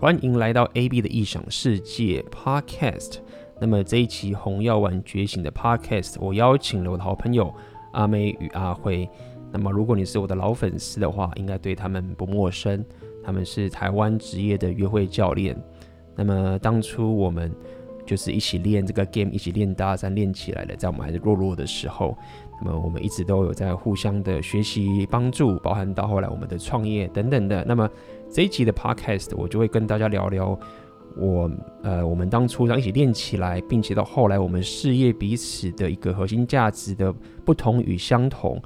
欢迎来到 AB 的异想世界 Podcast。那么这一期《红药丸觉醒》的 Podcast，我邀请了我的好朋友阿妹与阿辉。那么如果你是我的老粉丝的话，应该对他们不陌生。他们是台湾职业的约会教练。那么当初我们就是一起练这个 game，一起练搭讪练起来的，在我们还是弱弱的时候，那么我们一直都有在互相的学习帮助，包含到后来我们的创业等等的。那么这一集的 podcast，我就会跟大家聊聊我呃我们当初让一起练起来，并且到后来我们事业彼此的一个核心价值的不同与相同。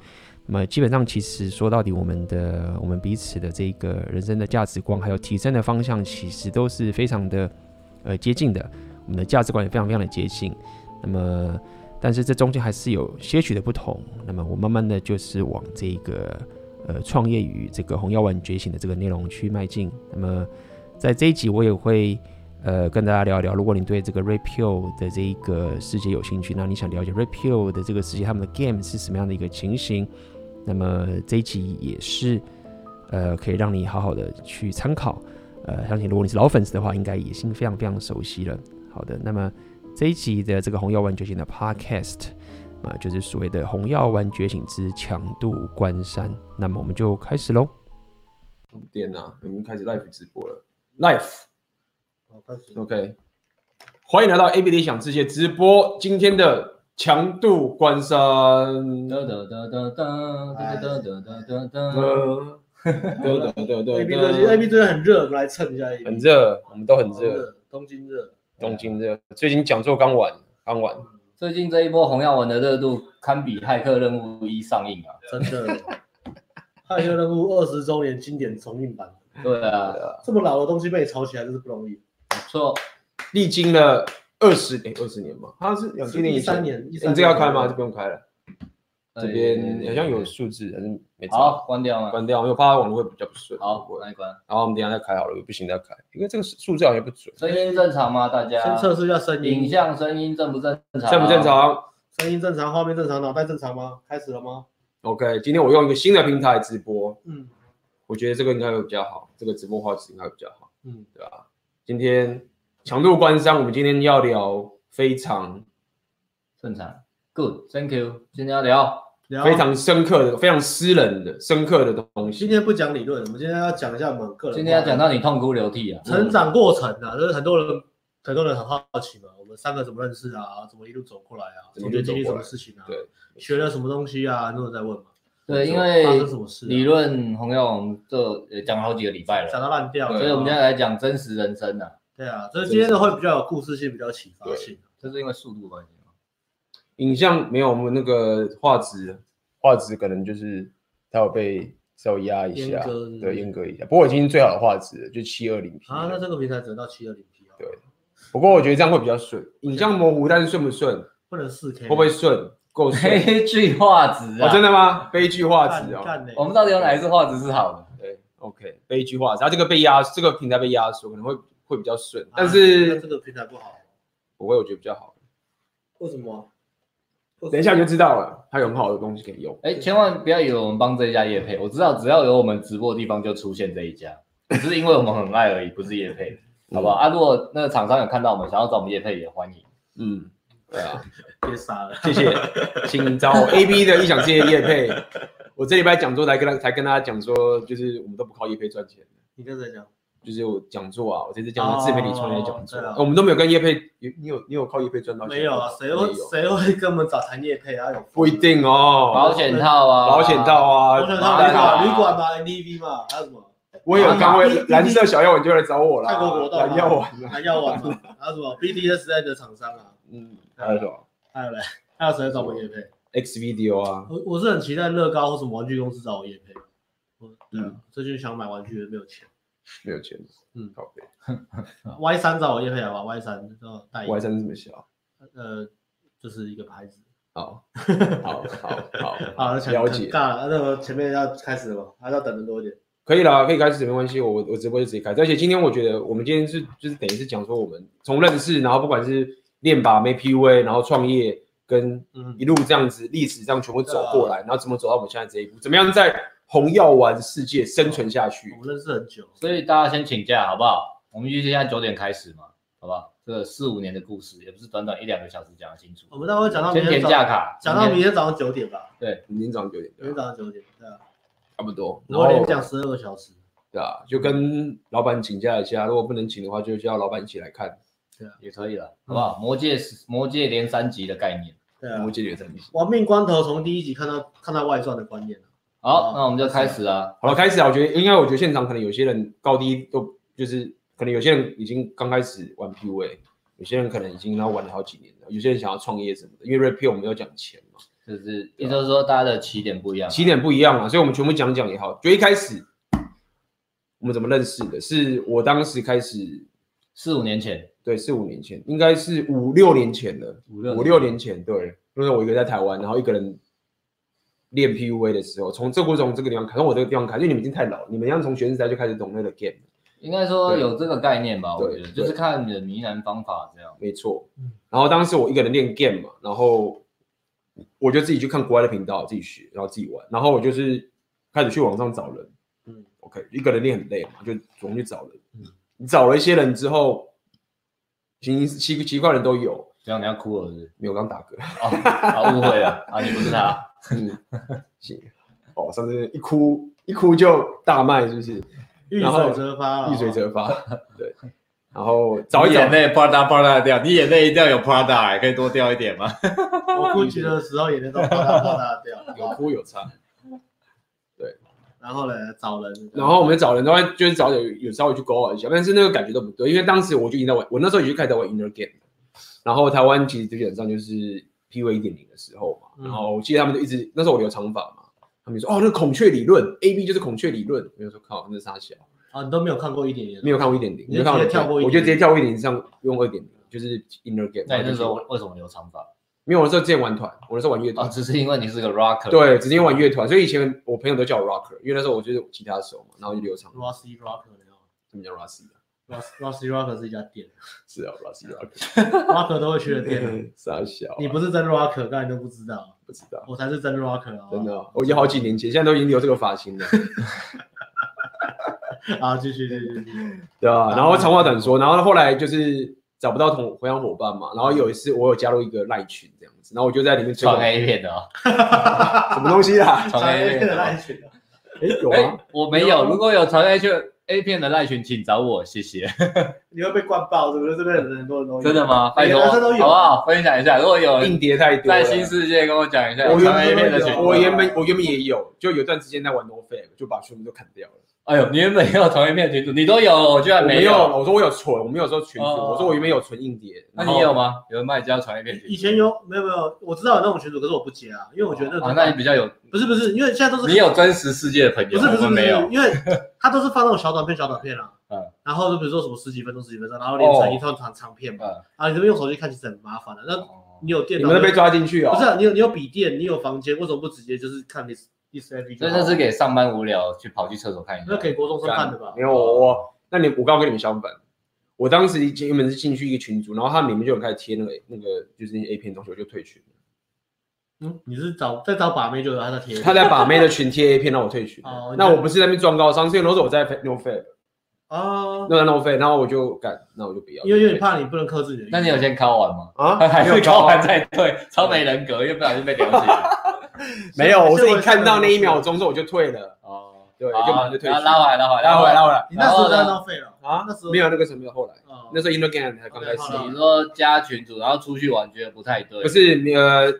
那么基本上，其实说到底，我们的我们彼此的这个人生的价值观，还有提升的方向，其实都是非常的呃接近的。我们的价值观也非常非常的接近。那么，但是这中间还是有些许的不同。那么我慢慢的就是往这个呃创业与这个红药丸觉醒的这个内容去迈进。那么在这一集我也会呃跟大家聊一聊，如果你对这个 Repeal 的这一个世界有兴趣，那你想了解 Repeal 的这个世界他们的 game 是什么样的一个情形，那么这一集也是呃可以让你好好的去参考。呃，相信如果你是老粉丝的话，应该已经非常非常熟悉了。好的，那么这一集的这个红药丸觉醒的 Podcast 啊、呃，就是所谓的红药丸觉醒之强度关山。那么我们就开始喽。点呐、我们开始 live 直播了，live，OK，、好，哦开始。 OK 欢迎来到 AB 理想世界直播，今天的强度关山，哒哒哒哒哒哒哒哒哒哒。 呃，得得得 A B 最近 A 得 B 最近很热，我们来蹭一下 A B。很热，我们都很热，热，东京热。东京热，最近讲座刚完，刚完，最近这一波红药丸的热度堪比《骇客任务一》上映啊！真的，《骇客任务》二十周年经典重映版，对啊，这么老的东西被你炒起来，真是不容易。不错，历经了二十诶二十年嘛，它是两千年以前13年13哎你这个要开吗？就不用开了，哎这边好像有数字，还是没查好关掉吗？关掉，因为我怕网络会比较不顺。好，我那一关。然后我们等一下再开好了，不行再开，因为这个数字好像不准，声音正常吗？大家先测试一下声啊影音，像、声音正不正啊常？正不正？常声音正常，画面正常，脑袋正常吗？开始了吗？ ？OK，今天我用一个新的平台直播，嗯我觉得这个应该会比较好，这个直播画质应该会比较好，嗯，对吧、今天强度关山，我们今天要聊非常正常。Good，Thank you。今天要聊聊非。常深刻的、非常私人的、深刻的东今西。天不讲理论，我们今天要讲一下我们个人。今天要讲到你痛哭流涕啊！成长过程啊，就是很多人很多人很好奇嘛，我们三个怎么认识啊？怎么一路走过来啊？怎么中一路间走经历过什来么事情啊？对，学了什么东西啊？很多人在问嘛。对，因发生为什么事啊？理论红药丸这也讲了好几个礼拜讲了，到烂啊掉了。所以我们现在来讲真实人生啊，对啊，所以今天的会比较有故事性，比较有启发性。这是因为速度关系 吗？影像没有我们那个画质，画质可能就是它有被稍微压一下阉割是不，是对，阉割一下。不过已经最好的画质了，就七二零 P 啊，那这个平台只能到七二零 P 啊，对不过我觉得这样会比较顺，影像模糊，但是顺不顺？不能四 K，会不会顺？够 顺？悲剧画质哦，啊！真的吗？悲剧画干质哦。干呢？啊我们到底有哪一次画质是好的？对，OK，悲剧化，它这个被压，这个平台被压缩，可能会会比较顺，啊但那是这个平台不好，不会，我觉得比较好。为什么？等一下你就知道了，它有很好的东西可以用。哎，千万不要以为我们帮这一家夜配，我知道只要有我们直播的地方就出现这一家，只是因为我们很爱而已，不是夜配，好不好？啊，如果那个厂商有看到我们，想要找我们夜配也欢迎。嗯，对啊，别傻了，谢 谢，请找 AB 的异想世界叶配。我这礼拜讲座才跟他才跟大家讲说，就是我们都不靠叶配赚钱，你跟谁讲？就是我讲座啊，我这次讲的自媒体创业讲座，哦对啊我们都没有跟叶配，有你有你有靠叶配赚到钱吗？没有啊，谁没会有谁会跟我们找谈业配啊？有不一。定哦，保险套啊，保险套啊，我想套到麻旅袋啊馆、旅馆嘛、NTV E 嘛，还有什么我有岗麻位袋，蓝色小药丸就来找我啦，泰国国道嘛蓝药丸啊，还要玩嘛，还有什么 BDSN 的厂商啊，嗯，还还有有什什么还有嘞，还有谁会找我们业配？ X Video 啊，我我是很期待乐高或什么玩具公司找我业配。我对啊，最近想买玩具没有钱。没有钱，嗯嗯，靠背， Y 三找我叶配好吧？Y 三呃代我还言，真这么小，呃，就是一个牌子。 好，好，好，好，啊，那前了解，尬了，那我前面要开始了吧？还是要等的多一点。可以啦，可以开始，没关系，我我直播就直接开始，而且今天我觉得我们今天是就是等于是讲说我们从认识，然后不管是练把妹 PUA，然后创业跟嗯一，路这样子历史这样全部走过来，啊然后怎么走到我们现在这一步，怎么样在红药丸世界生存下去我？们认识很久，所以大家先请假好不好？我们预计现在九点开始嘛，好不好？这个四五年的故事也不是短短一两个小时讲得清楚。我们待会讲到明先天填早价卡，讲到明明天天早上九点吧，明天早上九点，明对天啊早上九点，对啊，差不多。然然后连后讲十二个小时，对啊，就跟老板请假一下，如果不能请的话，就叫老板一起来看也可以了，好不好？嗯魔界魔界连三集的概念。对《啊魔，戒》的战绩。亡命关头从第一集看到看到外传的观念了，好哦，那我们就开始啊。好了，开始啊，我觉得应该，我觉得现场可能有些人高低都就是，可能有些人已经刚开始玩 PUA，有些人可能已经然后玩了好几年了，有些人想要创业什么的，因为 Repeal 我们要讲钱嘛，就是也就是说，大家的起点不一样啊。起点不一样嘛，所以我们全部讲讲也好。就一开始我们怎么认识的？是我当时开始，四五年前，对，四五年前，应该是五六年前了，五六五六年前，对，那时候我一个人在台湾，然后一个人练 PUA 的时候，从这过从这个地方开，从我这个地方开，因为你们已经太老了，你们要从学生时代就开始懂那个 game，了应该说有这个概念吧？对我觉得就是看你的呢喃方法这样。没错嗯。然后当时我一个人练 game 嘛，然后我就自己去看国外的频道，自己学，然后自己玩，然后我就是开始去网上找人，嗯， OK，一个人练很累嘛，就总去找人。嗯你找了一些人之后，奇奇奇怪人都有。这样你要哭了是不 是？没有，我刚打嗝。哦，啊，误会了啊，你不 是他。行，嗯哦，上次一哭一哭就大卖，是不是？遇然后水则发了，遇水则发。对，然后找一找眼，泪啪嗒啪嗒掉，你眼泪一定要有啪嗒，哎可以多掉一 点吗？哦我复习的时候眼泪都啪嗒啪嗒掉，有哭有唱。然后呢找人，然后我们找人的话，就是找有有稍微去勾画一下，但是那个感觉都不对，因为当时我就已经在玩，我那时候已经开始玩 Inner Game，了然后台湾其实基本上就是 PV 一点零的时候嘛，嗯然后我记得他们就一直那时候我留长发嘛，他们就说哦那孔雀理论，A B 就是孔雀理论，我就说靠那是傻小，啊，你都没有看过一点点，没有看过一点零，你没有看直接跳过我1.0就直接跳过一点零上用二点零，就是 Inner Game，那你那时候然后就去玩为什么留长发？没有我那时候之前玩团，我那时候玩乐团啊，，只是因为你是个 rocker。，对，直接玩乐团，所以以前我朋友都叫我 Rocker，因为那时候我就是吉他手嘛，然后就留长， Rossi Rocker 那种他们叫 Rusty，啊，Ros- Rossi Rocker 是一家店是啊 Rusty Rocker。 ，Rocker 都会去 的店，傻小啊、你不是真 Rocker，刚才都不知道，不知道，我才是真 Rocker 啊，真的哦、我已经好几年前，现在都已经留这个发型 了，啊，继续继续继续，对吧、然后长哦话短说，然后后来就是找不到同回乡伙伴嘛，然后有一次我有加入一个赖群这样子，然后我就在里面推传广 A 片的哦，什么东西啊啦？ 传 A 片的的哦赖。群啊，哎，有哎、啊，我没有。如果有传 A 片 A 片的赖群，请找我，谢谢。你会被灌爆，是不是？这边很多人都有真的？吗？拜哎每个托，男生都有好不好？分享一下，如果有硬碟太多在了。新世界跟我讲一下我传原 A 片的群啊本组。我原本我原本也有，就有段时间在玩 No Fame，就把全部都砍掉了。哎呦，你原本也有传 A 片的群主，你都有，我居然我没没有，。我说我有存，我们有时候存哦我说我原本有存硬碟，那然你后有？吗？有人帮你加传 A 片群以前有没有没有？我知道有那种群主，可是我不接啊，因为我觉得组？那啊，那你个比较有，不是不是，因为现在都是你有真实世界的朋不友，是不是我不们是没有。因为他都是放那种小短片小短片啊， 嗯然后就比如说什么十几分钟十几分钟，然后连成一套长长片嘛，嗯啊，你这边用手机看其实很麻烦的。那哦你有电你脑，们都被抓进去哦？不是啊你有你有笔电，你有房间，为什么不直接就是看 this this every？所以那是给上班无聊去跑去厕所看一下。那给国中生看的吧没？有我，那你我刚好跟你们相反，我当时已经原本是进去一个群组，然后他们里面就有开始贴那个那个就是那些 A 片的东西，我就退群了。嗯，你是找在找把妹就有他在贴，他在把妹的群贴 A 片，让我退群。哦那我不是在那边装高商，是因为那时候我在 no fab，啊，那 no fab，然后我就干，那我就不要。因为因为你怕你不能克制你的欲望，那你有先敲完吗？ 啊，还没是有敲高完再退，超没人格，又不小心被聊起来。没有，我是是我一看到那一秒钟之后我就退了，哦，对好就马上就退群然后拉回来，拉回来，拉回来，拉回来你那时候然后呢在浪费了啊那时候没有那个什么没有后来，哦那时候 inner game 才刚开 OK，好始，了你说加群主，然后出去玩觉得不太对，不是呃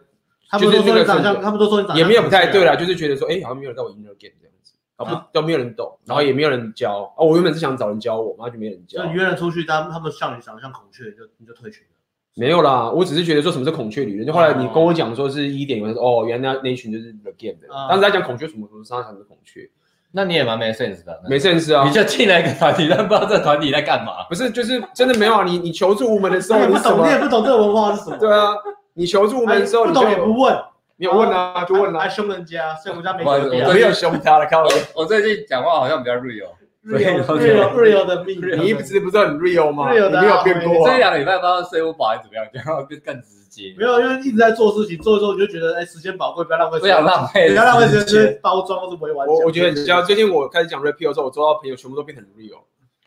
他们都说就是那你长个相，他们都说你长相也没有不太对了，啦，就是觉得说，哎、好像没有人在我 inner game 这样嗯子，啊不都没有人懂，然后也没有人教啊。我原本是想找人教我，然后就没人教就，约了出去，他们他们像你长得像孔雀，就你就退群了。没有啦。我只是觉得说什么是孔雀理论，就后来你跟我讲说是一点，我就说哦，原来那一群就是 the game 的人啊。当时他讲孔雀什么什么，他讲的孔雀，那你也蛮没 sense 的，没 sense 啊你，就进来一个团体，但不知道这团体在干嘛。不是就是真的没有啊。你你求助无门的时候，你你不什 懂，么你？也不懂这个文化是什么。哎对啊，你求助无门的时候，不你懂就也有不问，你有问啊，就问还啊，凶人家，所以人家没不好意得思病我啊。没有凶他了，靠你，我最近讲话好像比较 real， real 所以 real real 的命，你一直不是很 real 吗？ real 你的啊没有变过这啊。两个礼拜不知道税务保还是怎么样，讲话更更直接，没有，因为一直在做事情，做一做你就觉得，哎，时间宝贵，不要浪费时 不间，想浪费不要浪费时间时间。去包装或者不会玩。我我觉得你知道，最近我开始讲 repeal 之后，我周遭朋友全部都变很 real。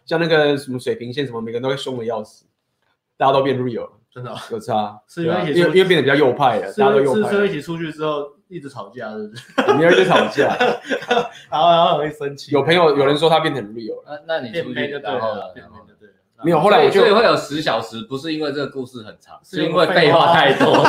像那个什么水平线什么，每个人都会凶的要死，大家都变 real 了，真的哦、有差，是因为对啊一因起为出因为变得比较右派了，是大家都右是派是因为了，一起出去之后一直吵架，是不 是？没人就吵架。然后然后很容易生气。有朋友有人说他变得很 real 了，那那你变出去黑就对然后呢了，变黑就对了。没有后来我就所以所以会有十小时，不是因为这个故事很长，是是因因为为废废话话太多。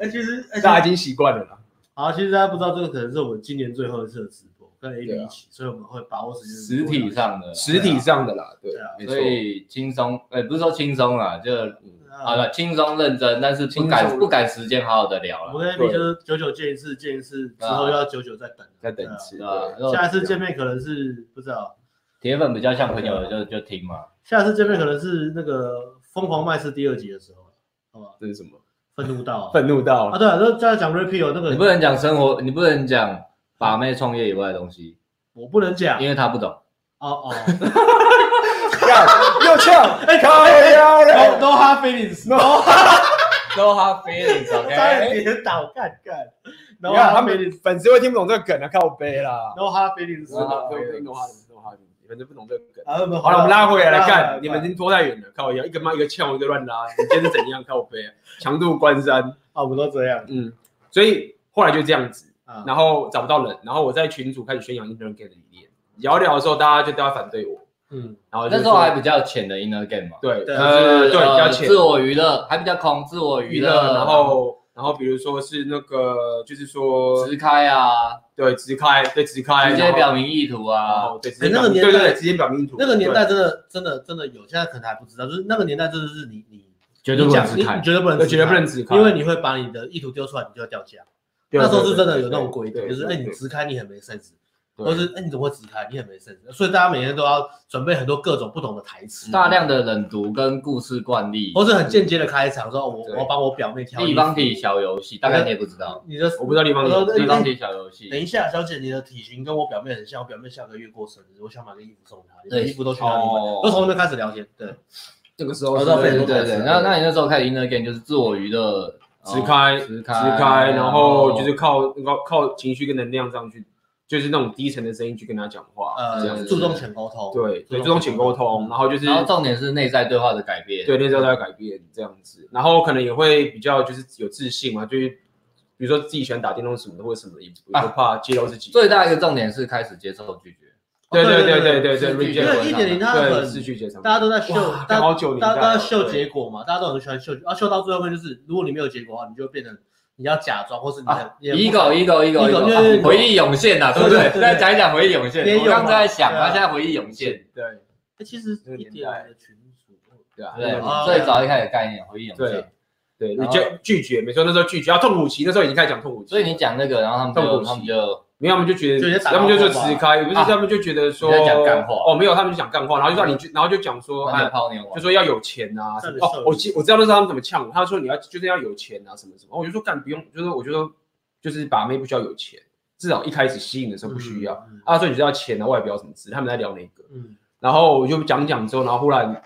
哎，其实哎，大家已经习惯了啦。好，其实大家不知道这个可能是我们今年最后一次的直播，跟 A B 对啊一起，所以我们会把握时间。 实体，上的啦，实体上的啦，对对啊，没错所，以轻松，呃，不是说轻松啦，就嗯好啊了，轻松认真，但是不轻敢松不敢时间好好的聊我了，跟 A B 就是久久见一次，见一次之后又要久久再等，啊啊再等一次，对吧对？如果下一次见面可能是不知道，铁粉比较像朋友的就就听嘛，下一次见面可能是那个《疯狂麦斯》第二集的时候，好不好？这是什么？愤怒到愤怒啊，到对啊，就刚才讲 repeal 那你不个，能讲生活，你不能讲把妹创业以外的东西，我不能讲因，为他不懂。 哦哦，干又呛，哎， 靠腰啊嘞 no hard feelings， No hard feelings, 差点跌倒，干干你，no 看他 hard feelings，no 们粉丝会听不懂这个梗啊，靠背啦。 hard feelings，真的会听 feelings 懂哈林，懂哈林，你们就不懂这个梗。好了好了，我们拉回来了，看看你们已经拖太远了，靠腰，一个妈一个呛，一个乱拉， 你今天是怎样靠背啊？强度关山，啊，我们都这样嗯，所以后来就这样子，啊，然后找不到人，然后我在群组开始宣扬 intern game 的理念，聊一聊的时候大家就都要反对我，嗯，然后就 那是时候还比较浅的 inner game 嘛，对，对呃，对，比较浅自我娱乐还比较空，自我娱乐，然后然后比如说是那个就是说直开啊，对直开对直开，直接哎然后表明意图然啊，后对直接哎那表个明年代对对对直接表明意图，那个年代对真的真的真的有，现在可能还不知道，就是那个年代真的是你你绝你讲你你绝对不能对自绝对拍不能直开因为你会把你的意图丢出来，你就要掉价。对啊那时候是对真的对有那种对规定，对啊就是对哎，你对直开你很没 sense，对或是哎你怎么会直开，你很没 sense，所以大家每天都要准备很多各种不同的台词，嗯大量的冷读跟故事惯例，或是很间接的开场，说哦我对我要帮我表妹挑衣服立方体，小游戏，大概你也不知道，你的我不知道立方体我说立方哎体小游戏等一下，小姐，你的体型跟我表妹很像，我表妹下个月过生日，我想买个衣服送她，你的对衣服都去哪里买？哦都从那边开始聊天，对，这个时我候知是道对对被对对，那那你那时候开始 inner game 就是自我娱乐，直开哦直开哦直开，然后就是靠靠靠情绪跟能量上去，就是那种低沉的声音去跟他讲话，哦这样呃，子注重浅沟通，对对，注重请沟通，然后就是然后重点是内在对话的改变，对，那时候都要改变这样子，然后可能也会比较就是有自信嘛，就是比如说自己喜欢打电动什么的或者什么的，也不啊不怕揭露自己。最大一个重点是开始接受拒绝，对对对对对对对对是拒绝，reject 因为文一啊点零它对很失去结肠，大家都在秀哇，刚大好九家零大家都在代哦秀对结果嘛，大家都很喜欢秀，啊，秀到最后面就是，如果你没有结果的话，你就会变成你要假装，或是你很啊你很不 ego ego ego ego，对对对 ego，回忆涌现呐，对不对对？对对再讲一讲回忆涌现也，有我刚刚在想，嘛对啊他现在回忆涌现，对哎其实那个一年点代零的群主，对啊，对啊，最早一开始概念回忆涌现对。对然后 reject 拒绝，没错，那时候拒绝，要痛苦期，那时候已经开始讲痛苦期，所以你讲那个，然后他们痛就苦期他们就没有，他们就觉就得直接，打他们就说到爆吧直开，不是啊他们就觉得说你在讲干话哦，没有，他们就讲干话，然后就让你去，然后就讲说，他们哎就，泡妞嘛就，说要有钱啊这什里么是哦，我记我知道那时候他们怎么呛我，他说你要就是要有钱啊什么什么，我就说干不用，就是我就说就是把妹不需要有钱，至少一开始吸引的时候不需要。嗯，啊，所以你知道钱啊外表什么之类，他们在聊那个，嗯，然后我就讲讲之后，然后忽然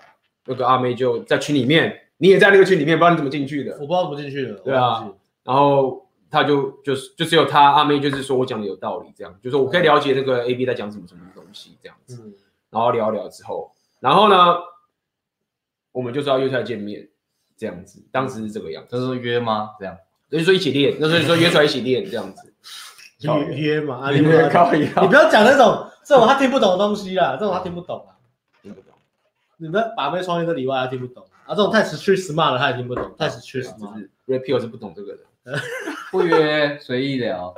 那个阿妹就在群里面，你也在那个群里面，不知道你怎么进去我的，不知道怎么进去了，对啊我忘记了，然后。他就就是就只有他阿妹，就是说我讲的有道理，这样就是我可以了解那个 A B 在讲什么什么东西这样子。嗯，然后聊一聊之后，然后呢，我们就说要约出来见面，这样子，当时是这个样子，就是说约吗？这样，就是说一起练，那时候就说约出来一起练这样 子，靠预约嘛，啊，你你不要们高一你样，不要讲那种这种他听不懂的东西啦，这种他听不懂啊。听不懂，你们把妹创业的里外他听不懂啊，这种太 street smart 了他也听不懂，太 street 对啊 smart 了。就是 Rapio 是不懂这个 的不约随意聊，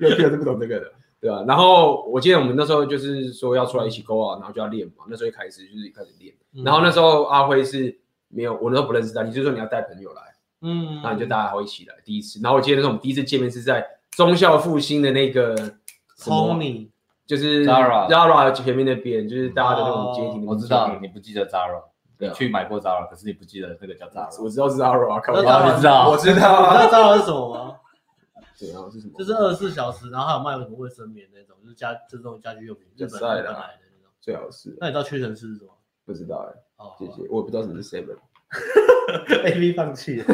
，Rapio 是不懂这个的，对吧、然后我记得我们那时候就是说要出来一起勾啊，然后就要练嘛，那时候一开始就是开始练，嗯然后那时候阿辉是没有，我那时候不认识他，你就说你要带朋友来。嗯，嗯那你就大家会一起来第一次。然后我记得那时候我们第一次见面是在中校复兴的那个什么 Tony 就是 Zara Zara 前面那边，就是大家的那哦种阶梯。我知道，你不记得 Zara，对你啊去买过 Zara，可是你不记得那个叫 Zara。我知道 Zara，靠那我 Zara 你知道我知道你知啊。道招的是什么吗？ 对啊，是什么？就是二十四小时，然后还有卖什么卫生棉那种，就是家就是这种家居用品，日本比日赛啦本来的那种。最好是啊那你知道屈臣氏是什么？不知道哎，哦谢谢，我也不知道什么是 Seven。 ，A V 放弃 了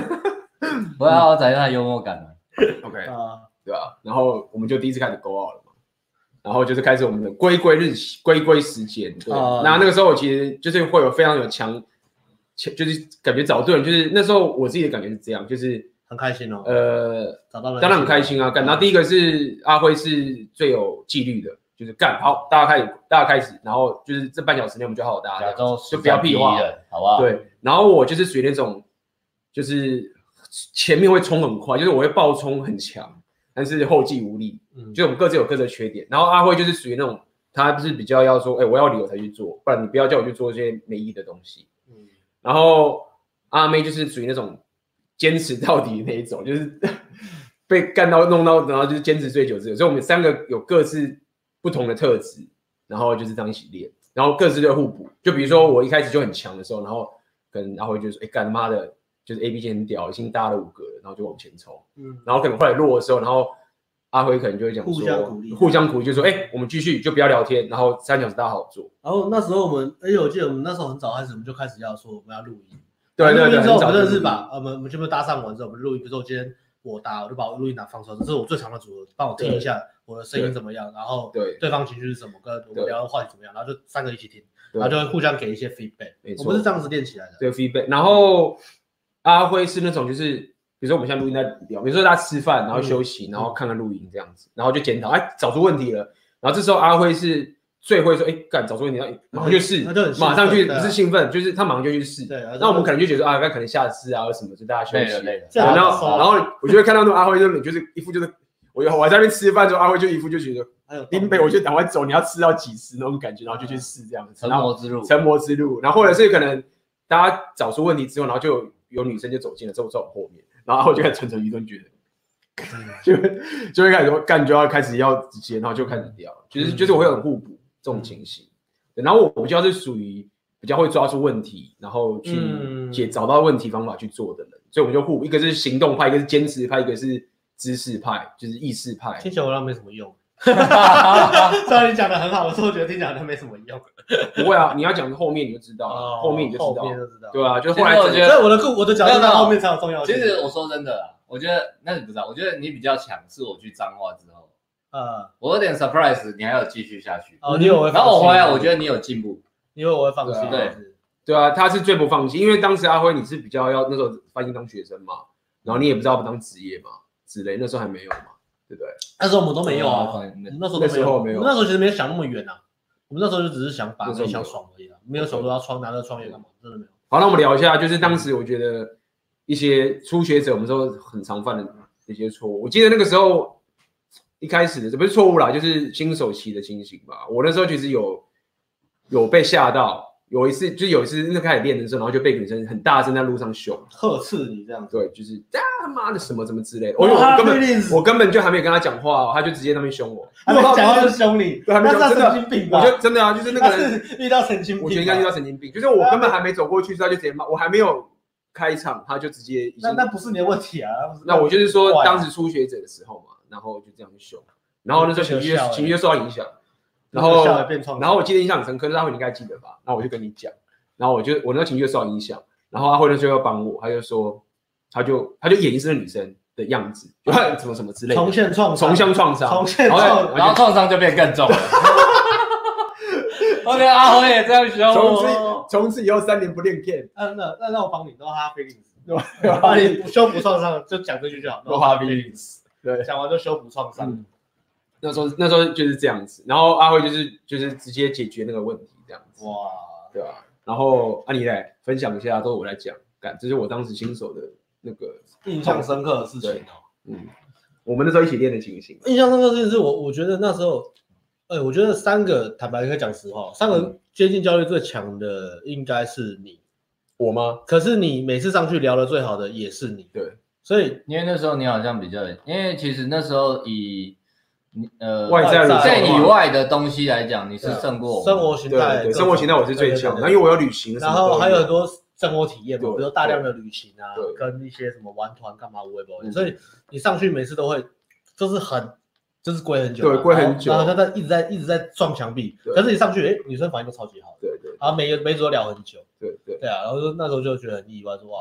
我要展现他的幽默感了。 OK，啊，对啊。然后我们就第一次开始 go out 了嘛。然后就是开始我们的龟龟日期、龟龟时间。对，哦那那个时候我其实就是会有非常有强，强就是感觉找对人，就是那时候我自己的感觉是这样，就是很开心哦，呃，找到了，当然很开心啊。干，然后第一个是阿辉是最有纪律的，就是干好，大家开始，大家开始，然后就是这半小时内我们就好好大亚家洲就不要屁话13第一，人，好不好？，对，然后我就是属于那种，就是前面会冲很快，就是我会爆冲很强，但是后继无力，嗯，就我们各自有各自的缺点。然后阿辉就是属于那种，他就是比较要说，哎、我要理我才去做，不然你不要叫我去做一些没意义的东西。嗯然后阿妹就是属于那种坚持到底那一种，就是被干到弄到，然后就是坚持最久之久。所以我们三个有各自不同的特质，然后就是这样一起练，然后各自就互补。就比如说我一开始就很强的时候，然后跟阿辉就说：“哎、干他妈的，就是 A B 线很屌，已经搭了五个了，然后就往前冲。”嗯，然后可能后来落的时候，然后阿辉可能就会讲说互相鼓励互相鼓励，就说：“哎、我们继续，就不要聊天，然后三小时大家好好做。然后那时候我们，而且我记得我们那时候很早开始，我们就开始要说我们要录音，”对啊对对，录音之很后我早们就认识吧，呃我们我们全部搭上完之后，我们录音，比如说我今天我搭，我就把我录音档放出来，这是我最长的组合，帮我听一下我的声音怎么样，然后对对方情绪是什么，跟我对们聊的话题怎么样，然后就三个一起听，对然后就会互相给一些 feedback，没错我们是这样子练起来的，对 feedback。然后阿辉是那种就是，比如说我们现在录音在聊，比如说大家吃饭，然后休嗯息，然后看看录音这样子，然后就检讨，哎，找出问题了。然后这时候阿辉是最会说，哎，干找出问题，然后马上就试 那就很兴，奋马上去对不啊是兴奋，就是他马上就去试。对啊那我们可能就觉得啊，那可能下次啊，或什么就大家休累息了。累了。这样然子后，哦然后我就会看到那种阿辉，就是就是一副就是，我我还在那边吃饭之后，阿辉就一副就觉得还有林北，我就赶快走，你要吃到几次那种感觉，然后就去试这样子。成然后魔之路，成魔之路，然后或者是可能大家找出问题之后，然后就有有女生就走进了，之后在我后面，然后我就开始蠢蠢欲动，觉得 就会就会开始说干就要开始要直接，然后就开始聊，嗯就是就是我会很互补这种情形。对然后我比较是属于比较会抓住问题，然后去嗯解找到问题方法去做的人，所以我们就互补，一个是行动派，一个是坚持派，一个是知识派，就是意识派。听起来我好像没什么 用。 虽然你讲的很好，我是我觉得听起来好像没什么用。不会啊，你要讲后面你就知道了，哦后面你就知哦后道面了，就知道。对啊，就其后实来我觉得所以我的故我的角度在后面才有重要其性。实我说真的啦，我觉得那你不知道，我觉得你比较强，是我去彰化之后，呃，我有点 surprise，你还有继续下去。哦，嗯你以为我会然放弃？后我回来，我觉得你有进步，你以为我会放弃？对啊是不是，对啊，他是最不放弃，因为当时阿辉你是比较要那时候翻译当学生嘛，然后你也不知道不当职业嘛之类，那时候还没有嘛，对不对？那时候我们都没有我啊，放我们那时候都没哦那时候有，没有我们那时候其实没有想那么远啊，我们那时候就只是想把那时候自没己有嗯想爽而已啊，没有想说要创拿着创业干嘛，真的没有。好，那我们聊一下，就是当时我觉得一些初学者，我们说很常犯的一些错误。我记得那个时候一开始的，这不是错误啦，就是新手期的情形吧。我那时候其实有有被吓到，有一次就有一次那开始练的时候，然后就被女生很大声在路上凶，呵斥你这样子，对，就是啊他妈的什么什么之类的，哇我我根本菲利斯 我根本就还没有跟他讲话哦、他就直接在那边凶我，还没讲话就凶你，对还没那讲是他真的神经病吧？我就真的啊，就是那他个人，是遇到神经病吧，啊我觉得应该遇到神经病，就是我根本还没走过去，他就直接骂，我还没有开场，他就直接已那经。那不是你的问题啊，那我就是说怪啊当时初学者的时候嘛，然后就这样去凶，然后那时候情绪就笑了情绪就受到影响，然后笑了变创，然后我记得印象很深刻，那会你应该记得吧？那我就跟你讲，然后我就我那时候情绪就受到影响，然后阿辉那时候要帮我，他就说，他就他就演一次那女生的样子，就啊 什么什么之类的，重现创伤重向创伤，重现然后创然后创伤就变更重了。我觉得阿辉也这样凶哦从我，此从此以后三年不练 game，那那那那我帮你，然后他菲林斯，帮你修补创伤，就讲这句就好。都花菲比林斯，对。讲完就修补创伤。嗯那时候那时候就是这样子，然后阿辉就是就是直接解决那个问题这样子，哇，对吧、然后啊你来分享一下，都是我来讲，干这是我当时新手的那个，印象深刻的事情哦。嗯，我们那时候一起练的情形，印象深刻的事情是我，我觉得那时候，哎，我觉得三个坦白可以讲实话，三个嗯接近焦虑最强的应该是你，我吗？可是你每次上去聊的最好的也是你，对，所以因为那时候你好像比较，因为其实那时候以你呃外在外在在人以外的东西来讲，你是啊胜过我们呃生活形对对态各对，种，生活形态我是最强，对对对然后因为我有旅行，然后还有很多生活体验嘛，对比如说大量的旅行啊对，跟一些什么玩团干嘛无微不嗯所以你上去每次都会就是很就是跪很久嘛，对跪很久然后然后他在一直在一直在撞墙壁，对可是你上去，哎，女生反应都超级好，对对然后每个每组都聊很久，对对，对啊，然后就那时候就觉得很意外，说哇。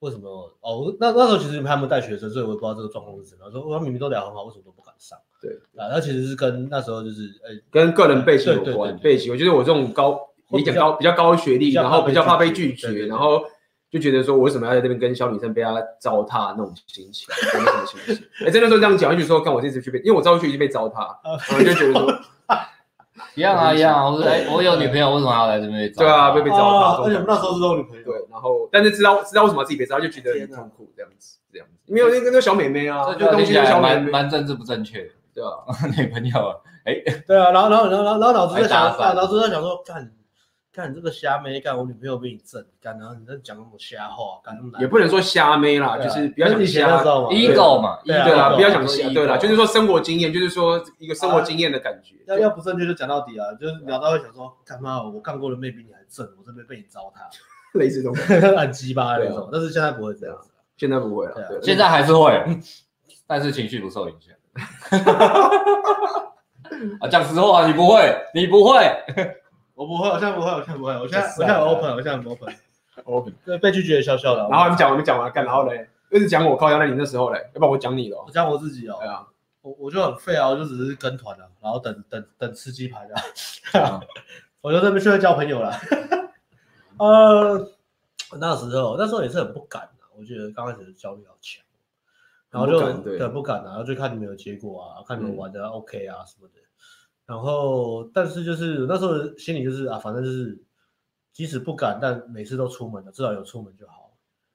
为什么？哦，那那时候其实他们带学生，所以我也不知道这个状况是怎么样。说哇，明明都聊很好，为什么都不敢上？对啊，那其实是跟那时候就是呃、跟个人背景有对对关。对对背景，我觉得我这种高，你会比较讲高比较高学历，比较然后比较怕怕被被拒拒绝对绝，对对然后就觉得说我为什么要在这边跟小女生被她糟蹋那种心情，我没什么心情。 哎，真的就这样讲，就觉得说，看我这次去被，因为我这次去已经被糟啊蹋，然后就觉得 说，一样啊一样啊，我说哎，我有女朋友，为什么要来这边被糟蹋？对啊被被糟蹋啊，而且我们那时候是都有女朋友，对，然后但是知道知道为什么要自己被糟蹋，就觉得很天哪痛苦，这样子，这样子，没有那个那小美眉啊，这那就东听西起就是来小美蛮眉，蛮政治不正确。对啊。 女朋友啊，对啊，然后然后然后然后然后脑子在还想，搭讪脑脑子在想说，干干你这个瞎妹，干我女朋友比你正，干然后你在讲那种瞎话，干那么难，也不能说瞎妹啦，对就啊是不要那讲以前的瞎时，候嘛一对 ego 嘛，对啊哦对啦， ego，不要讲瞎，瞎，对啦，就是说说生活经验，就是说一个生活经验的感觉。啊要要不正确就讲到底啊，就是聊到会想说，干妈我干过的妹比你还正，我这边被你糟蹋， 类似这种感觉，很鸡巴的那啊种。但是现在不会这样子，现在不会了对啊。对现在还是会， 但是情绪不受影响。 啊，讲实话，你不会，你不会，我不会，我现在不会，我现在不会，我现在是我现啊在很 open，我现在很 open， open。对，被拒绝笑笑的。然后你们讲，我们讲完干，然后嘞，一直讲我靠腰，那你那时候嘞，要不然我讲你我咯。讲我自己哦对，啊，我我就很废啊，我就只是跟团啊，然后等等等吃鸡排的嗯啊， 我就在那边去交朋友啦。 呃，那时候那时候也是很不敢啊，我觉得刚开始的焦虑好强，然后就很不敢对嗯不敢啊，然后就看你们有结果啊，看你们玩的 OK 啊什么的。然后，但是就是那时候心里就是啊，反正就是即使不敢，但每次都出门了，至少有出门就好，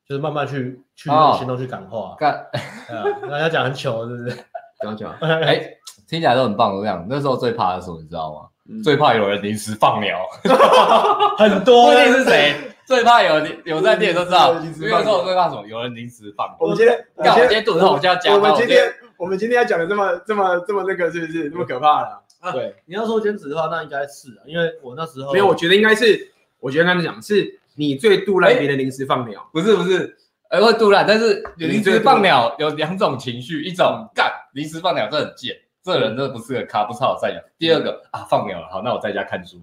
就是慢慢去去哦用行动去感化。干，对啊，大家讲很糗是不是？ 讲讲，哎，听起来都很棒。我讲那时候最怕的是什么，你知道吗？嗯最怕有人临时 放鸟， 很不多一定是谁，最怕有人有在店都知道。临时因放鸟为有时候我最怕什么，有人临时放鸟。我们今天，干，我今今天，天肚子痛，我就要加我班。们我今天，我们今天要讲的这么这么这么那个，是不是那么可怕了？啊对，你要说兼职的话，那应该是啊，因为我那时候没有，我 觉得应该是，我觉得刚才讲是你最杜赖别人临时放鸟，不是不是，呃，会突然，但是临时放鸟有两种情绪，一种干临时放鸟这很贱，这人真的不是个咖，不是好善良。第二个啊，放鸟了，好，那我在家看书。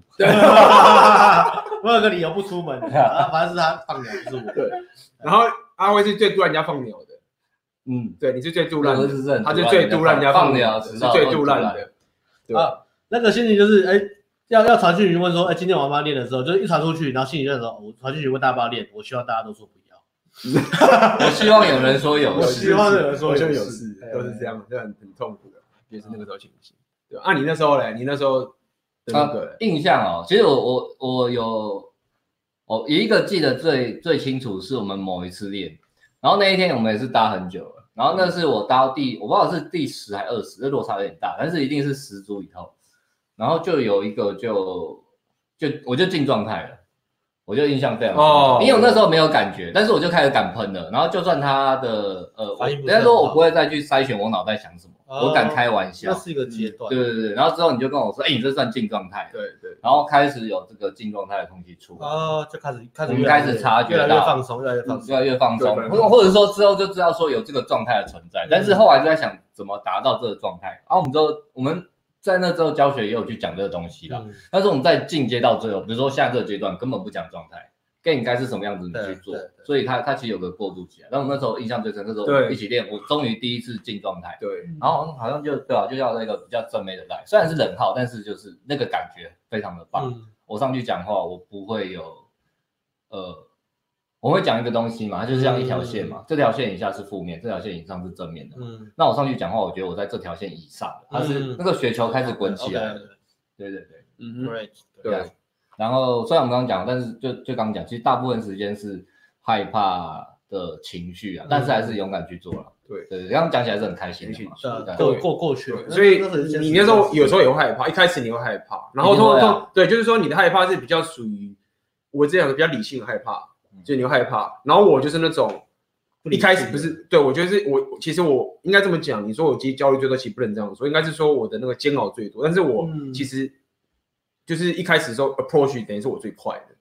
我有个理由不出门，啊 反正是他放鸟，不是我。然后阿威是最杜赖人家放鸟的，嗯，对，你是最杜赖我的，是真的他是最杜赖人家放鸟鸟，的，是迟早最会杜出来赖的。 对啊，那个心情就是，哎、要要传讯询问说，哎、今天我要不要练的时候，就是一传出去，然后心里就想说，哦我传讯询问大家要不要练，我希望大家都说不要。我希望有人说有我事，希望有人说我就有有事事对，都是这样，就很很痛苦的，也是那个时候情形。对，啊，你那时候嘞，你那时候的那个嘞，印象哦，其实我我我有，我有一个记得最最清楚是我们某一次练，然后那一天我们也是搭很久了，然后那是我搭到第我不知道是第十还二十，这落差有点大，但是一定是十组以后，然后就有一个就就我就进状态了。我就印象非常深刻哦因为我那时候没有感觉，但是我就开始敢喷了。然后就算他的呃，我反应人不是很家好说我不会再去筛选我脑袋想什么，哦我敢开玩笑嗯那。是一个阶段，对对对，然后之后你就跟我说，哎、你这算进状态了。对对，然后开始有这个进状态的东西出来，啊，就开始开始我们越来越开始察觉越到嗯来越放松，越来越放松。越来越放松对，对对或或者说之后就知道说有这个状态的存在，但是后来就在想怎么达到这个状态。啊然后我们就我们在那之后教学也有去讲这个东西啦，嗯但是我们在进阶到最后，比如说下这个阶段根本不讲状态，更应该是什么样子你去做对对，所以它它其实有个过渡期啊。但我那时候印象最深，那时候我对们一起练，我终于第一次进状态，对，然后好像就对啊，就要那个比较正妹的带，虽然是冷号，但是就是那个感觉非常的棒。嗯我上去讲话，我不会有，呃，我会讲一个东西嘛，它就是像一条线嘛，这条线以下是负面，这条线以上是正面的嘛。嗯，那我上去讲话，我觉得我在这条线以上的，它是嗯那个雪球开始滚起来 OK，了。对对对，嗯哼， ，great，对啊然后虽然我们刚刚讲，但是就就刚刚讲，其实大部分时间是害怕的情绪啊，但是还是勇敢去做了。对对对，刚刚讲起来是很开心的嘛。对啊对过过过去了，所以是一件你事那时候有时候也会害怕，一开始你会害怕，然后一定通会啊通对，就是说你的害怕是比较属于我这样比较理性的害怕，嗯就你会害怕，然后我就是那种。不理一性开始不是对我觉得是我，其实我应该这么讲。你说我其实焦虑最多，其实不能这样说，应该是说我的那个煎熬最多。但是我嗯其实就是一开始的时候 approach 等于是我最快的，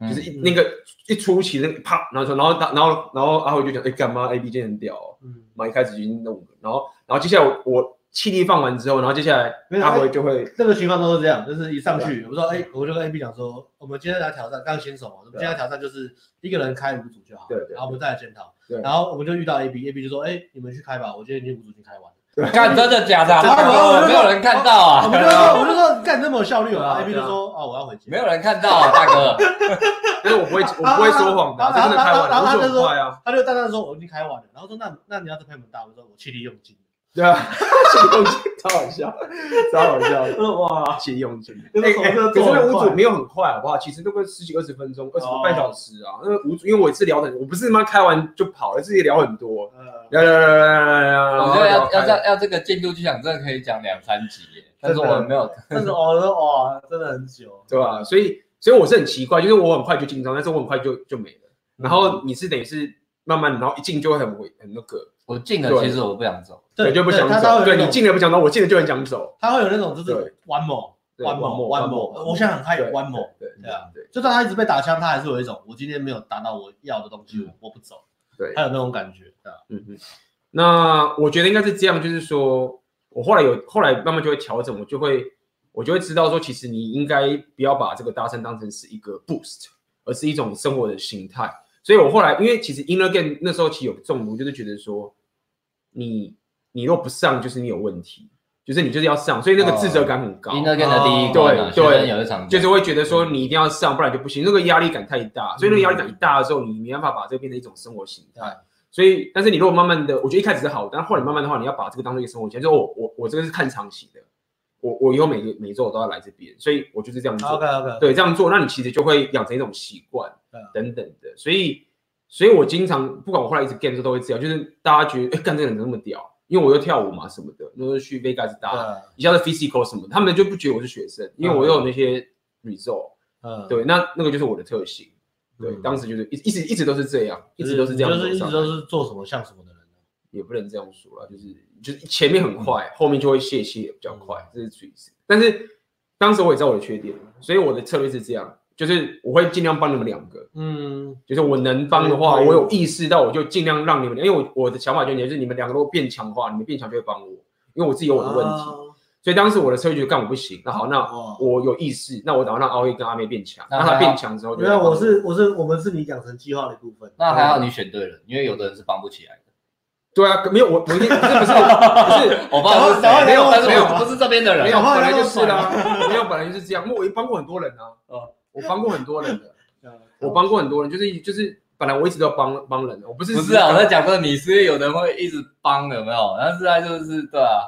嗯就是一嗯那个一出奇那个啪，然后说，然后他，然后然后阿辉就讲，哎、干嘛 A B 今天很屌、哦，嗯，然后一开始就已经弄了，然后然后接下来我我气力放完之后，然后接下来没有阿辉他就会这个情况都是这样，就是一上啊去，我说哎、我就跟 AB 讲说，我们今天来挑战，刚新手嘛，我们今天来挑战就是一个人开五组就好，啊对对然后我们再来检讨对， 然后我们就遇到 AB，AB 就说，哎、你们去开吧，我今天已经五组已经开完了，看真的假的啊？真的没有没有人看到我们就啊，说我们就说干这么有效率啊对啊！A B 就对啊说啊我要回家，没有人看到啊，大哥。但是我不会，我不会说谎的啊，这然后真的开玩然后然笑，我后他就就说很快啊，他就淡淡地说我已经开完了，然后说那那你要再配我们大，我说我气力用尽了。对啊，气用尽，超好笑，超好笑，哇，气用尽。那个哎口哎热可做是得那个很快屋主没有很快，好不好？其实那个十几二十分钟，二十哦半小时啊。那个屋主，因为我一次聊的，我不是他妈开完就跑了，自己聊很多，呃，聊聊聊聊聊聊聊，我觉聊聊得要要啊开了要要这个进度剧场，真的可以讲两三集耶，但是我们没有但是哦说哇，真的很久。对吧？所以，所以我是很奇怪，就是我很快就进张，但是我很快就就没了。然嗯后你是等于是慢慢，然后一进就会很回很那个，我进了，对其实我不想走。对，就不想他他走。会有对那你种，进了不想走，我进了就很想走。他会有那种就是对 one more 对 one more one more，我现在很害对 one more。对对对啊对就算他一直被打枪，他还是有一种我今天没有达到我要的东西，我我不走，嗯对他，有那种感觉，对啊吧？嗯嗯。那我觉得应该是这样，就是说我后来有后来慢慢就会调整，我就会我就会知道说，其实你应该不要把这个搭讪当成是一个 boost，而是一种生活的形态。所以我后来因为其实 inner game 那时候其实有中毒，就是觉得说你你若不上，就是你有问题，就是你就是要上，所以那个自责感很高。哦 Inner Game 的第一关啊，对学对生有一场就是会觉得说你一定要上，不然就不行。那个压力感太大，所以那个压力感一大的时候，你没办法把这个变成一种生活形态。所以，但是你如果慢慢的，我觉得一开始是好，但后来慢慢的话，你要把这个当做一个生活形态，就是哦我我我这个是看长期的，我我以后每个每周我都要来这边，所以我就是这样做。 OK OK，嗯对，这样做，那你其实就会养成一种习惯对啊等等的。所以，所以我经常不管我后来一直 game 的时候都会这样，就是大家觉得哎，干这个人怎么那么屌？因为我又跳舞嘛什么的，那时候去 Vegas 啊打一下子 physical 什么的，他们就不觉得我是学生，因为我有那些 result。嗯，对，那那个就是我的特性。对，嗯当时就是一一直一直都是这样，一就直都是这样你就是一走上直来都是做什么像什么的人。啊也不能这样说啦，就是就是前面很嗯快，后面就会泄气也比较快，这是趋势。但是当时我也知道我的缺点，所以我的策略是这样，就是我会尽量帮你们两个，嗯，就是我能帮的话，嗯我有意识到，我就尽量让你们，因为我我的想法就是，就是你们两个如果变强的话，你们变强就会帮我，因为我自己有我的问啊题。啊所以当时我的策略就是干我不行，那好，那哦我有意识，那我打算让阿威跟阿妹变强，那让他还好变强之后就原来来帮我，我是我是我们是你养成计划的一部分。嗯那还好你选对人，因为有的人是帮不起来的。对啊，没有我我一定不是不是不 是我不知道然后然后是谁，没有，但是没有我不是这边的没人。有，然后本来要就是啦，没有，本来就是这样。我也帮过很多人啊，哦我帮过很多人的，嗯我帮过很多人，就是就是本来我一直都要帮帮人的，我不是不是啊，我在讲说你是有的人会一直帮，有没有？但是他就是对啊，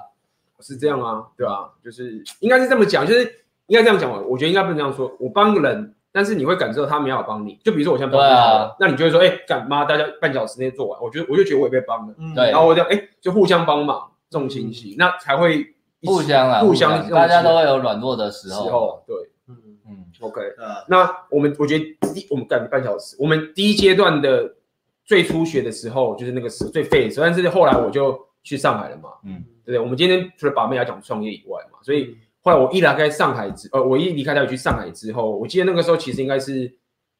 是这样啊，对啊，就是应该是这么讲，就是应该这样讲吧。我觉得应该不能这样说，我帮人，但是你会感受到他没有帮你。就比如说我现在帮你对啊好了，那你就会说，哎，干妈，大家半小时内做完，我觉得我就觉得我也被帮了，嗯对嗯然后我就哎就互相帮忙这种情形，那才会一起互相啊，互相相，大家都时会有软弱的时候。候对嗯嗯， ，OK。呃那我们我觉得第我们干半小时，我们第一阶段的最初学的时候，就是那个时候最废的时候，但是后来我就去上海了嘛，嗯对不对？我们今天除了把妹来讲创业以外嘛，所以后来我一离开上海之，呃，我一离开台北去上海之后，我记得那个时候其实应该是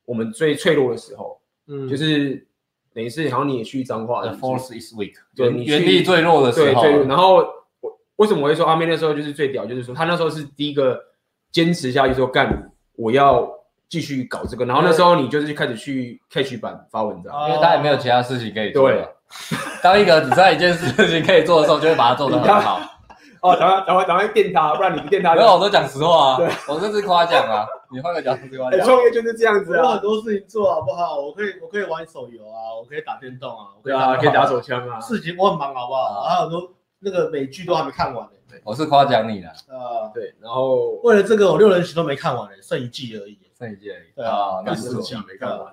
我们最脆弱的时候，嗯就是等于是好像你也去彰化 The 了， force is weak，对原你去原力最弱的时对候。对，然后我为什么我会说阿妹那时候就是最屌，就是说她那时候是第一个坚持下去说干，我要继续搞这个。然后那时候你就是开始去 catch 版发文章，哦因为他也没有其他事情可以做了。当一个只剩下一件事情可以做的时候，就会把它做得很 好。哦，赶快赶快赶快电他，不然你不电他没有，我都讲实话啊对，我这是夸奖啊。你换个角度夸哎奖，创业就是这样子我有啊很，多事情做好不好？我可以我可以玩手游啊，我可以打电动啊，我可对以啊，打可以打手枪啊，事情我很忙好不好？啊还有很多那个美剧都还没看完呢。我是夸奖你的。呃，对，然后为了这个我六人行都没看完呢，欸剩一季而已。这一季而已哦对啊那干是四我季没看完，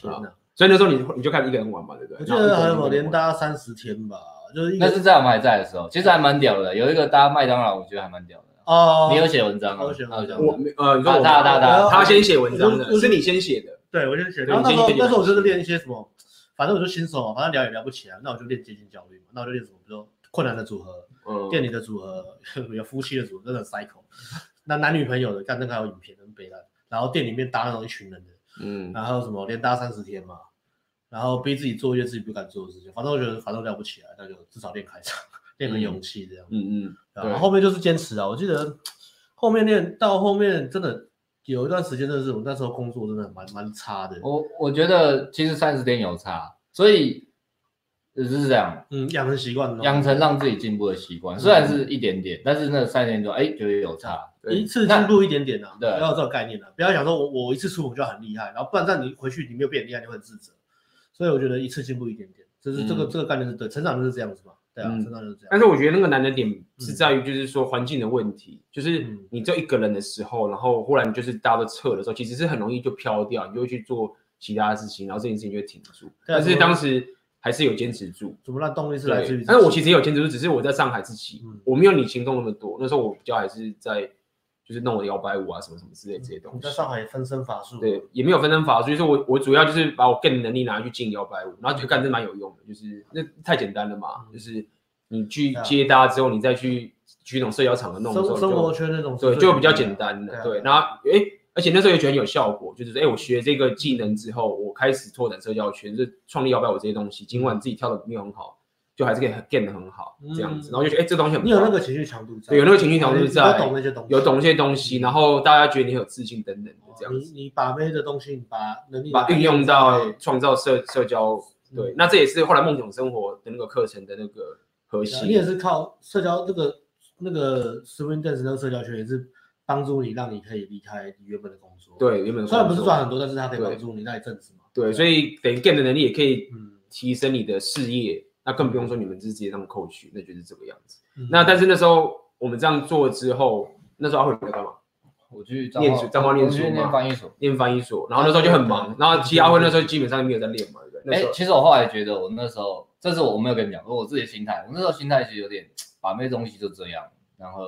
天哪！所以那时候你你就开始一个人玩嘛，对不对？我记得还有然后我一个连人玩搭三十天吧，就是一个那是在我们还在的时候，其实还蛮屌的。有一个搭麦当劳，我觉得还蛮屌的。哦，你有写文章啊？我有写文章那我没呃，你说啊我他他他他先写文章我的，就是你先写的，对我就写，对然后那时候你先写那时候我就是练一些什么，反正我就新手嘛，反正聊也聊不起来，那我就练接近焦虑嘛，那我就练什么，比如说困难的组合、嗯，店里的组合、 有夫妻的组合，真的很 cycle。那男女朋友的，看那个还有影片，很北烂。然后店里面搭那种一群人的，嗯，然后什么连搭三十天嘛，然后逼自己做一些自己不敢做的事情，反正我觉得反正聊不起来，那就至少练开场，练个勇气这样。嗯嗯，对啊然对后后面就是坚持啊，我记得后面练到后面真的有一段时间，真的是我那时候工哦作真的蛮蛮差的。我我觉得其实三十天有差，所以就是这样，嗯，养成习惯了，养成让自己进步的习惯，虽然是一点点，但是那三年多，哎，觉得有差。对一次进步一点点啊，对不要有这种概念了、不要想说我我一次出门就很厉害，然后不然这样你回去你没有变厉害，你会很自责。所以我觉得一次进步一点点，这是这个、嗯这个概念是对，成长就是这样子嘛，对啊，嗯成长就是这样。但是我觉得那个难的点是在于，就是说环境的问题，就是嗯你只有一个人的时候，然后忽然就是大家都撤的时候，其实是很容易就飘掉，你就会去做其他的事情，然后这件事情就会停住。对啊但是当时还是有坚持住。怎么让动力是来自对于自己？，但是我其实也有坚持住，只是我在上海自己嗯，我没有你行动那么多。那时候我比较还是在就是弄我的摇摆舞啊，什么什么之类这些东嗯你西在。上海也分身乏术，对，也没有分身乏术，就是我我主要就是把我个人能力拿去进摇摆舞，然后就干这蛮有用的，就是那太简单了嘛，嗯就是你去对啊接搭之后，你再去去那种社交场合弄的时生候，生活就圈那种是对最就比较简单对的，啊对，对然啊后诶，而且那时候也觉得很有效果，就是说诶，我学这个技能之后，我开始拓展社交圈，就是创立摇摆舞这些东西，尽管自己跳的没有很好，就还是可以 get 的很好这样子，嗯然后就觉得诶，这东西很你有棒那个情绪强度在，对有那个情绪强度你在你都懂那些东西，有懂一些东西，然后大家觉得你很有自信等等的哦这样你子。你把妹的东西，你把能力把运用到创造社社交，嗯对，那这也是后来梦想生活的那个课程的那个核对啊你也心。是靠社交这个那个 swing dance 那个社交圈也是帮助你，让你可以离开你原本的工作。，对，原本的虽然不是工作赚很多，但是它可以对帮助你那一阵子嘛。对，所以等于 game 的能力也可以嗯，提升你的事业，那更不用说你们是直接当 coach，那就是这个样子。嗯那但是那时候我们这样做之后，那时候阿慧你在干嘛？我去念书彰化念我去书念吗翻译所。练翻译所，然后那时候就很忙哦对，嗯然后其实阿慧那时候基本上没有在练嘛，对不对？那哎、时候其实我后来觉得，我那时候，这是我没有跟你讲，我自己的心态，我那时候心态其实有点把妹东西就这样，然后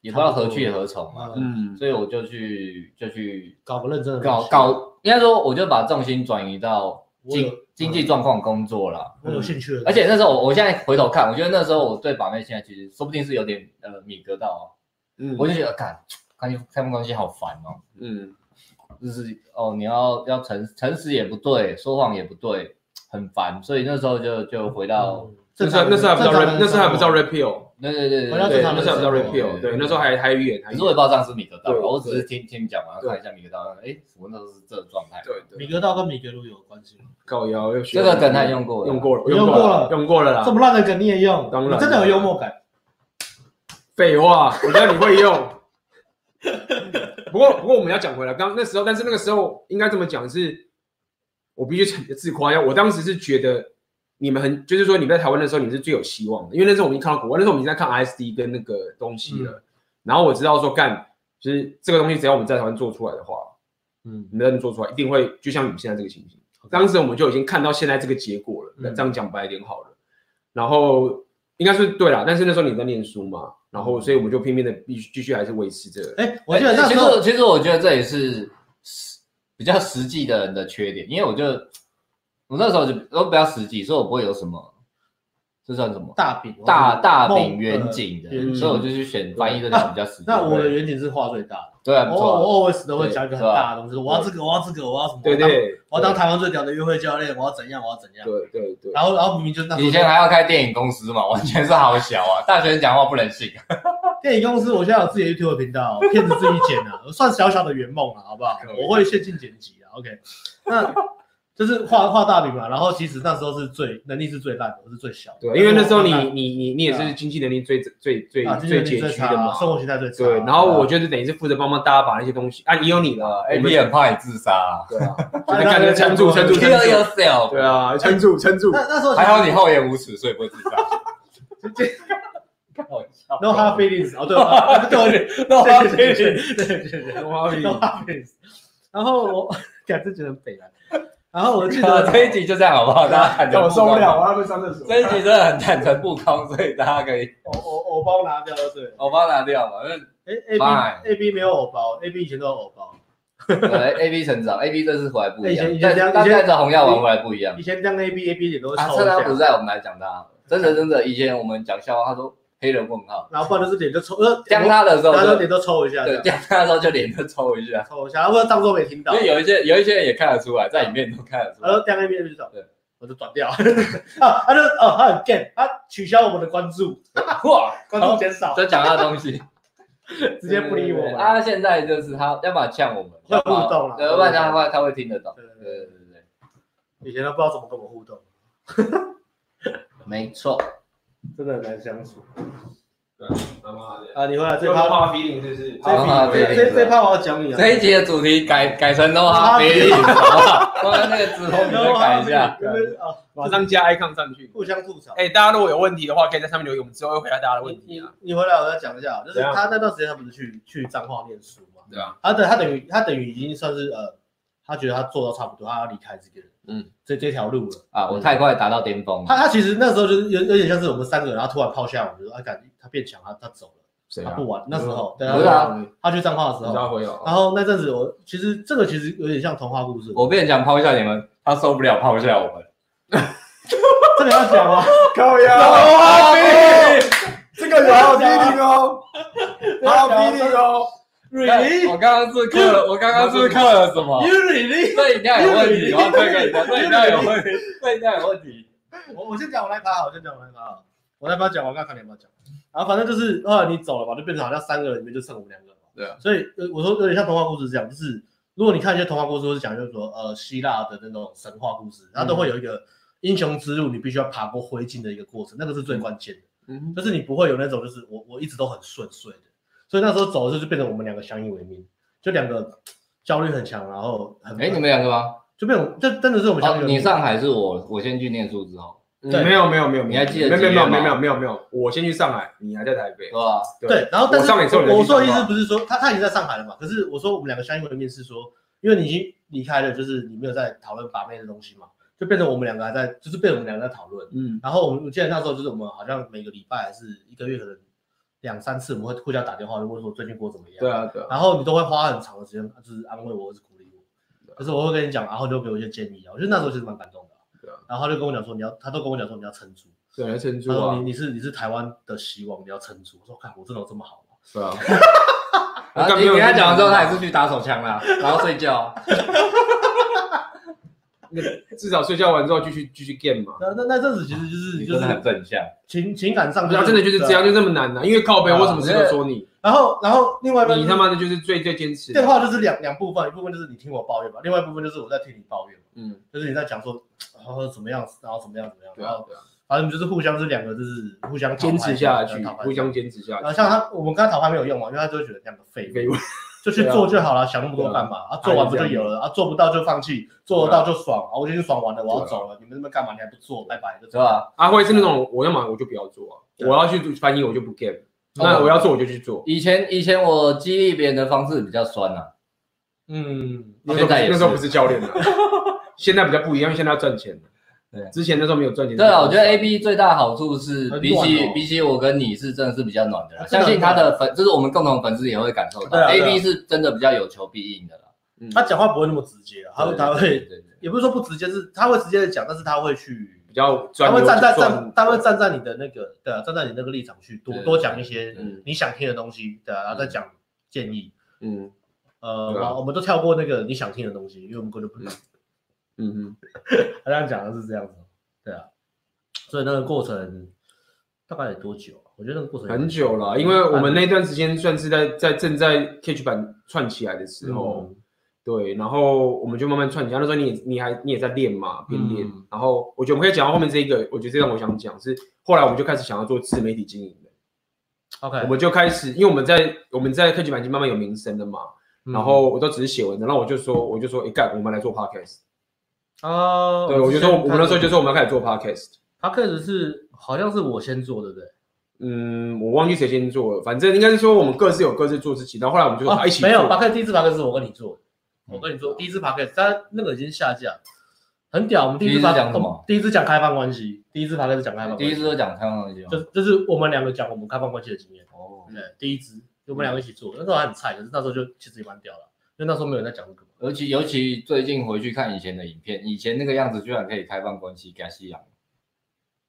也不知道何去何从嘛，嗯，嗯，所以我就去就去搞个认真的东搞西，搞，应该说我就把重心转移到我有经经济状况工作啦。我有兴趣的东西，而且那时候我我现在回头看，我觉得那时候我对把妹现在其实说不定是有点呃米格道、嗯哦，我就觉得干关系开放关系好烦哦，嗯就是哦，你要要诚诚实也不对，说谎也不对，很烦，所以那时候就就回到、嗯那正时候常那时候还不知道正 rap，常的那时候还不知道生活 repeal，对对对嗯回到对对，正对，常那时候还不的知道生活 repeal，对，那时候还还远，还可是我也不知道这样是米格道对，我只是听听讲嘛，看一下米格道，哎，什么时候是这个状态？对对。米格道跟米格鲁有关系吗？靠腰又学这个梗他用过了用过了，用过过了了，用过了啊这啦。么烂的梗你也用，当然你真的有幽默感。废 话，我知道你会用。不过，不过我们要讲回来，刚那时候，但是那个时候应该这么讲是，我必须承自夸一下，我当时是觉得你们很，就是说你们在台湾的时候，你们是最有希望的，因为那时候我们已经看到国外，那时候我们已经在看 SD 跟那个东嗯西了，然后我知道说干，就是这个东西只要我们在台湾做出来的话，嗯你们在做出来一定会，就像你们现在这个情形，当时我们就已经看到现在这个结果了。嗯这样讲白一点好了。然后应该是对啦，但是那时候你在念书嘛，然后所以我们就拼命的必须继续还是维持这个。嗯哎，我记得那其时实候其实我觉得这也是实比较实际的人的缺点，因为我就我那时候就都比较实际，所以我不会有什么这算什么大饼大大饼梦远景的，呃远所以我景就去选翻译这种比较实际的。那我的远景是画最大的，对啊，不我错啊，我 always 都会讲一个很大的东西，我要这个，我要这个，我要什么？对对，我要当台湾最屌的约会教练，我要怎样，我要怎样。对对对，然后然后明明就是那时候以前还要开电影公司嘛， 完全是好小啊！大学生讲话不能信，电影公司，我现在有自己的 YouTube 频道，片子自己剪啊， 算小小的圆梦了，好不好可？以我会限进剪辑啊，OK。那就是画画大饼嘛，然后其实那时候是最能力是最烂的，我是最小的。对，因为那时候你我嗯你你你也是经济能力最最最啊经济最能力拮最据差嗯的嘛。生活形态最差。对，然后我就是等于是负责帮帮大家把那些东西啊，也有你了，哎，我们你很怕你自杀、啊。对 啊，就在看着撑住撑住撑 Kill 住， yourself。对啊，撑住撑住 那，那时候还好你厚颜无耻，所以不会自杀。 开玩笑 no hard feelings 哦，对，我对我，no 对 hard 对 feelings。对对对对。哇都怕被死然后我感觉觉得很北蓝，然后我记好得这一集就这样好不 好？大家坦诚我不受不了，我啊公。要被上 厕所。这一集真的很坦诚不公，所以大家可以 偶偶偶包拿掉就对了。我帮拿掉嘛。因哎，A Fine B A B 没有偶包，A B 以前都有偶包，为呃 A B 成长，A B 这次回来不一哎以前以样，前这样但但以前带着红药丸回来不一样以。前当 A B A B 也都会啊，抽趁一他不下，在，我们来讲他。真 的真的，以前我们讲笑话，他说黑人问号，然后不然就是脸就抽，呃，讲他的时候然后就脸都抽一下，对，这样 讲他的时候就脸就抽一下，抽一下，然后不知道呃当作没听到啊因，为有一些有一些人也看得出来，在里面都看得出然来。后当 A B A B 就走对，我就转掉，啊，他就哦，他很 gay，他取消我们的关注，哇，关注减少，就讲他的东西。哦 直接不理我对们。他现在就是他，要么呛我们，会互动啊啦对要不然他会他会听得懂。对对对对对，以前都不知道怎么跟我们互动，没错，真的很难相处妈妈的，啊！你回来这这个趴，花 feeling 是不是？这趴对这这趴我要讲你啊！ 这一集的主题改改成 No Happy，好不好？刚刚那个子红你再改一下。因为啊，马上加 icon 上去。互相吐槽。哎、大家如果有问题的话，可以在上面留言，我们之后会回答大家的问题啊。你回来我再讲一下，就是怎样他那段时间他不是去去彰化念书嘛？对啊，他等他等于他等于已经算是呃，他觉得他做到差不多，他要离开这个嗯这这条路了。啊，我太快达到巅峰他了。他其实那时候就是有有点像是我们三个，然后突然抛下我们，就说哎，感觉他变强，他他走了，谁啊他不玩。那时候对不是啊他他去彰化的时你知道候，会有。然后那阵子我其实这个其实有点像童话故事，我变想抛下你们，他受不了抛下我们。这个要讲吗？靠呀！花逼，这个人好逼你哦，好逼你哦。哎我刚刚是刻了，我刚刚是刻了什么？ really？这饮料有问题，我要推给你的。这饮料有问题，这饮料有问题。我我先讲我那一趴好，我先讲我那一趴好，我那一趴讲完，看看你有没有讲。然后反正就是后来你走了嘛，就变成好像三个人里面就剩我们两个嘛。对啊。所以呃，我说有点像童话故事这样，就是如果你看一些童话故事，或是讲就是说呃希腊的那种神话故事，它都会有一个英雄之路，你必须要爬过灰烬的一个过程，那个是最关键的。嗯，就是你不会有那种就是我我一直都很顺遂的，所以那时候走的时候就变成我们两个相依为命，就两个焦虑很强，然后很哎，你们两个吗？就变成就真的是我们相依哦为，命。你上海是我，我先去念书之后，对没有没有没有，你还记得没有几没有年没有没吗有没有没有，我先去上海，你还在台北对。吧？对，然后但我是上海之后你再去我我说的意彰思化不是说他他已经在上海了嘛，可是我说我们两个相依为命是说，因为你已经离开了，就是你没有在讨论把妹的东西嘛，就变成我们两个还在，就是被我们两个在讨论。嗯，然后我们我记得那时候就是我们好像每个礼拜还是一个月可能两三次，我们会互相打电话，就问说最近过得怎么样。对啊对啊，然后你都会花很长的时间，就是安慰我或是鼓励啊我。可是我会跟你讲，然后就给我一些建议啊。我觉得那时候其实蛮感动的啊、对啊然后他就跟我讲说，你要，他都跟我讲说你要撑住。对来撑他住说啊你，你是你是台湾的希望，你要撑住。我说看我真的有这么好吗？对啊。然后你跟他讲完之后，他也是去打手枪啦，然后睡觉。那至少睡觉完之后继续继续 game 嘛。那那那阵子其实 就是啊你就真的很是正向，情情感上、不要真的就是这样，对就啊这么难呐。因为靠背，对啊我什么事都说你，然后然后另外一边你他妈的就是最最坚持的。电话就是两两部分，一部分就是你听我抱怨嘛，另外一部分就是我在听你抱怨嘛，嗯，就是你在讲说然后怎么样，然后怎么样怎么样，对然啊后对啊，反正就是互相是两个就是互相讨拍 坚持下去，讨拍互相坚持下然后去。像他，我们跟他讨拍没有用嘛，因为他就会觉得两个废物，废物，啊就去做就好了，想那么多干嘛？啊，做完不就有了？啊，做不到就放弃，做得到就爽啊！我已经爽完了，我要走了，你们那边干嘛？你还不做，拜拜，就这是样。 吧？阿啊辉是那种我要么我就不要做啊，对我要去翻译我就不 game，那我要做我就去做。以前以前我激励别人的方式比较酸啊，嗯，那时候现在也是那时候不是教练了，现在比较不一样，因为现在要赚钱了。对之前那时候没有赚钱。对啊，我觉得 A B 最大的好处是，很比起暖哦比起我跟你是真的是比较暖的啦，啊真的相信很他暖的粉，就是我们共同粉丝也会感受到对啊，A 对啊 B 是真的比较有求必应的啦。嗯他讲话不会那么直接啊，他会对他对会，对对也不是说不直接，是他会直接的讲，但是他会去比，较他专会注站在专站，他会站在你的那个，对啊，站在你那个立场去多对多讲一些嗯你想听的东西，对啊，然后再讲建议。嗯呃，对啊我我们都跳过那个你想听的东西，因为我们根本就不懂。嗯嗯，他这样讲的是这样子，对啊，所以那个过程大概有多久啊？我觉得那个过程很久了，因为我嗯们那段时间算是在在正在 catch 版串起来的时候，嗯对，然后我们就慢慢串起来。那时候你也你还你也在练嘛，边练。嗯然后我觉得我们可以讲到后面这一个，我觉得这让我想讲是，后来我们就开始想要做自媒体经营的， ，OK，我们就开始，因为我们在我们在 catch 版已经慢慢有名声了嘛，嗯然后我都只是写文章，然后我就说我就说，哎、干，我们来做 podcast。啊，对，我就说我们那时候就说我们要开始做 podcast。他开始是好像是我先做，对不对？嗯，我忘记谁先做了，反正应该是说我们各自有各自做自己，然后后来我们就说 啊啊一起做没有，巴克第一次巴克是我跟你做的，嗯我跟你做第一次巴克，但那个已经下架，很屌。我们第一第一次次巴讲什么？第一次讲开放关系，第一次巴克是讲开放关系，第一次都讲开放东西吗就就是我们两个讲我们开放关系的经验。哦，对，第一支我们两个一起做，那时候还很菜，可是那时候就其实也蛮屌了，因为那时候没有人在讲这个嘛。尤其尤其最近回去看以前的影片，以前那个样子居然可以开放关系给他吸氧，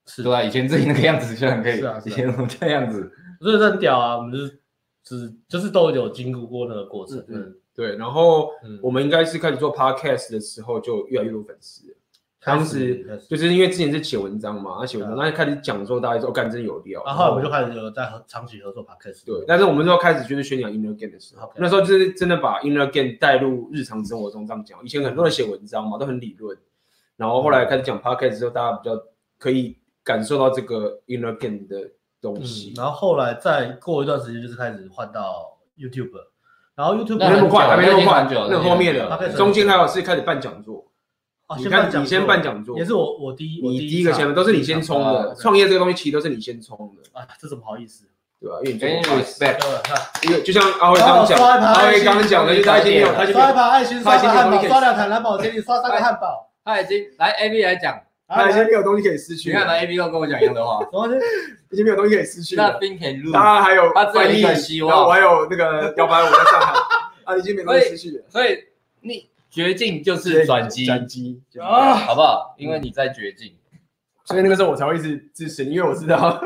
是对啊，以前自己那个样子居然可以，是啊是以啊前我们这样子，我觉得很屌啊，我们就是只就是都有经历过那个过程。嗯对，然后嗯我们应该是开始做 podcast 的时候，就越来越多粉丝了。开始当时开始就是因为之前是写文章嘛，他写文章，对那开始讲的时候，大家就说哦干真有料。啊然后我们就开始有在合长期合作 podcast。对，但是我们就开始就是宣讲 inner game 的时候 OK，那时候就是真的把 inner game 带入日常生活中这样讲。以嗯前很多人写文章嘛，都很理论，然后后来开始讲 podcast 之后，大家比较可以感受到这个 inner game 的东西嗯，。然后后来再过一段时间，就是开始换到 YouTube，然后 YouTube 那没那很么快，啊久还没那么快那已，经很久了那后面那已经很了。久了中间还有是开始办讲座，啊，你先看办讲你先座办讲座也是我我第一我你第一一个场前面都是你先冲啊的。对创业这个东西其实都是你先冲的，啊，这怎么好意 思？对吧？因为你给你做得快 respect，对啊因为就像阿威刚刚讲，哦然后刷一排阿爱威心刚刚讲的，就是他先没有，他先没刷一有，盘爱心，他刷已经个汉有东西可堡，以刷两坛蓝宝坚尼，刷三个汉堡，他已经来 A B 来讲，他已经来没有东西可以失去你了，看来 A B 都跟我讲一样的话，然后就已经没有东西可以失去那了。冰田路，当然还有他只有翻译，一个希望然后我还有那个摇摆舞在上海，啊，已经没东西失去了。所以你绝境就是转机，转机啊，好不好？因为你在绝境，所以那个时候我才会一直支持你，因为我知道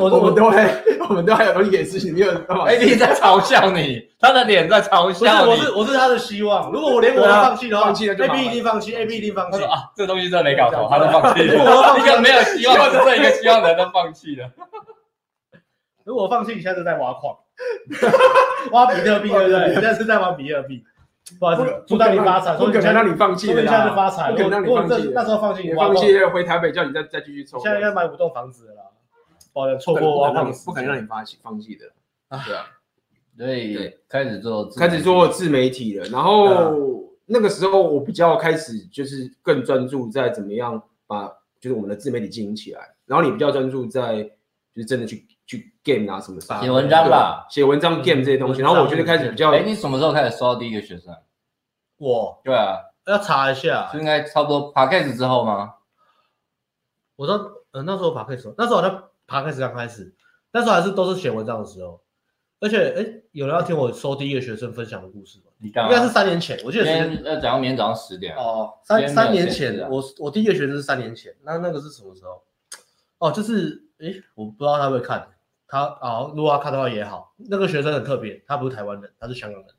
我我我们都还我们都还有东西可以失去，没有办法哎 A B 在嘲笑你，他的脸在嘲不是笑我你是。我是他的希望，如果我连我都对啊放弃的话放弃了就，A 麻烦 B 一定放弃，A B 一定放他弃说。啊，这东西真的没搞头，他都放弃我了，放一弃个没有希望的这一个希望的人都放弃了。如果我放弃，你现在是在挖矿， 挖比特币，对不对？你现在是在玩比特币，不好意思，祝到你发财，不说可你能啊让你放弃说的你现在就啦，发财，不可能让如你果放你弃这的那时候放弃，你你挖放矿，弃回台北，叫你再再继续抽。现在应该买不动房子了啦，抱歉，错不可能过挖让矿你，不可能让你放弃放弃的。对啊，所以对开始做自媒开体，始做自媒体了，然后那个时候我比较开始就是更专注在怎么样把就是我们的自媒体经营起来，然后你比较专注在就是真的去去 game 啊什么的写文章吧。对写文章 game 这些东西，嗯然后我觉得开始比较哎，你什么时候开始收到第一个学生啊？我对啊，要查一下是，应该差不多 p a c a s e 之后吗？我说，呃，那时候爬 K 时，那时候好像爬 K 时刚开始，那时候还是都是写文章的时候，而且，哎，有人要听我收第一个学生分享的故事吗？你干啊应嘛？该是三年前，我记今得是天要讲到明天早上十点啊。哦，今三天没三有年限制前啊，我我第一个学生是三年前，那那个是什么时候？哦，就是诶，我不知道他会不会看，他啊、如果他看的话也好，那个学生很特别，他不是台湾人，他是香港人。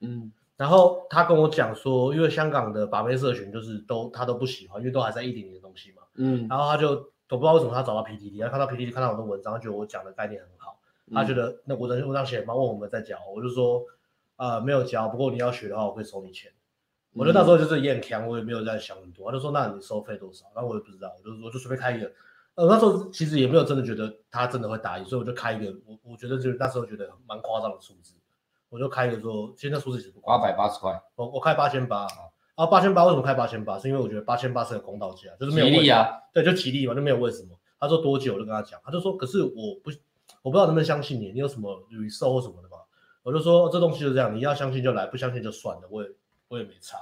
嗯然后他跟我讲说，因为香港的把妹社群就是都他都不喜欢，因为都还在一点零的东西嘛。嗯，然后他就我不知道为什么他找到 PTT，他看到 PTT 看到我的文章，他觉得我讲的概念很好，他觉嗯得那我的文章写得很棒，问我们在教，我就说呃没有教，不过你要学的话，我会收你钱。我就那嗯时候就是也很强，我也没有在想很多，他就说那你收费多少？然后我也不知道，我就我就随便开一个，呃那时候其实也没有真的觉得他真的会答应，所以我就开一个，我我觉得就是那时候觉得蛮夸张的数字，我就开一个说，其实那数字其实不夸八张百八十块，我我开八千八，啊八千八为什么开八千八？是因为我觉得八千八是个公道价，就是没有吉问利啊，对，就吉利嘛，就没有为什么。他说多久，我就跟他讲，他就说，可是我不，我不知道能不能相信你，你有什么 r e s 或什么的吗？我就说这东西就这样，你要相信就来，不相信就算了，我也我也没差。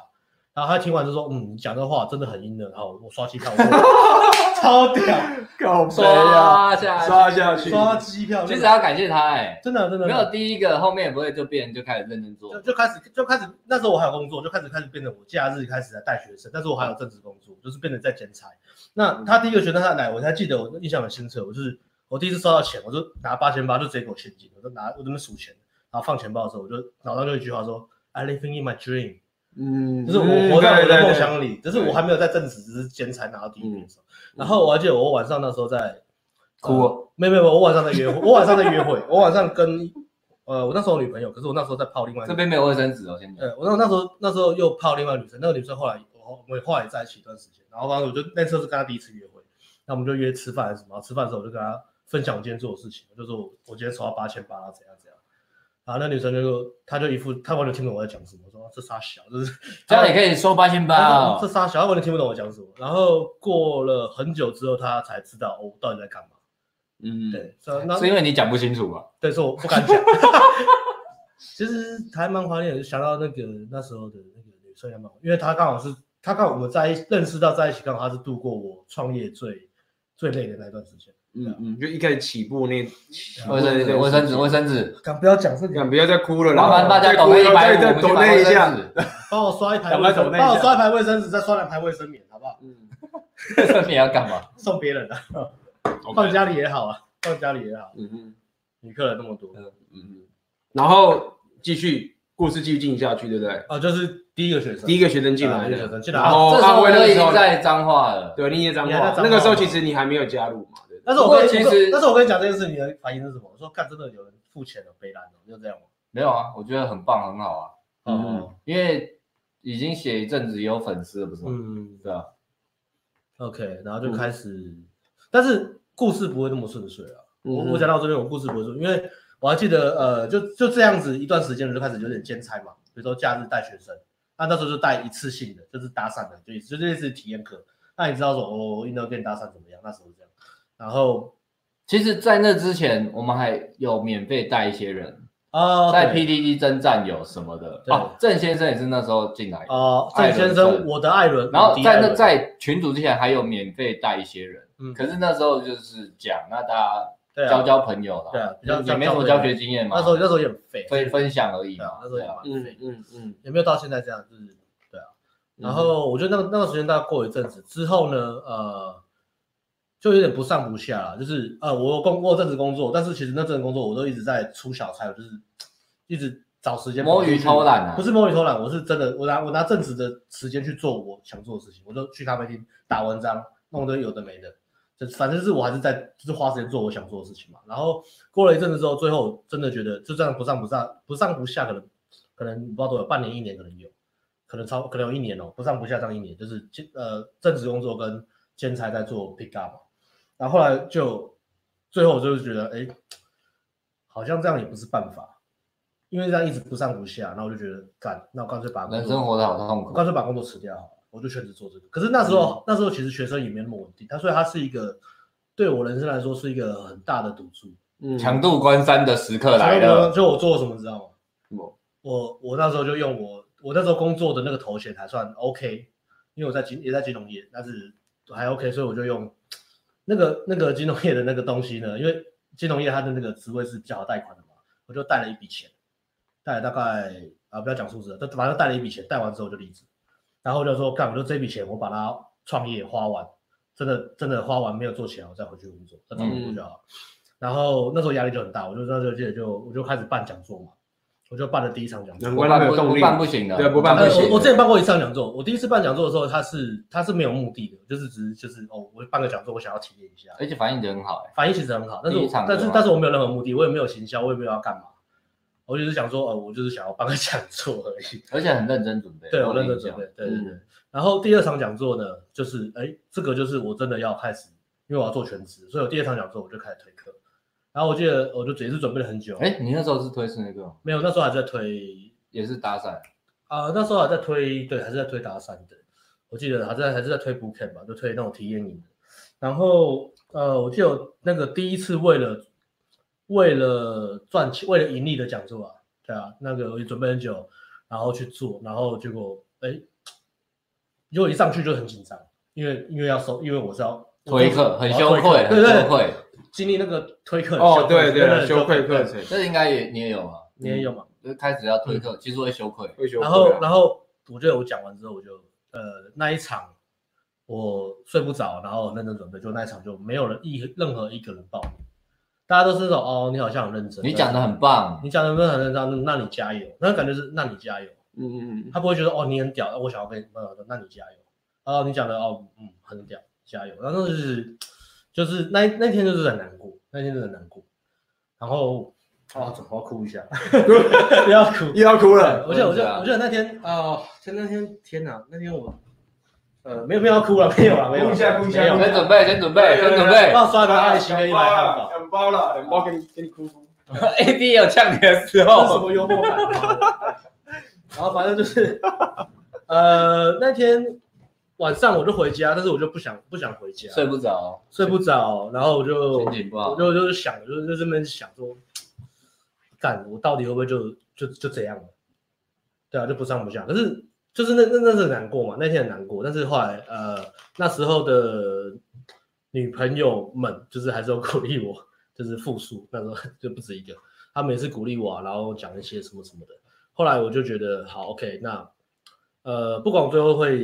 然后他听完就说，嗯，你讲这话真的很阴人，好，我刷机票， 我超屌，搞谁啊？刷下去。刷下去，刷机票，其真实的要感谢他哎，真的真的没有第一个，后面也不会就变，就开始认真做就。就开始就开始，那时候我还有工作，就开始开始变得我假日开始在带学生，但是我还有正职工作，就是变得在剪裁。那他第一个学生他来，我才记得我印象很深刻，我就是我第一次收到钱，我就拿八千八就直接给我现金，我就拿我在那边数钱，然后放钱包的时候，我就脑上就一句话说，I living in my dream，嗯，就是我活在我的梦里。想里，只是我还没有在正职，只是剪裁拿到第一名的时候。然后我还记得我晚上那时候在哭哦呃没有没有，我晚上在约会，我晚上在约会，我晚上跟呃我那时候有女朋友，可是我那时候在泡另外一个这边没有卫生纸哦，先讲。对，呃我那那时候那时候又泡另外一个女生，那个女生后来我我们后来也在一起一段时间，然后反正我就那次是跟她第一次约会，那我们就约吃饭还是什么，然后吃饭的时候我就跟她分享我今天做的事情，我就说我我今天收到八千八怎样怎样，然后那女生就说她就一副她完全听不懂我在讲什么，我说这傻小，这是这样也可以收八千八她说这哦。傻小，她完全听不懂我讲什么，然后过了很久之后，她才知道、哦我到底在干嘛，嗯，对，所以那是因为你讲不清楚吧？啊对，所以我不敢 讲。其实还蛮怀念，想到那个那时候的那个女生也蛮怀念，因为她刚好是她刚好我们在一认识到在一起，刚好她是度过我创业最最累的那段时间。嗯嗯，就一开始起步那起嗯步卫生纸，那卫生纸，卫生纸，敢不要讲这干个，不要再哭了啦！麻烦大家再抖哭那了一百再五，再我们去抖买那卫一生下。纸，帮我刷一排赶卫快生抖，内一下帮我刷一排卫生纸，再刷两排卫生棉，好不好？嗯卫 生棉要干嘛？送别人的，放 OK 家里也好啊，放家里也好。嗯嗯。女客人那么多嗯嗯，然后继续故事继续进下去，对不对？啊，就是第一个学生，第一个学生进啊来第一了，个学生进来啊然后这时阿候威我那就个已时候经，在脏话了。对，你也脏你还在话，彰化那个时候其实你还没有加入嘛，对不对但是我跟不过其我跟实但是我跟你讲这件事情的反应是什么？我说干，真的有人付钱了，北兰哦，就这样哦。没有啊，我觉得很棒，很好啊，嗯哦因为已经写一阵子有粉丝了，不是吗？嗯，对啊， OK，然后就开始，但是故事不会那么顺遂啊。我嗯我讲到这边，我故事不会说，因为我还记得，呃，就就这样子一段时间，我就开始有点兼差嘛，比如说假日带学生，那那时候就带一次性的，就是搭讪的，就一次就类似体验课。那你知道说，哦，运动店搭讪怎么样？那时候这样，然后其实，在那之前，我们还有免费带一些人，啊，在对 PDD 征战有什么的对哦，郑先生也是那时候进来的，啊，郑先艾伦生，我的艾伦，然后我的艾在那伦，在群组之前还有免费带一些人，嗯，可是那时候就是讲，那大对家啊交交朋友啦，对啊，比较也没什么教学，经验嘛，那时候那时候也很废，分分享而已对啊嘛，，那时候也啊蛮废嗯，嗯嗯，也没有到现在这样，就是对啊。然后我觉得那个那个时间大概过一阵子之后呢，呃，就有点不上不下了，就是呃，我有工我有正职工作，但是其实那正职工作我都一直在出小差，我就是一直找时间摸鱼偷懒啊不是摸鱼偷懒，我是真的，我拿我拿正职的时间去做我想做的事情，我就去咖啡厅打文章，弄得有的没的，就反正是我还是在就是花时间做我想做的事情嘛。然后过了一阵子之后，最后真的觉得就这样不上不下，不上不下，可能可能不知道多久，半年一年可能有，可能超可能有一年哦，不上不下这样一年，就是兼呃正职工作跟兼差在做 pick up 嘛。然后后来就最后我就是觉得，哎，好像这样也不是办法，因为这样一直不上不下，然后我就觉得干，那我干脆把工作啊人生活得好痛苦我干脆把工作辞掉好了，我就全职做这个。可是那时嗯候、那时候其实学生也没那么稳定，他所以他是一个对我人生来说是一个很大的赌注。嗯强渡关山的时刻来所以我了，就我做了什么你知道吗？什么我我那时候就用我我那时候工作的那个头衔还算 OK，因为我在金也在金融业，但是还 OK，所以我就用那个那个金融业的那个东西呢，因为金融业它的那个职位是比较好贷款的嘛，我就贷了一笔钱，贷了大概啊不要讲数字了，但反正贷了一笔钱，贷完之后就离职，然后我就说干，我就这笔钱我把它创业花完，真的真的花完没有做起来，我再回去工作，再找工作就好了。然后那时候压力就很大，我就那时候记得就我就开始办讲座嘛，我就办了第一场讲座。难不怪他办没不有动不力，办不行的，对不办不呃行我我之前办过一次讲座，我第一次办讲座的时候，他是他是没有目的的，就是只是就是哦，我办个讲座，我想要体验一下，而且反应得很好，哎反应其实很好，但是第我一场但是对吧但是我没有任何目的，我也没有行销，我也没有要干嘛，我就是想说，呃，我就是想要办个讲座而 已。而且很认真准备，对，我我跟认你真准讲嗯备，对对对。然后第二场讲座呢，就是哎，这个就是我真的要开始，因为我要做全职，所以我第二场讲座我就开始推课。然后我记得我就也是准备了很久，哎，你那时候是推是那个吗没有，那时候还在推也是搭讪，啊、那时候还在推，对，还是在推搭讪的。我记得还在还是在推 boot camp 吧，就推那种体验营的。然后呃，我记得有那个第一次为了为了赚钱、为了盈利的讲座啊，对啊，那个我也准备很久，然后去做，然后结果哎，结果一上去就很紧张，因为因为要收，因为我是要推课很羞我要愧，推课对很对羞愧，经历那个推课很哦羞，愧对真的对，很羞愧课对程这应该也你也有啊，你也有吗？就开始要推课，其实会羞愧，会羞愧啊。然后，然后我觉得我讲完之后，我就呃那一场我睡不着，然后认真准备，就那一场就没有人一任何一个人报名，大家都是那种哦，你好像很认真，你讲的很棒，你讲的真的很认真，那那你加油，那感觉是那你加油，嗯嗯嗯，他不会觉得哦你很屌，我想要跟你呃那你加油，哦你讲的哦嗯很屌，加油，然后就是就是那那天就是很难过，那天真的很难过，然后哦怎么我要哭一下， 不要哭，又要哭了。我记得，我记对啊得，我记得那天啊，就、那天，天哪，那天我，呃，没有没有要哭了，没有了，没有，哭一下哭一下没有哭一下先准备，先准备，先准备。帮我刷一个爱心跟一百汉堡，两包了，两包给你给你哭哭。 A D 有呛你的时哦这是什 候，么幽默感？啊然后反正就是，呃，那天晚上我就回家，但是我就不想不想回家，睡不着，睡不着，然后我就心情不好我就就是想，就是就这边想说，干，我到底会不会就就就这样了？对啊，就不上不下。可是就是那那那是很难过嘛，那天很难过。但是后来呃，那时候的女朋友们就是还是有鼓励我，就是复述，那时候 就不止一个，他们也是鼓励我啊、然后讲一些什么什么的。后来我就觉得好，OK，那呃，不管我最后会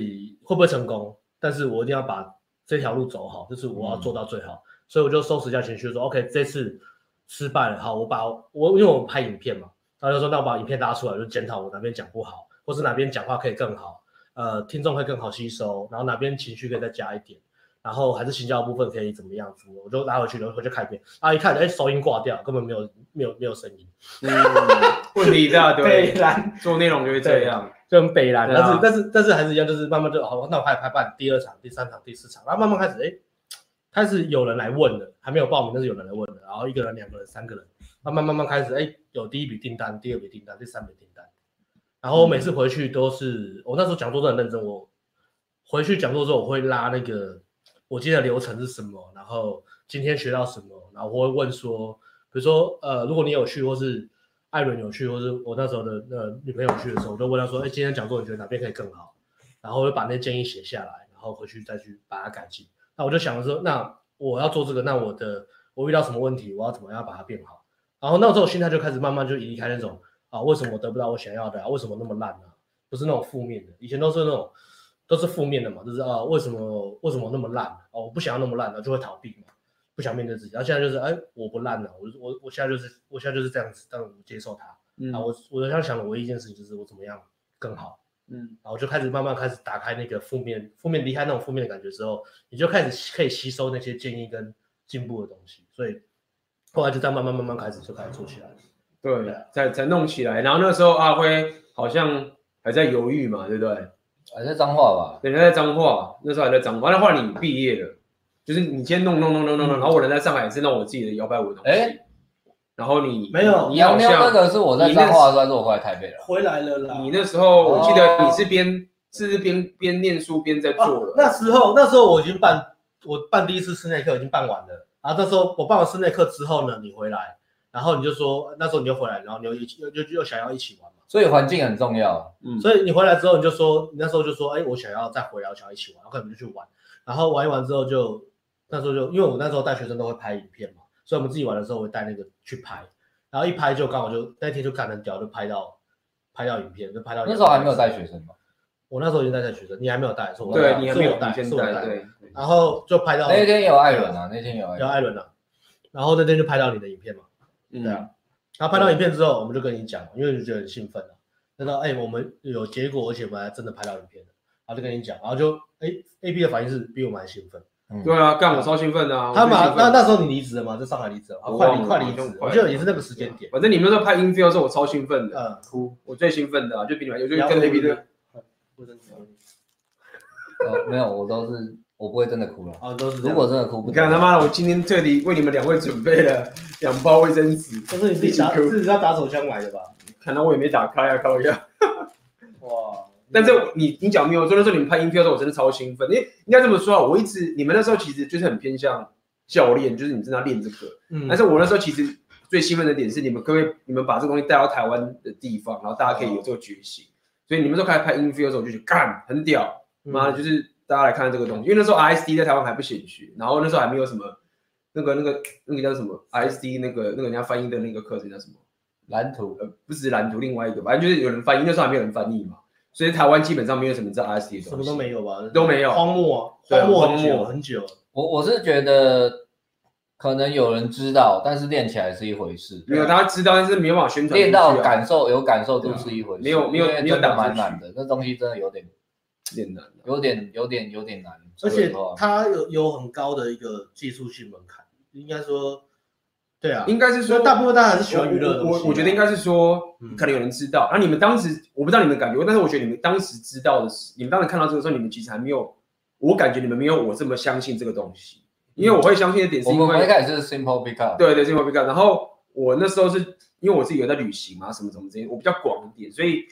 会不会成功，但是我一定要把这条路走好，就是我要做到最好。所以我就收拾一下情绪，说 OK，这次失败了，好，我把我因为我拍影片嘛，然后就说那我把影片拉出来，就检讨我哪边讲不好，或是哪边讲话可以更好，呃，听众会更好吸收，然后哪边情绪可以再加一点，然后还是行销的部分可以怎么样子，我就拉回去，然后回去看一遍，啊，一看，哎，收音挂掉，根本没有没有没有声音，嗯 问题一大 堆，然，做内容就会这样。就很北然，对啊哦但是但是但是还是一样，就是慢慢就好，那我拍拍办第二场、第三场、第四场，然后慢慢开始，哎，开始有人来问了，还没有报名，但是有人来问了，然后一个人、两个人、三个人，慢慢慢慢开始，哎，有第一笔订单，第二笔订单，第三笔订单。然后我每次回去都是，我那时候讲座都很认真，我回去讲座之后，我会拉那个我今天的流程是什么，然后今天学到什么，然后我会问说，比如说呃，如果你有去，或是艾伦有去，或是我那时候的呃女朋友去的时候，我都问她说，哎，今天讲座你觉得哪边可以更好？然后我就把那些建议写下来，然后回去再去把它改进。那我就想着说，那我要做这个，那我的我遇到什么问题，我要怎么样把它变好？然后那时候我心态就开始慢慢就离开那种啊，为什么我得不到我想要的、啊？为什么那么烂啊？不是那种负面的，以前都是那种都是负面的嘛，就是啊，为什么为什么那么烂、啊？哦，我不想要那么烂的、就会逃避嘛，不想面对自己。然后现在就是，哎，我不烂了、我就我我现在就是我现在就是这样子，但我接受它。嗯啊，我我在想的唯一一件事情就是我怎么样更好。嗯，然后就开始慢慢开始打开那个负面、负面离开那种负面的感觉之后，你就开始可以吸收那些建议跟进步的东西。所以后来就这样慢慢慢慢开始就开始做起来。对对啊，才才弄起来。然后那时候阿辉好像还在犹豫嘛，对不对？还是哎脏话吧。人家在彰化，那时候还在彰化。那后来你毕业了，就是你先弄弄弄弄弄嗯弄，然后我人在上海是弄我自己的摇摆舞的东西。哎然后你没有你洋好妞像那个是我在你那彰化的时候，还是我回来台北了？回来了啦你那时候我记哦得你是边是不是边边念书边在啊做了。那时候那时候我已经办我办第一次室内课已经办完了，然后那时候我办完室内课之后呢，你回来，然后你就说那时候你就回来，然后你又一起又又又想要一起玩嘛。所以环境很重要。嗯所以你回来之后，你就说，你那时候就说，哎、我想要再回来，我想要一起玩，然后我们就去玩，然后玩一玩之后就，那时候就，因为我那时候带学生都会拍影片嘛，所以我们自己玩的时候会带那个去拍，然后一拍就刚好就那天就干很屌，就拍到拍到影片，就拍到那时候还没有带学，生嘛，我那时候已经带带学生，你还没有带，是我对你还没是有我带，现是我在带，对，对然后就拍到那一天有艾伦啊，那天有哦艾有伦。艾伦了、然后那天就拍到你的影片嘛，嗯对啊然后拍到影片之后，我们就跟你讲，因为你觉得很兴奋了、那到哎、我们有结果，而且我们还真的拍到影片了，然后就跟你讲，然后就哎、A B 的反应是比我们还兴奋。嗯对啊，干我超兴奋的啊！他我最嘛兴，那奋哦那时候你离职了嘛，在上海离职了，啊我快忘离了快离职好像了，快我记得也是那个时间点。反正你们在拍 in feel 的时候，我超兴奋的，嗯，哭，我最兴奋的啊，就比你们，我就然后嗯跟 A B 的，哦没有，我都是我不会真的哭了。啊，都是这如样果真的哭，不你看他妈的，我今天特地为你们两位准备了两包卫生纸，这是你自己打自己要打手枪买的吧？看到我也没打开啊，靠一下。哇！但是我你你讲没有错，那时候你们拍音标的时候，我真的超兴奋。因为应该这么说啊，我一直你们那时候其实就是很偏向教练，就是你正在练这个。嗯但是我那时候其实最兴奋的点是，你们各位 你们把这个东西带到台湾的地方，然后大家可以有这个决心。所以你们都开始拍音标的时候，我就觉得干很屌，嗯妈的，就是大家来看这个东西。因为那时候 ISD 在台湾还不显学，然后那时候还没有什么那个那个那个叫什么 ISD 那个那个人家翻译的那个课程叫什么？蓝图呃，不是蓝图，另外一个，反正就是有人翻译，那时候还没有人翻译嘛，所以台湾基本上没有什么在 RSD 的东西，什么都没有吧？都没有荒漠啊，对荒漠很荒久漠很久。我我是觉得可能有人知道，但是练起来是一回事，没有大家知道，但是没有办法宣传、啊练到感，受有感受度是一回事，没有没有因为没有真的打蛮出去难的，那东西真的有点有点难啊、有点有点有点难。而且说实话它有有很高的一个技术性门槛，应该说，对啊，应该是所说以大部分大家还是喜欢娱乐的我东西啊我我觉得应该是说嗯，可能有人知道，然啊后你们当时我不知道你们感觉，但是我觉得你们当时知道的是，你们当时看到这个时候，你们其实还没有，我感觉你们没有我这么相信这个东西，因嗯为我会相信的点是我因们我们一为开始是 simple pick up，对对，这个 b 然后我那时候是因为我自己有在旅行嘛，什么什么之类，我比较广一点，所以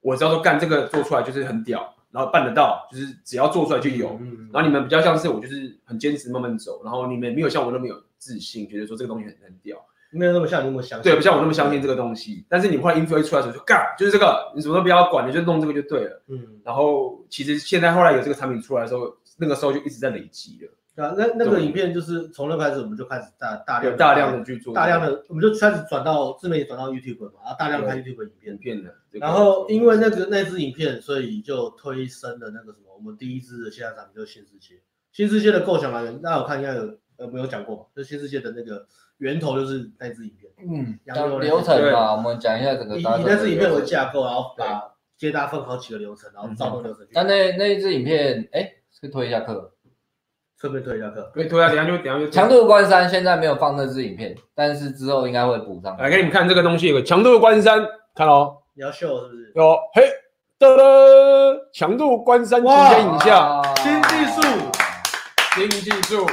我知道说干这个做出来就是很屌，然后办得到，就是只要做出来就有。嗯然后你们比较像是我，就是很坚持慢慢走，然后你们没有像我那么有自信，觉得说这个东西很很屌，没有那么像你那么相信，对，不像我那么相信这个，个东西。但是你们后来 info 一出来的时候就干，就是这个，你什么都不要管，你就弄这个就对了。嗯，然后其实现在后来有这个产品出来的时候，那个时候就一直在累积了，对啊，那那个影片就是从那开始我们就开始大大量有大量的去做大量的，我们就开始转到自媒体转到 YouTube 嘛，然后大量拍 YouTube 影影片，片的这个，然后因为那个那支影片，所以就推升了那个什么，我们第一支的线下产品就是新世界，新世界的构想来源，那我看应该有呃没有讲过嘛，就新世界的那个源头就是那支影片。嗯，洋妞的流程对嘛，我们讲一下整个以以搭配那支影片流为程架构，然后把接搭分好几个流程，嗯然后照那个流程去。但那那一支影片，哎，是推一下课。顺便推一下课，对对啊，等一下就等一下就强度关山现在没有放那支影片，但是之后应该会补上。来给你们看这个东西，有个强度关山，看哦，你要秀是不是？有嘿，噔噔，强度关山极限哇啊影像，哇新技术新技术，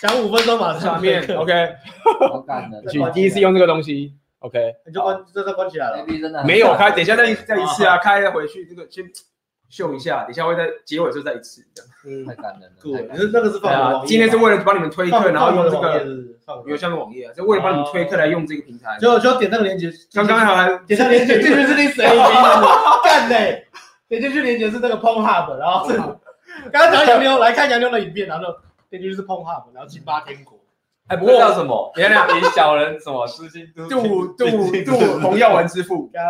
讲五分钟马下上面 OK，好感人。啊 你第一次用这个东西，OK， 你就关，这这关起来了 A。B 真的 很没有赞开，等一下再再一次啊，开回去这个先秀一下，等一下会在结尾的时候再一次这样。嗯太，感人了。对，太你是那个是对放我的网页啊吧，今天是为了帮你们推放课，然后用这放我的网个页啊是不是放我的邮箱的网页啊，就为了帮你们推课来用这个平台。就就要点那个链接，刚刚还点下链接，这就是你谁干嘞？点进去链接是那个 p o n Hub，然后是刚刚讲杨妞来看杨妞的影片，然后就点进去是 p o n Hub，然后辛巴天国，哎，不过叫什么？等一下，你小人什么失心？等一下杜杜杜红药丸之父。干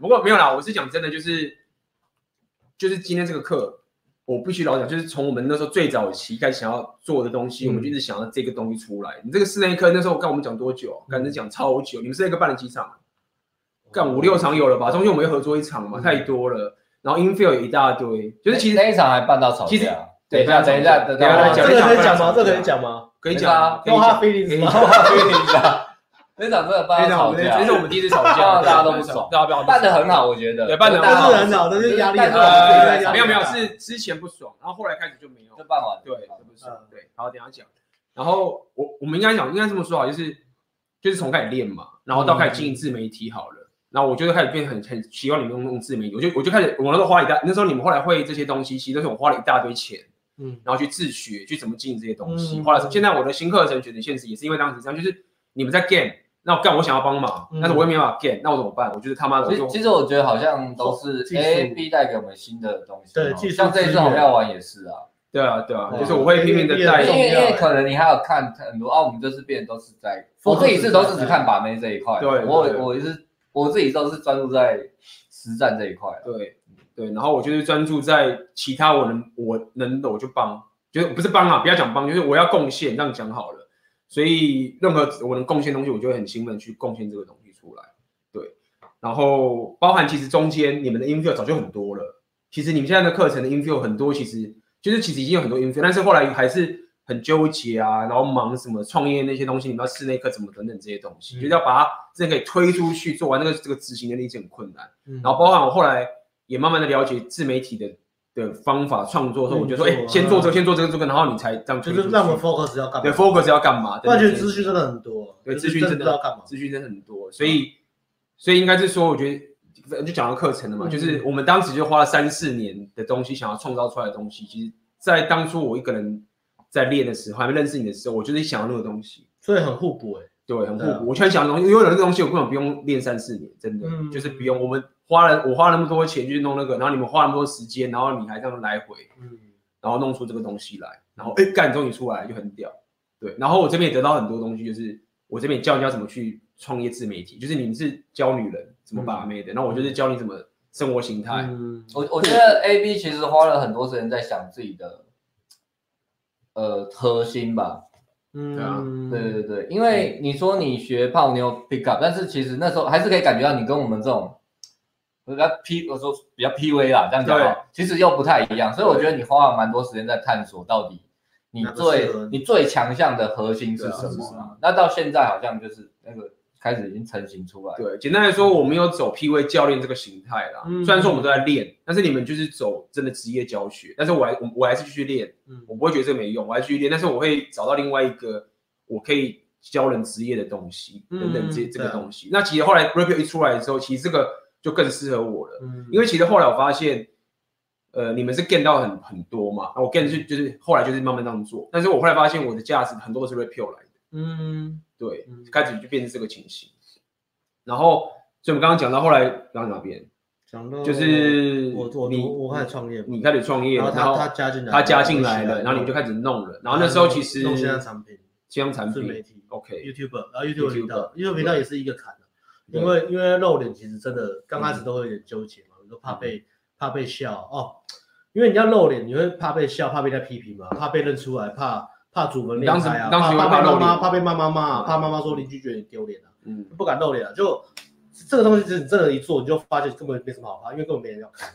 不过没有啦，我是讲真的，就是就是今天这个课，我必须老讲，就是从我们那时候最早期开始想要做的东西，我们就一直想要这个东西出来。你这个室内课那时候跟我们讲多久？感觉讲超久。你们室内课办了几场？啊干五六场有了吧？中间我们又合作一场嘛，嗯太多了。然后 infill 有一大堆，就是其实那一场还办到吵其实架。对等一下，办到等一吵下，架等等一下到再这讲个可一以下讲吗？这个可以可以讲吗？没讲办法，可以讲。用哈菲林斯可以吗？那场真的那办到场我吵们这是我架，们第一次吵架， 大家都不爽大家不要办的很好，我觉得。对办得但很好是很好，但是压力很呃大。没有没有，是之前不爽，然后后来开始就没有就。办完了。对，这不是嗯对。好，等一下讲。然后我我们应该讲，应该这么说好，就是就是从开始练嘛，然后到开始嗯经营自媒体好了。然后我就开始变很很习惯你们用用自媒体，我就我就开始我那时候花了一大那时候你们后来会这些东西，其实都是我花了一大堆钱，嗯然后去自学去怎么经营这些东西。嗯后来是现在我的新课程选择现实也是因为当时这样，就是你们在 game，那我干我想要帮忙，嗯但是我又没办法 game，那我怎么办？我就是他妈的我其就实其实我觉得好像都是技术 A B 带给我们新的东西，对哦技术像这一次资源红药丸也是啊，对啊对啊，哇就是我会拼命的太因在重要为因为了可能你还有看很多啊，我们就是变得都是在， Focus 我自己是都是只看把妹这一块，啊对我对我也是我自己都是专注在实战这一块，啊对对，然后我就是专注在其他我能我能的我就帮，就是不是帮啊，不要讲帮，就是我要贡献，这样讲好了。所以任何我能贡献的东西，我就会很兴奋去贡献这个东西出来。对，然后包含其实中间你们的 infill 早就很多了，其实你们现在的课程的 infill 很多，其实就是其实已经有很多 infill，但是后来还是很纠结啊，然后忙什么创业那些东西，你们要室内课怎么等等这些东西，嗯就是要把它真的给推出去，做完那个这个执行能力是很困难。嗯然后包含我后来也慢慢的了解自媒体的的方法创作的时候，我就说，运哎、作啊先做这个，先做这个，这个，然后你才这样就推出去是让我们 focus 要干对嘛？ focus 要干嘛？我感觉对得资讯真的很多，对就是资讯真真不的知道干嘛。资讯真的很多，所以所以应该是说，我觉得就讲到课程了嘛，嗯就是我们当时就花了三四年的东西，想要创造出来的东西，其实在当初我一个人在练的时候，还没认识你的时候，我就是想要那个东西。所以很互补哎、对，很互对啊补。我全想的东西，因为有那个东西，我根本不用练三四年，真的、嗯就是不用。我们花了我花那么多钱去弄那个，然后你们花那么多时间，然后你还这样来回，嗯，然后弄出这个东西来，然后哎干，终于出来就很屌。对，然后我这边也得到很多东西，就是我这边也教人家怎么去创业自媒体，就是你们是教女人怎么把妹的，然后我就是教你怎么生活形态。嗯，我我觉得 A B 其实花了很多时间在想自己的呃核心吧，嗯，对啊对对对，因为你说你学泡妞 pick up，但是其实那时候还是可以感觉到你跟我们这种比较 P，我说比较 PV 啦，这样讲对好，其实又不太一样，所以我觉得你花了蛮多时间在探索到底你哪个最适合你你最强项的核心是什对啊么是啊、那到现在好像就是那个开始已经成型出来，对，简单来说，我们有走 P V 教练这个形态啦。嗯虽然说我们都在练，但是你们就是走真的职业教学，但是我还我我还是继续练。嗯我不会觉得这个没用，我还继续练，但是我会找到另外一个我可以教人职业的东西，嗯等等这这个对啊东西。那其实后来 Rapio 一出来的时候，其实这个就更适合我了，嗯，因为其实后来我发现，呃，你们是 gain 到很很多嘛，啊那我 gain 是就是后来就是慢慢这样做，但是我后来发现我的价值很多都是 Rapio 来的，嗯，对嗯，开始就变成这个情形。然后，所以我们刚刚讲到后来刚刚哪边，讲到就是哦我我你我我开始创业嘛，你开始创业，然后然他后他加进来，他加进来了，我然后你们就开始弄了。然后那时候其实嗯弄线上产品、线上产自媒品体、 ，OK， YouTube，然后 YouTube 频道，YouTube 频道也是一个坎啊，对嗯因为因为露脸其实真的刚开始都会有点纠结嘛，你说怕被怕被笑哦，因为你要露脸，你会怕被笑，怕被人家批评嘛，怕被认出来，怕怕祖门当恋时爱啊，当时怕会怕怕被露妈妈脸怕被妈妈骂，嗯怕妈妈说邻居觉得你丢脸啊，嗯，不敢露脸啊，就这个东西，就是你真的一做，你就发现根本没什么好怕，因为根本没人要看。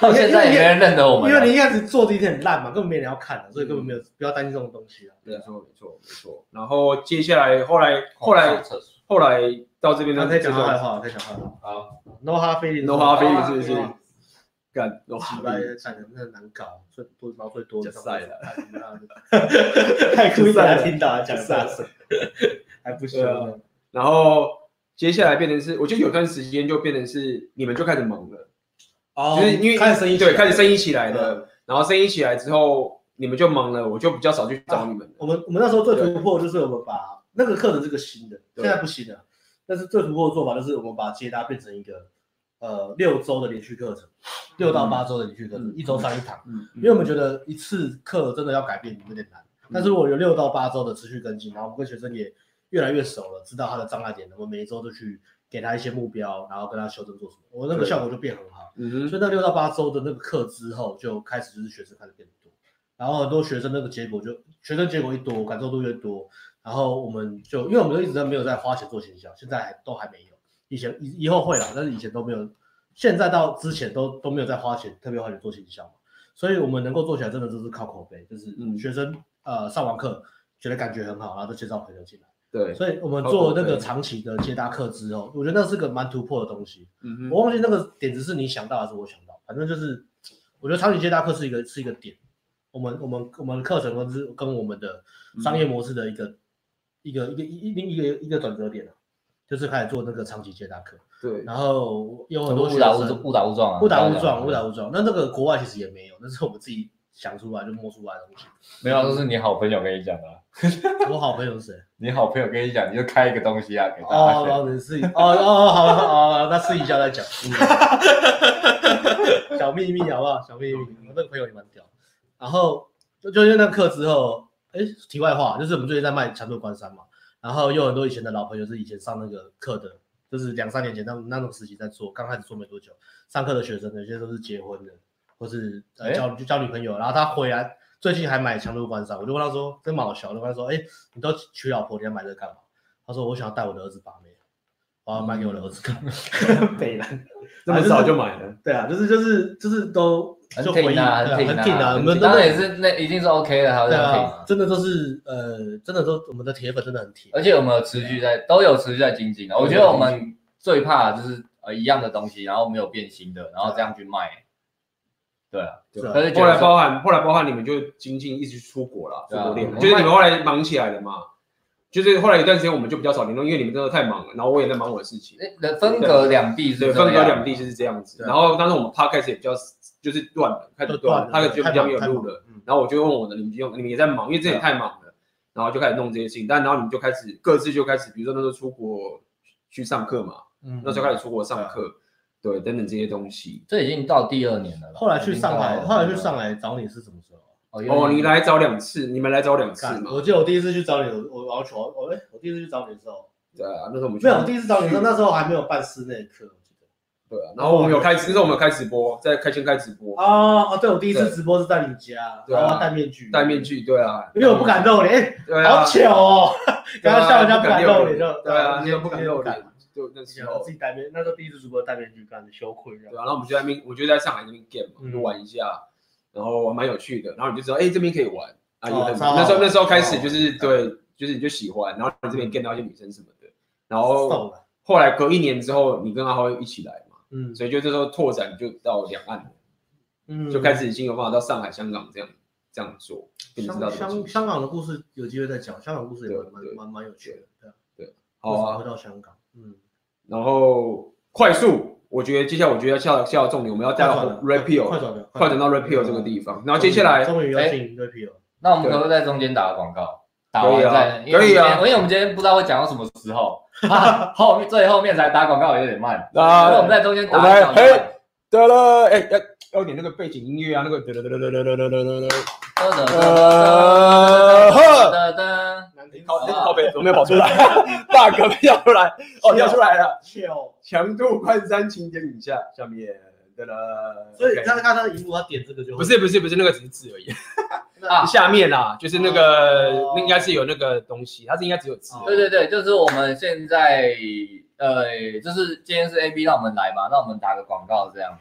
到现在也没人认得我们因了，为你一开始做的一定很烂嘛，根本没人要看的，所以根本没有不要担心这种东西啊。没错没错没错。然后接下来后来后来上厕所后来到这边那呢，啊可以讲嗯这他坏种话，可以讲他坏话。好， No hard feelings， No hard feelings 是不是好啊干，我几百的产能那难搞，最多毛最多的假赛了哎你妈的， 太故意给了他听到啊讲大声，还不对啊然后接下来变成是，我觉得有段时间就变成是你们就开始忙了，哦就是因为开始生意起来对，开始生意起来了。嗯然后生意起来之后，你们就忙了，我就比较少去找你们了。我们我们那时候最突破就是我们把那个课程是个新的，现对在不新了，但是最突破的做法就是我们把接搭变成一个呃六周的连续课程，六到八周的连续课程，嗯一周上一堂，嗯，因为我们觉得一次课真的要改变有点难，但是如果有六到八周的持续跟进，然后我们跟学生也越来越熟了，知道他的障碍点，我们每一周都去给他一些目标，然后跟他修正做什么，我那个对效果就变很好。嗯哼，所以那六到八周的那个课之后，就开始就是学生开始变多，然后很多学生那个结果就学生结果一多，感受度越多，然后我们就因为我们都一直都没有在花钱做行销，现在还都还没有，以前以以后会啦，但是以前都没有，现在到之前都都没有在花钱特别花钱做行销嘛，所以我们能够做起来真的就是靠口碑，就是嗯学生、呃上完课觉得感觉很好，然后就介绍朋友进来，对，所以我们靠做口那个碑长期的接搭课之后，我觉得那是个蛮突破的东西。嗯哼我忘记那个点子是你想到还是我想到，反正就是我觉得场景接搭课是一个是一个点，我们我们我们的课程跟是跟我们的商业模式的一个、一个一个一一一个一个转折点啊，就是开始做那个场景接搭课，对，然后有很多学误打误生撞，误打误撞啊，误打误撞，对误打误撞。那那个国外其实也没有，那是我们自己想出来就摸出来的东西。没有，都是你好朋友跟你讲的啊，我好朋友是谁？你好朋友跟你讲，你就开一个东西啊给大家哦，学。老人是哦哦，好了好了，那私底下再 讲。小秘密好不好？小秘密，我那个朋友也蛮屌。然后就就因为那课之后，哎，题外话，就是我们最近在卖强度关山嘛，然后又有很多以前的老朋友是以前上那个课的，就是两三年前那那种时期在做，刚开始做没多久，上课的学生有些都是结婚的，或是呃诶交就交女朋友，然后他回来最近还买强度关山，我就问他说，跟蛮好笑的，我跟他说，哎，你都娶老婆，你还买这个干嘛？他说我想要带我的儿子把妹，我要买给我的儿子看。北南，这么早就买了，嗯对啊，就是就是就是都很就回忆，挺啊，对挺啊，很挺啊，我们真当然也的是那一定是 OK 的，他这对样挺啊啊，。真的都是呃，真的都我们的铁粉真的很铁，而且我们有持续在都有持续在精进啊。我觉得我们最怕的就是呃一样的东西，然后没有变新的，然后这样去卖。对啊，是啊但是觉后来得说包含后来包含你们就精进一直出国了，出对啊国练了，我就是卖你们后来忙起来了嘛。就是后来有段时间我们就比较少联络，因为你们真的太忙了，然后我也在忙我的事情，那分隔两地对，哎是分这隔样啊两地就是这样子。对然后当时我们 podcast 也比较就是断了，开始就断断了了，，他就比较没有太忙录了。。太忙嗯然后我就问我的，你们就用你们也在忙，因为之啊前也太忙了，然后就开始弄这些事情。但然后你们就开始各自就开始，比如说那时候出国去上课嘛，嗯那时候开始出国上嗯课，对，等等这些东西。这已经到第二年了啦。后来去上海，已经后到来去上海找你是什么时候啊？哦，哦你来找两次，你们来找两次干嘛？我记得我第一次去找你，我我要求我哎，我第一次去找你的时候，对啊，那时候我们去没有，我第一次找你的时候，那时候还没有办室内课，我记得。对啊，然后我们有开，那时候我们有开直播，在开先开直播，哦哦，对，我第一次对直播是在你家，对啊然后戴面具，戴面，具，对啊，因为我不敢露脸，哎对啊，好糗哦，对 然啊后笑人家不敢露脸，就对啊，就你又不敢露脸，就那以时前我候自。己戴面，那时候第一次直播戴面具，感觉羞愧这对啊，样。然后我们就在那边，我就在上海那边 game 嘛，嗯就玩一下，然后蛮有趣的。然后你就知道，哎，这边可以玩啊，也哦很超好那时候那时候开始超好啊就是对，就是你就喜欢，然后你这边 game 到一些女生什么的。然后瘦了，后来隔一年之后，你跟阿辉一起来嘛，嗯所以就这时候拓展就到两岸，嗯就开始已经有办法到上海、香港这样这样做，你知道这香个香情香港的故事有机会再讲，香港故事也对蛮蛮对蛮蛮有趣的，对啊，好为什么啊会，到香港，嗯，然后快速，我觉得接下来我觉得要下下到重点，我们要带快到转了，快 repeal，转了，嗯快转到 repeal 这个地方，然后接下来哎终于要进 repeal，那我们可不可以在中间打个广告？打可完以啊再，因为可以啊我们今天因为我们今天不知道会讲到什么时 候，啊后面最后面才打广告有点慢，啊所以我们在中间打我们一小嘿段。得了，哎、要要点那个背景音乐啊，那个得得得得得得得得得，噔噔呃呵噔噔噔，难听靠好那个啊靠背怎么没有跑出来？ 大哥没跳出来，哦，跳出来了。糗。强度快三情景以下，下面得了。所以 OK 刚刚他的荧幕，他点这个就不是不是不是那个只是字 而已，啊下面啊，就是那个、哦那应该是有那个东西，它是应该只有字而已。对对对，就是我们现在呃，就是今天是 A B 让我们来嘛，那我们打个广告这样。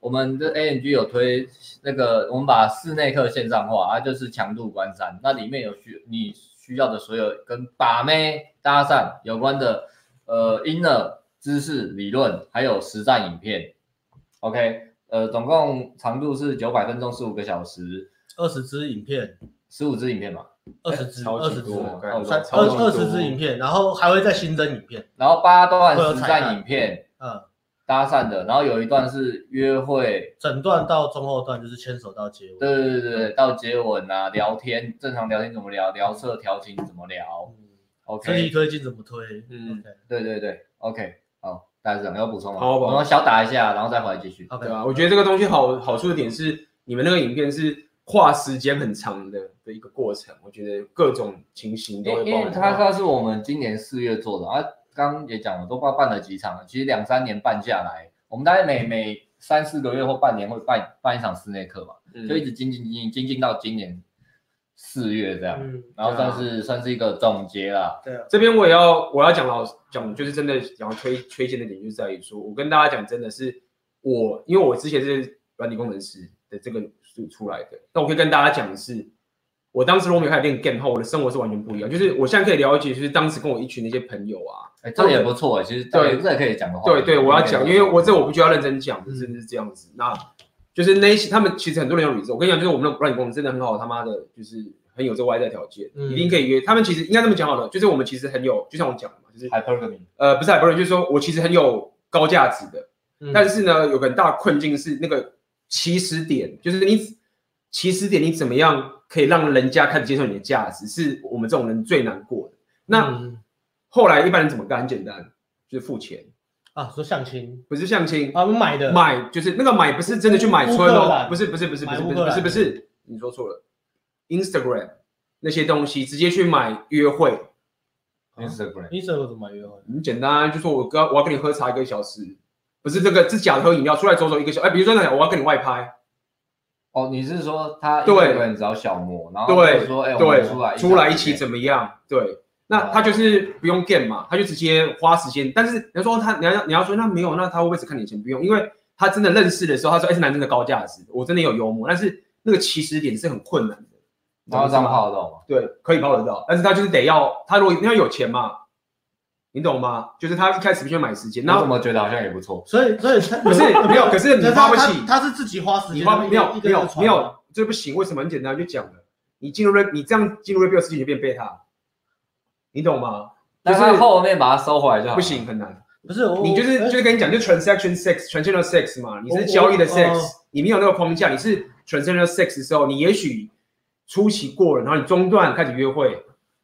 我们的 A N G 有推那个，我们把室内课线上化，啊，就是强度关山，那里面有需你需要的所有跟把妹搭讪有关的呃 inner 知识理论，还有实战影片。OK，呃，总共长度是九百分钟，十五个小时，二十支影片，十五支影片吧，二十支，哎超二级十支，哦多三对差不超多级二多二十支影片，然后还会再新增影片，然后八段会有实彩战蛋影片嗯，搭讪的，然后有一段是约会，整段到中后段就是牵手到结尾，对对对对，到接吻啊，聊天，正常聊天怎么聊，聊色调情怎么聊嗯，身体，OK，推进怎么推，嗯，OK，对对对，OK，好，大家长要补充吗？好我补我充们小打一下，然后再回来继续。 OK，对啊吧、我觉得这个东西好好处的点是，你们那个影片是跨时间很长的的一个过程，我觉得各种情形都因会因包为含它到它是我们今年四月做的啊，刚刚也讲了，都不知道办了几场了，其实两三年办下来，我们大概每每三四个月或半年会办办一场室内课嘛，嗯就一直精进精进精进到今年四月这样，嗯，然后算啊是、算是一个总结啦。对啊，这边我也要我要讲老讲，就是真的想要推推荐的点，就是在于说，我跟大家讲，真的是我，因为我之前是软体工程师的这个出出来的，那我可以跟大家讲的是，我当时如果没有开始练 game 后，我的生活是完全不一样。就是我现在可以了解，就是当时跟我一群的一些朋友啊，哎，这个也不错，其实对这个哦可以讲的话，对对，我要讲，因为我这我必须要认真讲，嗯真的是这样子。那就是那一些他们其实很多人有理智，我跟你讲，就是我们的软体工程真的很好，他妈的，就是很有这个外在条件，嗯一定可以约。他们其实应该这么讲好了，就是我们其实很有，就像我讲的嘛，就是 hypergamy，呃，不是海不是，就是说我其实很有高价值的，嗯但是呢，有个很大的困境是那个起始点，就是你起始点你怎么样可以让人家开始接受你的价值，是我们这种人最难过的。那、嗯后来一般人怎么干？很简单，就是付钱，啊，说相亲不是相亲，啊，买的，买就是那个买不是真的去买春乌克哦兰，不是不是不是不是买不乌克是不兰是不是，你说错了，Instagram 那些东西直接去买约会， Instagram，你怎么怎么约会？很简单啊，就说我跟我要跟你喝茶一个小时，不是这个是假的喝饮料，出来走走一个小时。哎，比如说那我要跟你外拍，哦，你是说他对 Instagram 找小魔，然后对说哎，我对，们出来出来一起起啊怎么样？对，那他就是不用 game 嘛，他就直接花时间。但是你要说他，你要你要说那没有，那他会不会只看你钱？不用，因为他真的认识的时候，他说哎，这男生的高价值，我真的有幽默，但是那个起始点是很困难的。然后你懂张吗炮懂吗？对，可以包得到，但是他就是得要他如果因为有钱嘛，你懂吗？就是他一开始必须买时间，然我后怎么觉得好像也不错？所以所以他不是没有，可是你可花是他不他起。他是自己花时间，你花没一个有一没个有人传没有，这不行，为什么？很简单，就讲了，你进入 rap，你这样进入 rap 事情就变贝塔，你懂吗？就但是是后面把它收回来就好了。不行，很难。不是我你就是我就是跟你讲，就 transaction sex，transactional sex 嘛，你是交易的我 sex，哎哦你没有那个框架，你是 transactional sex 的时候，你也许初期过了，然后你中段开始约会，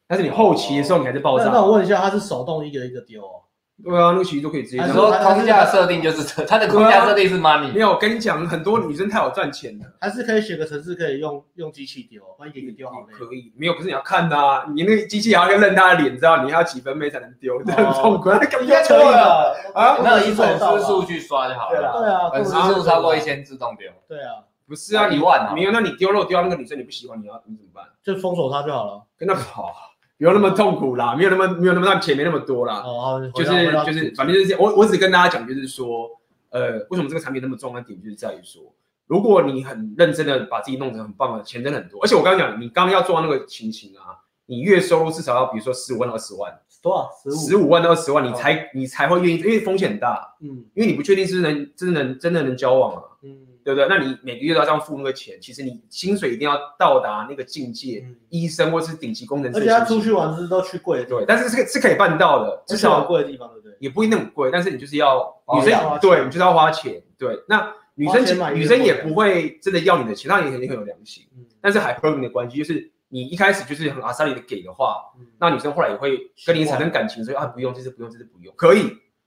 但是你后期的时候你还是啊爆哦那炸。那我问一下，他是手动一个一个丢哦？对啊，那个其实都可以直接还你是讲。说框架设定就是这，它的框啊架设定是 money，没有，我跟你讲，很多女生太好赚钱了。还是可以写个程式，可以用用机器丢，哦不然一个一个丢好累。可以，没有，可是你要看呐、你那个机器还要认他的脸，知道你还要几分妹才能丢，哦这很痛苦。那根本应就该可错以了。的啊那一以粉丝数去刷就好对了。啦对啊，粉丝数超过一，千自动丢。对啊，不是啊，一你万啊没有，那你丢肉丢到那个女生你不喜欢，你要你怎么办？就封锁他就好了。跟她跑，不要那么痛苦啦，没有那么没有那么让钱没那么多啦。哦，好就回是到回到就是，反正就是这样。我我只跟大家讲，就是说，呃，为什么这个产品那么重要的点，就是在于说，如果你很认真的把自己弄成很棒的，钱真的很多。而且我刚刚讲，你刚刚要做到那个情形啊，你月收入至少要比如说十五万到二十万。多少十哦十五万到二十万，你才、你才会愿意，因为风险很大，嗯因为你不确定是不是能真的能真的能交往啊，嗯对不对？那你每个月都要这样付那个钱，其实你薪水一定要到达那个境界，嗯医生或是顶级工程师的而薪且水，他出去玩是都去贵的地方，对，但是这个是可以办到的，至至少少贵的地方，对不对？也不一定很贵，但是你就是要保女养生花对，你就是要花钱，对，那女花钱买生一个女生也保养不会真的要你的钱，那你肯定很有良心，嗯但是海 p e r 的关系就是你一开始就是很阿萨里的给的话，嗯那女生后来也会跟你产生感情，所以啊不用，这次不用，这次不用，可以。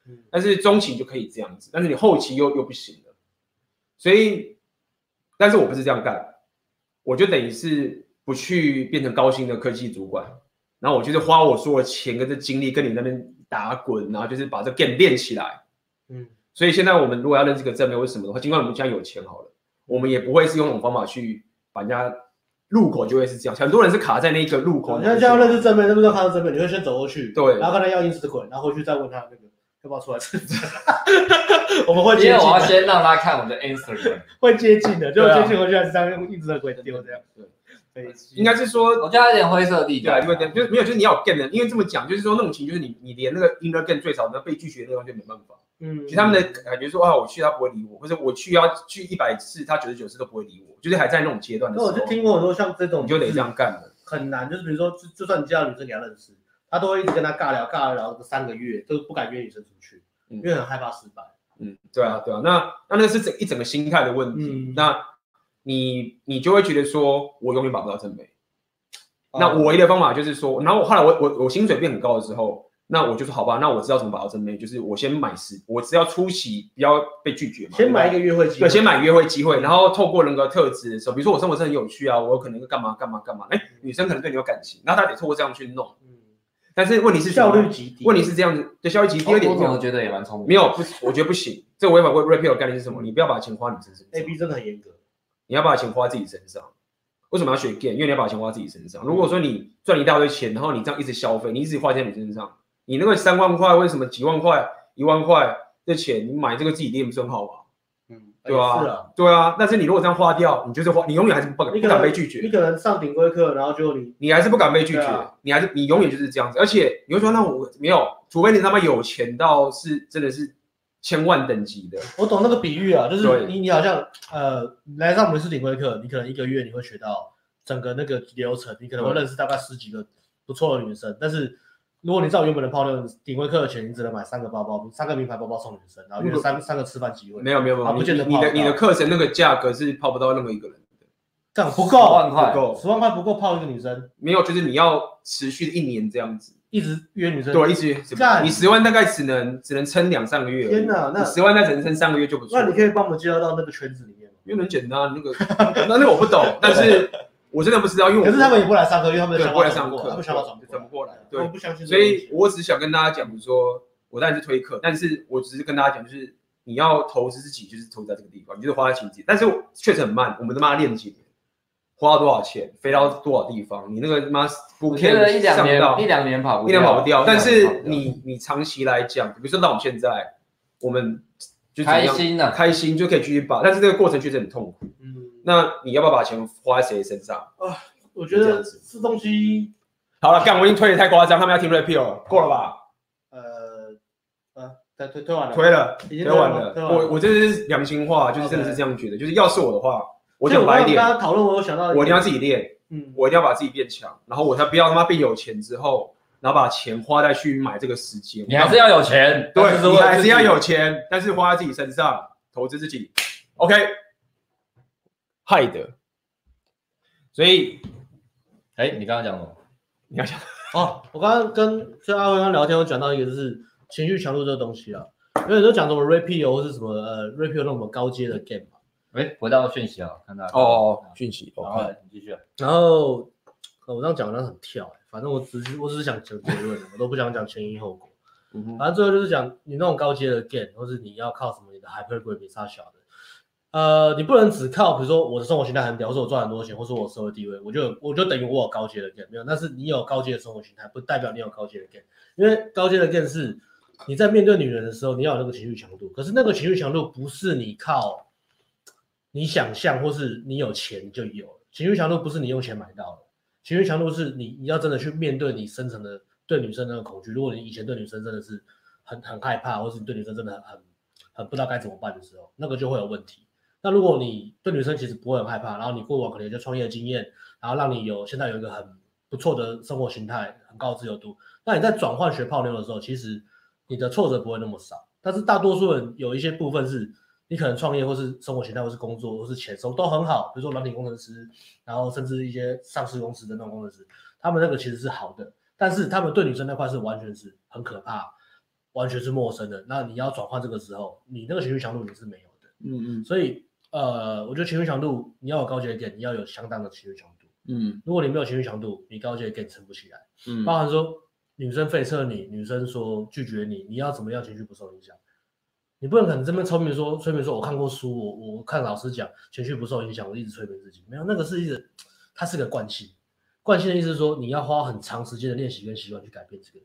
嗯但是中期就可以这样子，但是你后期又又不行了，所以，但是我不是这样干，我就等于是不去变成高薪的科技主管，然后我就是花我所有钱跟这精力跟你那边打滚，然后就是把这 game 练起来。嗯所以现在我们如果要认这个正面或什么的话，尽管我们现在有钱好了，我们也不会是用那种方法去把人家入口就会是这样，很多人是卡在那个入口。好像这样认识正哦面，那么就看到正面，你会先走过去，对然后跟他要 Instagram，然后回去再问他那个要不要出来吃 饭，我们会因接为我要近的，先让他看我的 Instagram，会接近的，就对啊接近回去还是这样用 Instagram 丢这样，对，可以应该是说我觉得他有点灰色地对啊，带。因为这样就是没有，就是你要有 game 的，因为这么讲，就是说那种情，就是你你连那个 inner game 最少那被拒绝的地方就没办法。嗯，其实他们的感觉说啊，我去他不会理我，或者我去要去一百次，他九十九次都不会理我，就是还在那种阶段的那时候，哦我就听过很多像这种，你就得这样干了。很难，就是比如说，就就算你见到女生你要认识，他都会一直跟她尬聊，尬聊个三个月，都不敢约女生出去，嗯因为很害怕失败。嗯，对啊，对啊，那那那个是整一整个心态的问题。嗯那你你就会觉得说，我永远把不到正美。哦那我唯一的方法就是说，然后我后来我我我薪水变很高的时候，那我就说好吧，那我知道怎么把到正妹，就是我先买十，我只要出席，不要被拒绝嘛。先买一个。个约会机会，嗯对，先买约会机会，然后透过人格特质的时候，比如说我生活是很有趣啊，我有可能干嘛干嘛干嘛，哎，女生可能对你有感情，那她得透过这样去弄。嗯，但是问题是效率，极低。问题是这样子，对，效率极低。第二点是这哦我样，觉得也蛮聪明。没有不是，我觉得不行，这违反过 rapio 的概念是什么？你不要把钱花女生身 A 上， B 真的很严格，你要把钱花自己身上。为什么要学 gain？因为你要把钱花自己身上。如果说你赚一大堆钱，然后你这样一直消费，你一直花在你身上，你那个三万块为什么几万块、一万块的钱，你买这个自己练不是很好吗？嗯，对啊是啊，对啊，但是你如果这样花掉，你就是花，你永远还是不敢你不可敢能被拒你绝，可能上顶规课，然后就你你还是不敢被拒绝，对啊你还是你永远就是这样子。而且你会说，那我没有，除非你他妈有钱到是真的是千万等级的，我懂那个比喻啊，就对是你你好像呃来上我们是顶规课，你可能一个月你会学到整个那个流程，你可能会对认识大概十几个不错的女生，但是如果你照原本的泡妞，顶规课的钱你只能买三个包包，三个名牌包包送女生，然后约如果三三个吃饭机会，没有没有没啊有，不你见得你的泡得你的到课程那个价格是泡不到任何一个人的，这样不十够，万块不够，十万块不够泡一个女生，没有，就是你要持续一年这样子，一直约女生，对，一直干你十万大概只能只能撑两三个月而已，天哪那你十万大概只能撑三个月就不错那了，你可以帮我们介绍到那个圈子里面吗？因为很简单，那个那那个我不懂，但是我真的不知道，因为我可是他们也不来上课，因为他们的对想不法来上课转不过来，他们想法转不转不过来对我不相信这所个东西，以我只是想跟大家讲说，我当然是推课，但是我只是跟大家讲，就是你要投资自己，就是投资在这个地方，你就是花在情节，但是我确实很慢，我们他妈练几年，花了多少钱，飞到多少地方，你那个他妈不我觉得一两上到年一两年跑不一两跑不掉，但一两是年跑不掉你你长期来讲，比如说到我们现在，我们就怎么开样心啊呐，开心就可以继续把，但是这个过程确实很痛苦。嗯，那你要不要把钱花在谁身上？我觉这得样子这东西，好了，干我已经推的太夸张，他们要听 repeal 了，够了吧？呃，呃，推推推完了，推了，已经推完推完了了。推完了我我这是良心话，就是真的是这样觉得。就是要是我的话，我讲所以白一点，刚刚跟大家讨论，我有想到，我一定要自己练，嗯，我一定要把自己变强，然后我才不要他妈变有钱之后，然后把钱花在去买这个时间。你还是要有钱，但对，是你为了还是自己要有钱，但是花在自己身上，投资自己。OK，害的。所以哎，你刚刚讲什么？你要想，哦，我刚刚跟跟阿辉刚聊天，我讲到一个就是情绪强度这个东西啊，因为你都讲什么 rapio 或是什么呃 rapio 那种高阶的 game 嘛，哎，回到讯息啊，看到哦，讯息然哦，后你继续啊，然后呃我这样讲好像很跳、反正我只是我只是想讲结论，我都不想讲前因后果。嗯哼反正最后就是讲你那种高阶的 game，或是你要靠什么你的 hypergraphy 杀小的，呃，你不能只靠比如说我的生活形态很屌，或者我赚很多钱，或是我社会地位，我就我就等于我有高阶的 game 没有？但是你有高阶的生活形态，不代表你有高阶的 game，因为高阶的 game 是你在面对女人的时候，你要有那个情绪强度，可是那个情绪强度不是你靠你想象或是你有钱就有了，情绪强度不是你用钱买到的。情绪强度是你你要真的去面对你深层的对女生那个恐惧。如果你以前对女生真的是很很害怕，或是你对女生真的很很很不知道该怎么办的时候，那个就会有问题。那如果你对女生其实不会很害怕，然后你过往可能有些创业经验，然后让你有现在有一个很不错的生活形态，很高的自由度，那你在转换学泡妞的时候，其实你的挫折不会那么少。但是大多数人有一些部分是你可能创业或是生活形态或是工作或是钱收都很好，比如说软体工程师，然后甚至一些上市公司的那种工程师，他们那个其实是好的，但是他们对女生那块是完全是很可怕，完全是陌生的。那你要转换这个时候，你那个情绪强度你是没有的。嗯嗯所以呃，我觉得情绪强度你要有高阶的点，你要有相当的情绪强度。嗯如果你没有情绪强度，你高阶的点撑不起来。嗯包含说女生废撤你，女生说拒绝你，你要怎么样情绪不受影响？你不能可能这边催眠说催眠说，我看过书，我我看老师讲情绪不受影响，我一直催眠自己，没有那个是一个，它是个惯性，惯性的意思是说你要花很长时间的练习跟习惯去改变这个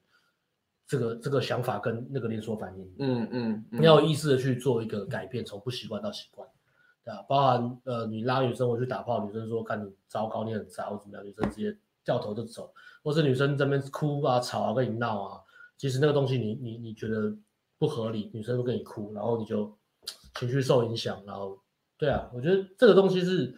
这个这个想法跟那个连锁反应，嗯嗯嗯，你要有意识的去做一个改变，从不习惯到习惯，对啊，包含呃，你拉女生回去打炮，女生说看你糟糕，你很渣，或怎么样，女生直接掉头就走，或是女生这边哭啊、吵啊、跟你闹啊，其实那个东西你你你觉得不不合理，女生都跟你哭，然后你就情绪受影响，然后对啊，我觉得这个东西是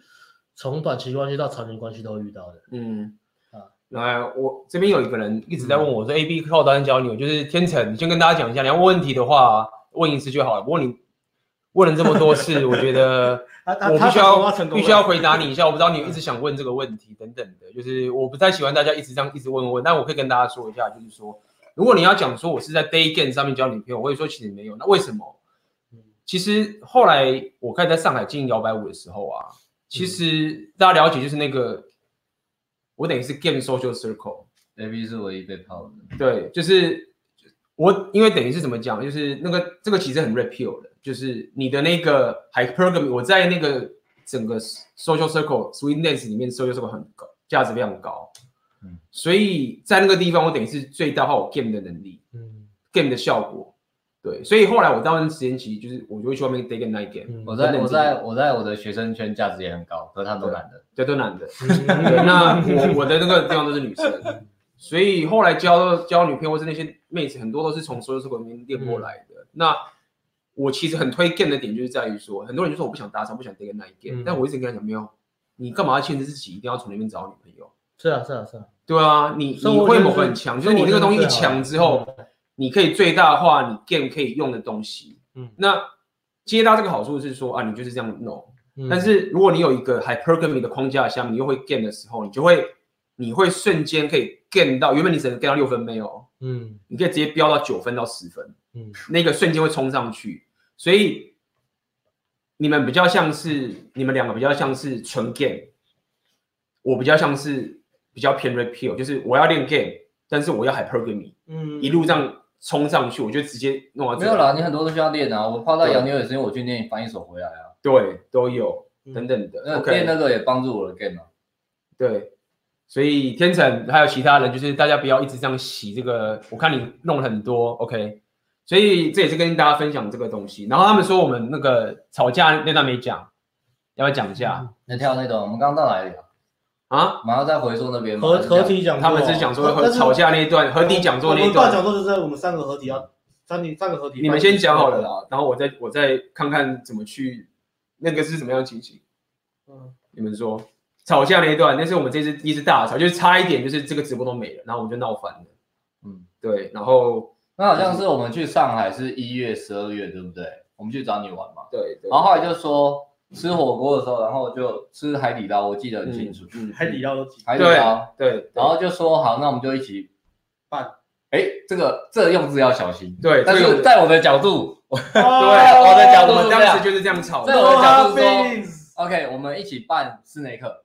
从短期关系到长期关系都会遇到的。嗯啊，那我这边有一个人一直在问我说，A 哎 B 靠单教你，我就是天成，你先跟大家讲一下，你要问问题的话，问一次就好了。不过你问了这么多次， 我觉得他他我必他须成功要他成功必须要了回答你一下，我不知道你一直想问这个问题等等的，就是我不太喜欢大家一直这样一直问问，但我可以跟大家说一下，就是说，如果你要讲说我是在 day game 上面交女朋友，我会说其实没有，那为什么？其实后来我开始在上海经营摇摆舞的时候啊，其实大家了解就是那个，我等于是 game social circle， A B 是唯一被泡的，对，就是我因为等于是怎么讲，就是那个这个其实很 repeal 的，就是你的那个 hypergamy，我在那个整个 social circle sweetness 里面 social circle 很高，价值非常高，嗯所以在那个地方我等于是最大化我 game 的能力嗯 ，game 的效果。对，所以后来我大部分时间其实就是我就会去外面 day game night game，嗯，我在真的我在我在我的学生圈价值也很高，可是他们都懒得。这、都男的。对，嗯那我我的那个地方都是女生，所以后来交交女朋友或是那些妹子，很多都是从所有 circle 里面练嗯过来的。那我其实很推 game 的点就是在于说，很多人就说我不想搭讪，不想 date night game，、嗯但我一直跟他讲没有，你干嘛要限制自己一定要从那边找女朋友？是啊是啊是啊，对啊，你生你活会圈某个是很强，就生是你活那个圈东西最一好强之后，你可以最大化你 game 可以用的东西。嗯那接到这个好处是说啊，你就是这样弄。嗯但是如果你有一个 hypergamy 的框架下面，你又会 gain 的时候，你就会你会瞬间可以 gain 到原本你只能 gain 到六分没有，嗯你可以直接飙到九分到十分，嗯那个瞬间会冲上去。所以你们比较像是你们两个比较像是纯 gain，我比较像是比较偏 repeal，就是我要练 gain，但是我要 hypergamy，嗯一路这样冲上去，我就直接弄到没最有高啦，你很多都需要练啊。我泡到哦对洋妞也是因为我去练翻译手回来啊，对都有嗯等等的。那 OK 练那个也帮助我的 game 啊。对，所以天成还有其他人，就是大家不要一直这样洗这个。我看你弄了很多，OK，所以这也是跟大家分享这个东西。然后他们说我们那个吵架那段没讲，要不要讲一下、那跳那段，我们刚到哪里啊？啊？马上再回溯那边嘛。合就这合样体嗯讲座他啊，们是讲说和但是吵架那一段，和弟讲座那一我们大段讲，座就是我们三个合体要三你三个合体，你们先讲好了。啦，然后我再我再看看怎么去那个是什么样的情形。嗯你们说吵架那一段，那是我们这次第一次大吵，就是差一点就是这个直播都没了，然后我们就闹翻了。嗯，对，然后那好像是我们去上海是一月、十二月，对不对？我们去找你玩嘛。对对，然后后来就说吃火锅的时候，然后就吃海底捞，我记得很清楚，嗯，嗯海底捞都挤哦海底对捞。对，然后就说好，那我们就一起办。哎，这个这个用字要小心。对但这个是在我的角度，我对，啊我的角我度们是这当时样。就是这样吵这个的，我角度说 Dolphins OK，我们一起办室内课，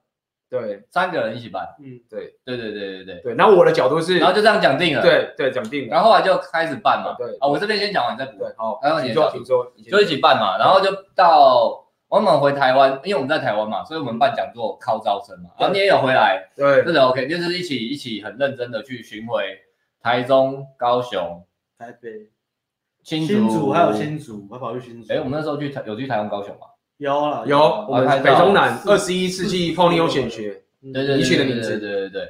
对三个人一起办。嗯对对对对对。然后我的角度是，对。然后就这样讲定了。。对对讲定了，然后后来就开始办嘛。对啊，我这边先讲完再补。对，好，然后你你说说请说，你先就一起办嘛，然后就到我们回台湾，因为我们在台湾嘛，所以我们办讲座靠招生嘛。然后你也有回来，对这个 OK，就是一起一起很认真的去巡回台中、高雄、台北、新竹，新竹还有新竹，还跑去新竹。哎，我们那时候去台有去台湾、高雄嘛？有啦有我啊们看北到中南四二十一世纪泡妞选学，嗯对对，你对取的对名字对对对对。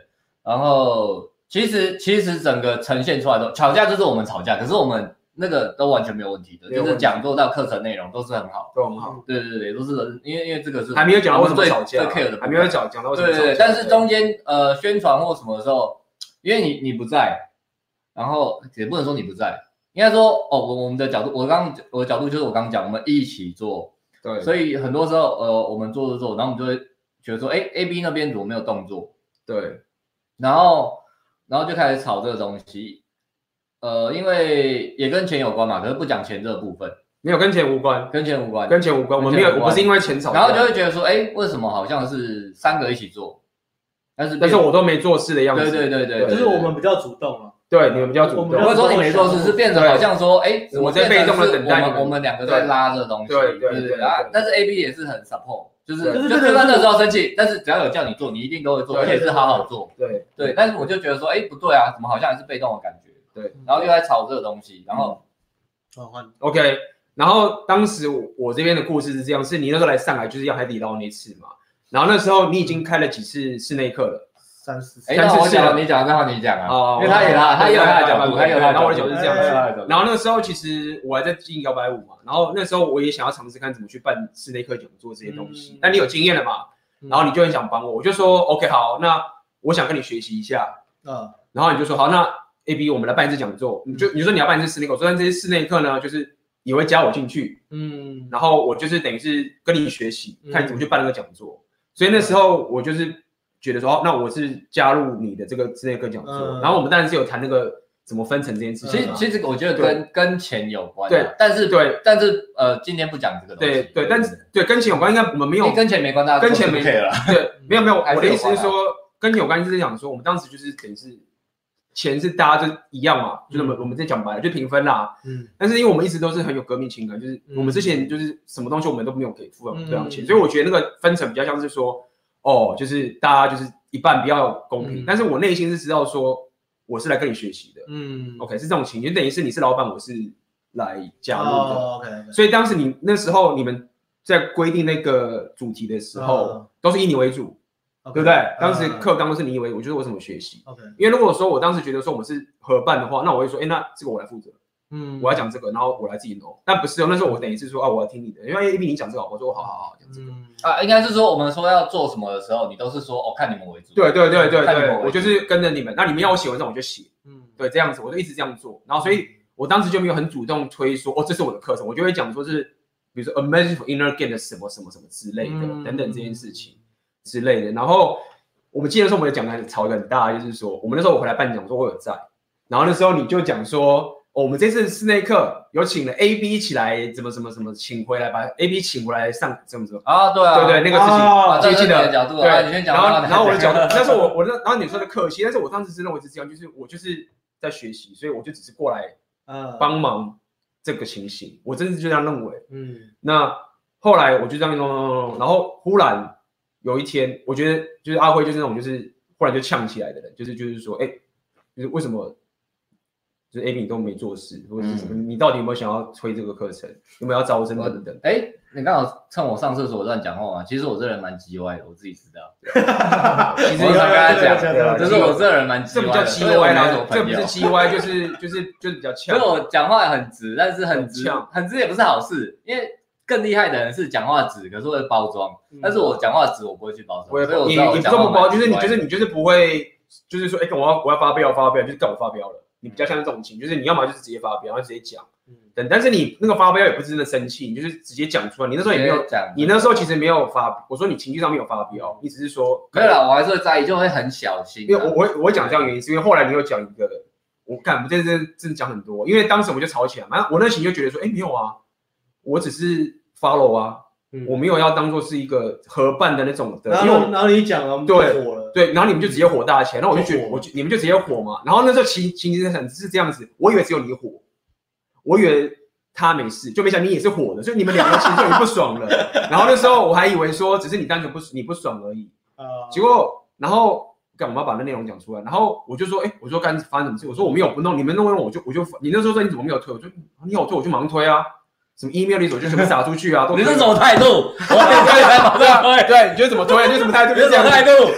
然后其实其实整个呈现出来的吵架就是我们吵架，可是我们那个都完全没有问题的，没有就问是题讲座到课程内容都是很好。都很好，对对对，都是因为因为这个是还没有讲到我为们什么最吵架，最 care 的部还分没有讲讲到为什么对吵架对，，但是中间呃宣传或什么的时候，因为你你不在，然后也不能说你不在，应该说哦，我我们的角度，我刚我的角度就是我刚讲，我们一起做，对，所以很多时候呃我们做做做，然后我们就会觉得说，哎，A B 那边怎么没有动作？对然后然后就开始吵这个东西，呃，因为也跟钱有关嘛，可是不讲钱这个部分，没有跟钱无关，跟钱无关，跟钱无关，我们没有，跟钱无我关不是因为钱吵架，然后就会觉得说，哎，为什么好像是三个一起做，但是但是变我都没做事的样子，对对对对，就是我们比较主动啊了。对，你们比较主我动们不，是说你没做事，是变成好像说，哎，我们在被动地等待你我们们我们两个在拉这东西，对对对对对啊对但是 A B 也是很 support，就是对就就是是这就个算那时候生气，但是只要有叫你做，你一定都会做，对而且是好好做。对对，但是我就觉得说，哎，不对啊，怎么好像也是被动的感觉？对，然后又在吵这个东西，然后转嗯哦换 OK，然后当时我我这边的故事是这嗯样：是你那时候来上海就是要海底捞那次嘛，然后那时候你已经开了几次室内课了，啊三四哎，三那四我次讲，了。你讲，那你讲啊，哦因为他也他他也有他的角度，他他也有他的然后我角的角度度是度这是这样样子子。然后那个时候其实我还在进摇摆舞嘛，然后那时候我也想要尝试看怎么去办室内课讲座这些东西嗯。那、你有经验了嘛？然后你就很想帮我，我就说 OK 好，那我想跟你学习一下。啊，然后你就说好，那 A B 我们来办一次讲座，你就你说你要办一次室内课，我说但这些室内课呢，就是也会加我进去，嗯，然后我就是等于是跟你学习，嗯看你怎么去办那个讲座。所以那时候我就是觉得说，哦那我是加入你的这个室内课讲座，嗯然后我们当然是有谈那个怎么分成这件事嗯其情实嘛。其实我觉得跟跟钱有关啊，对但是对但是呃，今天不讲这个东西，对对，但是对跟钱有关，应该我们没因有为哎跟钱没关，大家跟钱没配了，对，没有没有，嗯还是我的有意思关是啊说，跟你有关系是想说，我们当时就是等于是钱是大家就一样嘛，就是我嗯们、我们在讲白了就平分啦。嗯但是因为我们一直都是很有革命情感，就是嗯我们之前就是什么东西我们都没有给付啊，嗯对啊钱，所以我觉得那个分成比较像是说，哦，就是大家就是一半比较公平，嗯但是我内心是知道说我是来跟你学习的、嗯 o k 是这种情形，就等于是你是老板，我是来加入的。哦，OK，OK，所以当时你那时候你们在规定那个主题的时候，嗯都是以你为主， OK，对不对？当时嗯课纲都是你以为，我就是我怎么学习。 ，OK，因为如果说我当时觉得说我们是合办的话，那我会说，哎，那这个我来负责，嗯，我要讲这个，然后我来自己弄。但不是哦，那时候我等于是说，啊，我要听你的，因为 A B 你讲这个，我哦说哦好好好，讲这个。嗯，啊，应该是说我们说要做什么的时候，你都是说哦，看你们为主，对对对对看你对，们为主我就是跟着你们，那你们要我写文章我就写，嗯，对，这样子我就一直这样做。然后所以我当时就没有很主动推说，哦，这是我的课程，我就会讲说是，比如说 Amazing for Inner Game 的什么什么什么之类的，嗯等等这件事情之类的。然后我们记得说我们有讲的吵一个很大，就是说我们那时候我回来办讲座我有在，然后那时候你就讲说，哦，我们这次室内课有请了 A B 起来，怎么怎么怎么，请回来把 A B 请回来上，怎么怎么。啊，对啊，对对，那个事情，哦啊，记这不是记你得的角度对，啊，你先讲然后完，然后我就讲讲，但是我我那然后你说的客气，但是我当时真的我只是这样，就是我就是在学习，所以我就只是过来嗯，帮忙这个情形，我真的是就这样认为。嗯，那后来我就这样弄弄弄弄，然后忽然有一天，我觉得就是阿辉就是那种就是忽然就呛起来的人，就是就是说，哎，就是为什么？就是 A 你都没做事，或者是什嗯么？你到底有没有想要推这个课程？有没有要招生等等？哎，你刚好趁我上厕所乱讲话嘛，其实我这人蛮叽歪的，我自己知道，其 我常跟他讲对对对就是我这人蛮啊这叽不歪叫的，七所以我 Y 没什啦么，啊这朋不是友。七 Y，就是就是就是比较所呛以。我讲话很直，但是很直很呛，很直也不是好事，因为更厉害的人是讲话直，可是会包装。嗯但是我讲话直，我不会去包装，嗯我也所以我你知道你我不讲这话么包，就是你蛮就直是歪的你就是不会，就是说，哎，我要我要发表发表，就是干我发表了。你比较像这种情，就是你要么就是直接发表，然后直接讲，嗯等。但是你那个发表也不是真的生气，你就是直接讲出来。你那时候也没有直接，讲，你那时候其实没有发，我说你情绪上没有发表，你只是说没有啦，我还是会在意，就会很小心因为啊。我我会我会讲这样的原因，是因为后来你有讲一个，我看我们这真真的讲很多，因为当时我们就吵起来，嘛，我那情就觉得说，哎，没有啊，我只是 follow 啊，嗯我没有要当做是一个合办的那种的，然因为后我然后你讲了，我们就对火了，对，然后你们就直接火大起来，然后我就觉得就火我就你们就直接火嘛，然后那时候情情形很是这样子，我以为只有你火，我以为。他没事，就没想到你也是火的，所以你们两个其实就已经不爽了。然后那时候我还以为说只是你单纯不你不爽而已，啊，结果然后干我们要把那内容讲出来，然后我就说，哎、我说干发生什么事？我说我没有不弄，你们弄完我就我就你那时候说你怎么没有推？我就你有推我就忙推啊，什么 email 里头就全部撒出去啊，都你推是什么态度？我也可以来马对上啊，推，对，你觉得怎么推？你觉得什么态度？你是什么态度？度？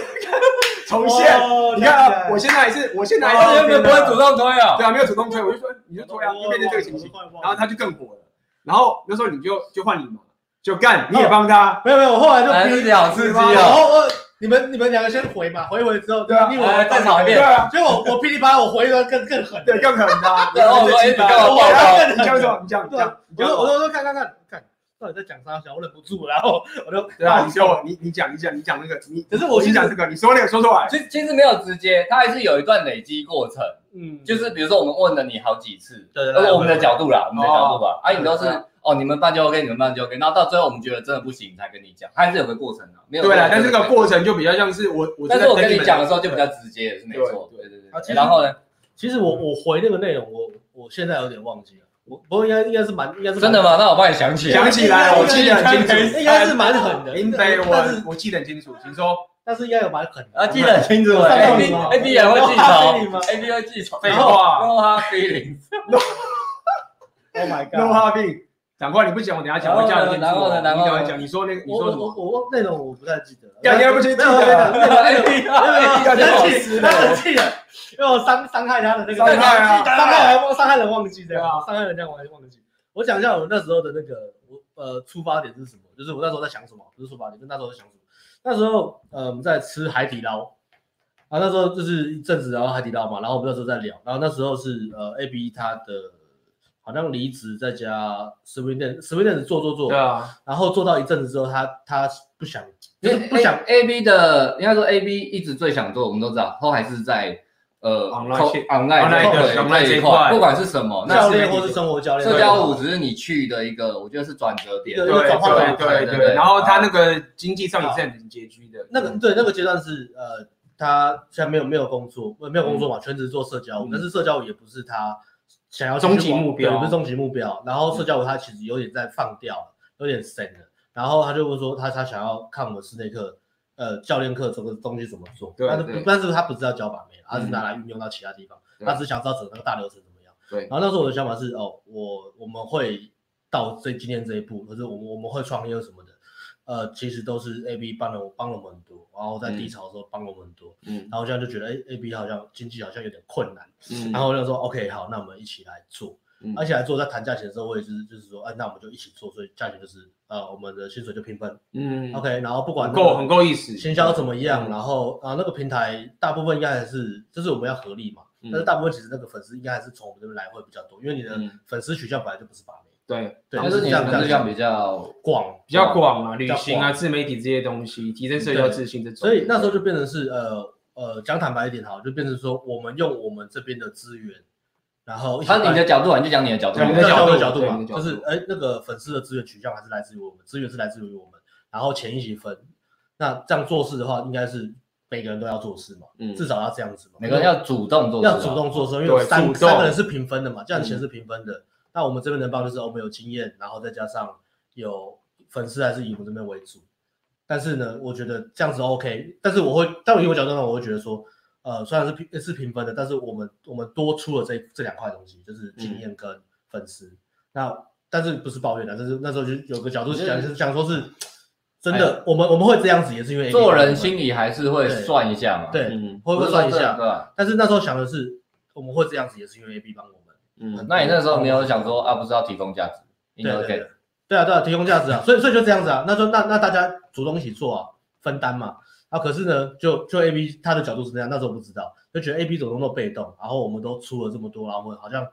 重现，哦你看了啊，解我现在还是我现在我还原是本不会主动哦推啊。对啊，没有主动推，我就说你就推啊，就变成这个情哦形，哦然后他就更火了，然后那时候你就就换你嘛，就干哦你也帮他，没有没有，我后来就哎，逼自己好刺激然哦！后我你们你们两个先回嘛，回一回之后对啊逼我来哎再吵一对遍。啊，所以我我噼里啪啦我回一段更更狠，对，更狠 的，然后我说：“哎，你干嘛我爆要包？更啊你这样狠。说，你这 样，你这对啊样，，你这我样说我说我说看看看看，到底在讲啥？小我忍不住，然后我就对啊，你说你你讲你讲你讲那个，你可是我你其实讲这个，你说那个说出来，其其实没有直接，它还是有一段累积过程。嗯就是比如说我们问了你好几次，对对对呃我们的角度啦，我们的角度吧，啊，你都是对啊哦，你们办就 OK，你们办就 OK，然后到最后我们觉得真的不行才跟你讲，它还是有个过程的，啊没有对了，了，但是这个，过程就比较像是我我但是我跟你讲的时候就比比较较直接，是没错，对对对对啊其实对。然后呢，其实我我回那个内容，我我现在有点忘记了，我不过应该应该是蛮应该是蛮真的？吗？那我帮你想起来想，起来了，我记得很清楚，应该是蛮狠的，林北但是我我记得很清楚，请说，但是应该有蛮狠的啊，记得很清楚我上哎，A 到 B 你吗 A B 也会记我 上到你吗仇，A B 会记仇，废话弄他 feeling， ，Oh my ，no god！ having，赶快，你不讲，我等一下讲，我叫你先然后呢然你赶后呢然快后呢讲，你说那个，你我说我什么？我我内容我不太记得了，干你还不去记得？啊他生气，他生气了，因为我伤伤害他的那个伤害啊伤害还伤害人忘记这样对，啊伤害人家我还忘记。我讲一下我那时候的那个我呃出发点是什么，就是我那时候在想什么，不是出发点，就那时候在想什么。那时候呃我们在吃海底捞，啊那时候就是一阵子然后海底捞嘛，然后我们那时候在聊，然后那时候是呃 A B 他的好像离职在家 s w i n 店 s w i n 店做做做嗯对，啊，哎然后做到一阵子之后，他他不想就是为不想 A B 的，应该说 A B 一直最想做，我们都知道，都还是在呃 Online 扣 shit- online online 这一的块 online 这这一一块块，不管是什么，那教是练或是生活教练，社交舞只是你去的一个，我觉得是转折点对。对有转换对对嘛对对对对。然后他那个经济上也是很很拮据的，那个嗯对那个阶段是呃，他现在没有没有工作，呃没有工嗯作嘛，全职做社交舞，但是社交舞也不是他想要终极去往目标嗯对不是终极目标。然后社交舞他其实有点在放掉了，有点神了。然后他就会说他他想要看我们室内课，呃，教练课这个东西怎么做，对但是不对但是他不知道教法没，他是拿来运用到其他地方，对他只想知道整个大流程怎么样。对然后那时候我的想法是，哦，我我们会到这今天这一步，可是我们我们会创业什么的，呃，其实都是 A B 帮了我帮了我们很多，然后在低潮的时候帮了我们很多，嗯然后现在就觉得，哎，A B 好像经济好像有点困难，嗯然后我就说，OK，好，那我们一起来做，嗯而且来做，在谈价钱的时候，我也是就是说，哎、那我们就一起做，所以价钱就是呃，我们的薪水就平分、嗯 o k 然后不管很那个够很够意思，行销怎么样，嗯然后啊那个平台大部分应该还是，就是我们要合力嘛，嗯但是大部分其实那个粉丝应该还是从我们这边来会比较多，因为你的嗯粉丝取向本来就不是把妹，对，对，但就是你这样们这这样样比较广，比较广啊，旅较行啊、广自媒体这些东西，提升社交自信这种。所以那时候就变成是呃呃讲坦白一点好，就变成说我们用我们这边的资源，然后一起他你办的角度啊，你就讲你的角度对嘛，你对的角角度度角度对嘛你的，角就度是哎，那个粉丝的资源取向还是来自于我们，资源是来自于我们，然后钱一起分。那这样做事的话，应该是每个人都要做事嘛，嗯至少要这样子嘛。每个人要主动做事啊，要主动做事，因为对有三主动三个人是平分的嘛，这样嗯钱是平分的。那我们这边能帮就是哦我们有经验，然后再加上有粉丝还是以我们这边为主。但是呢，我觉得这样子 OK，但是我会，但我以我角度呢，我会觉得说，呃，虽然是平是平分的，但是我们我们多出了这这两块东西，就是嗯经验跟粉丝。那但是不是抱怨的，啊但是那时候就有个角度我觉得哎讲，就是讲说是真的，我们我们会这样子也是因为做人心里还是会对算一下嘛，对嗯，会不会算一下对吧？但是那时候想的是，我们会这样子也是因为 A B 帮我们。嗯，那你那时候没有想说啊，不知道提供价值，应对该对 OK 对。对啊，对啊，提供价值啊，所以所以就这样子啊，那就那那大家主动一起做啊，分担嘛。啊，可是呢，就就 A B 他的角度是那样，那时候不知道，就觉得 A B 主动都被动，然后我们都出了这么多，然后我们好像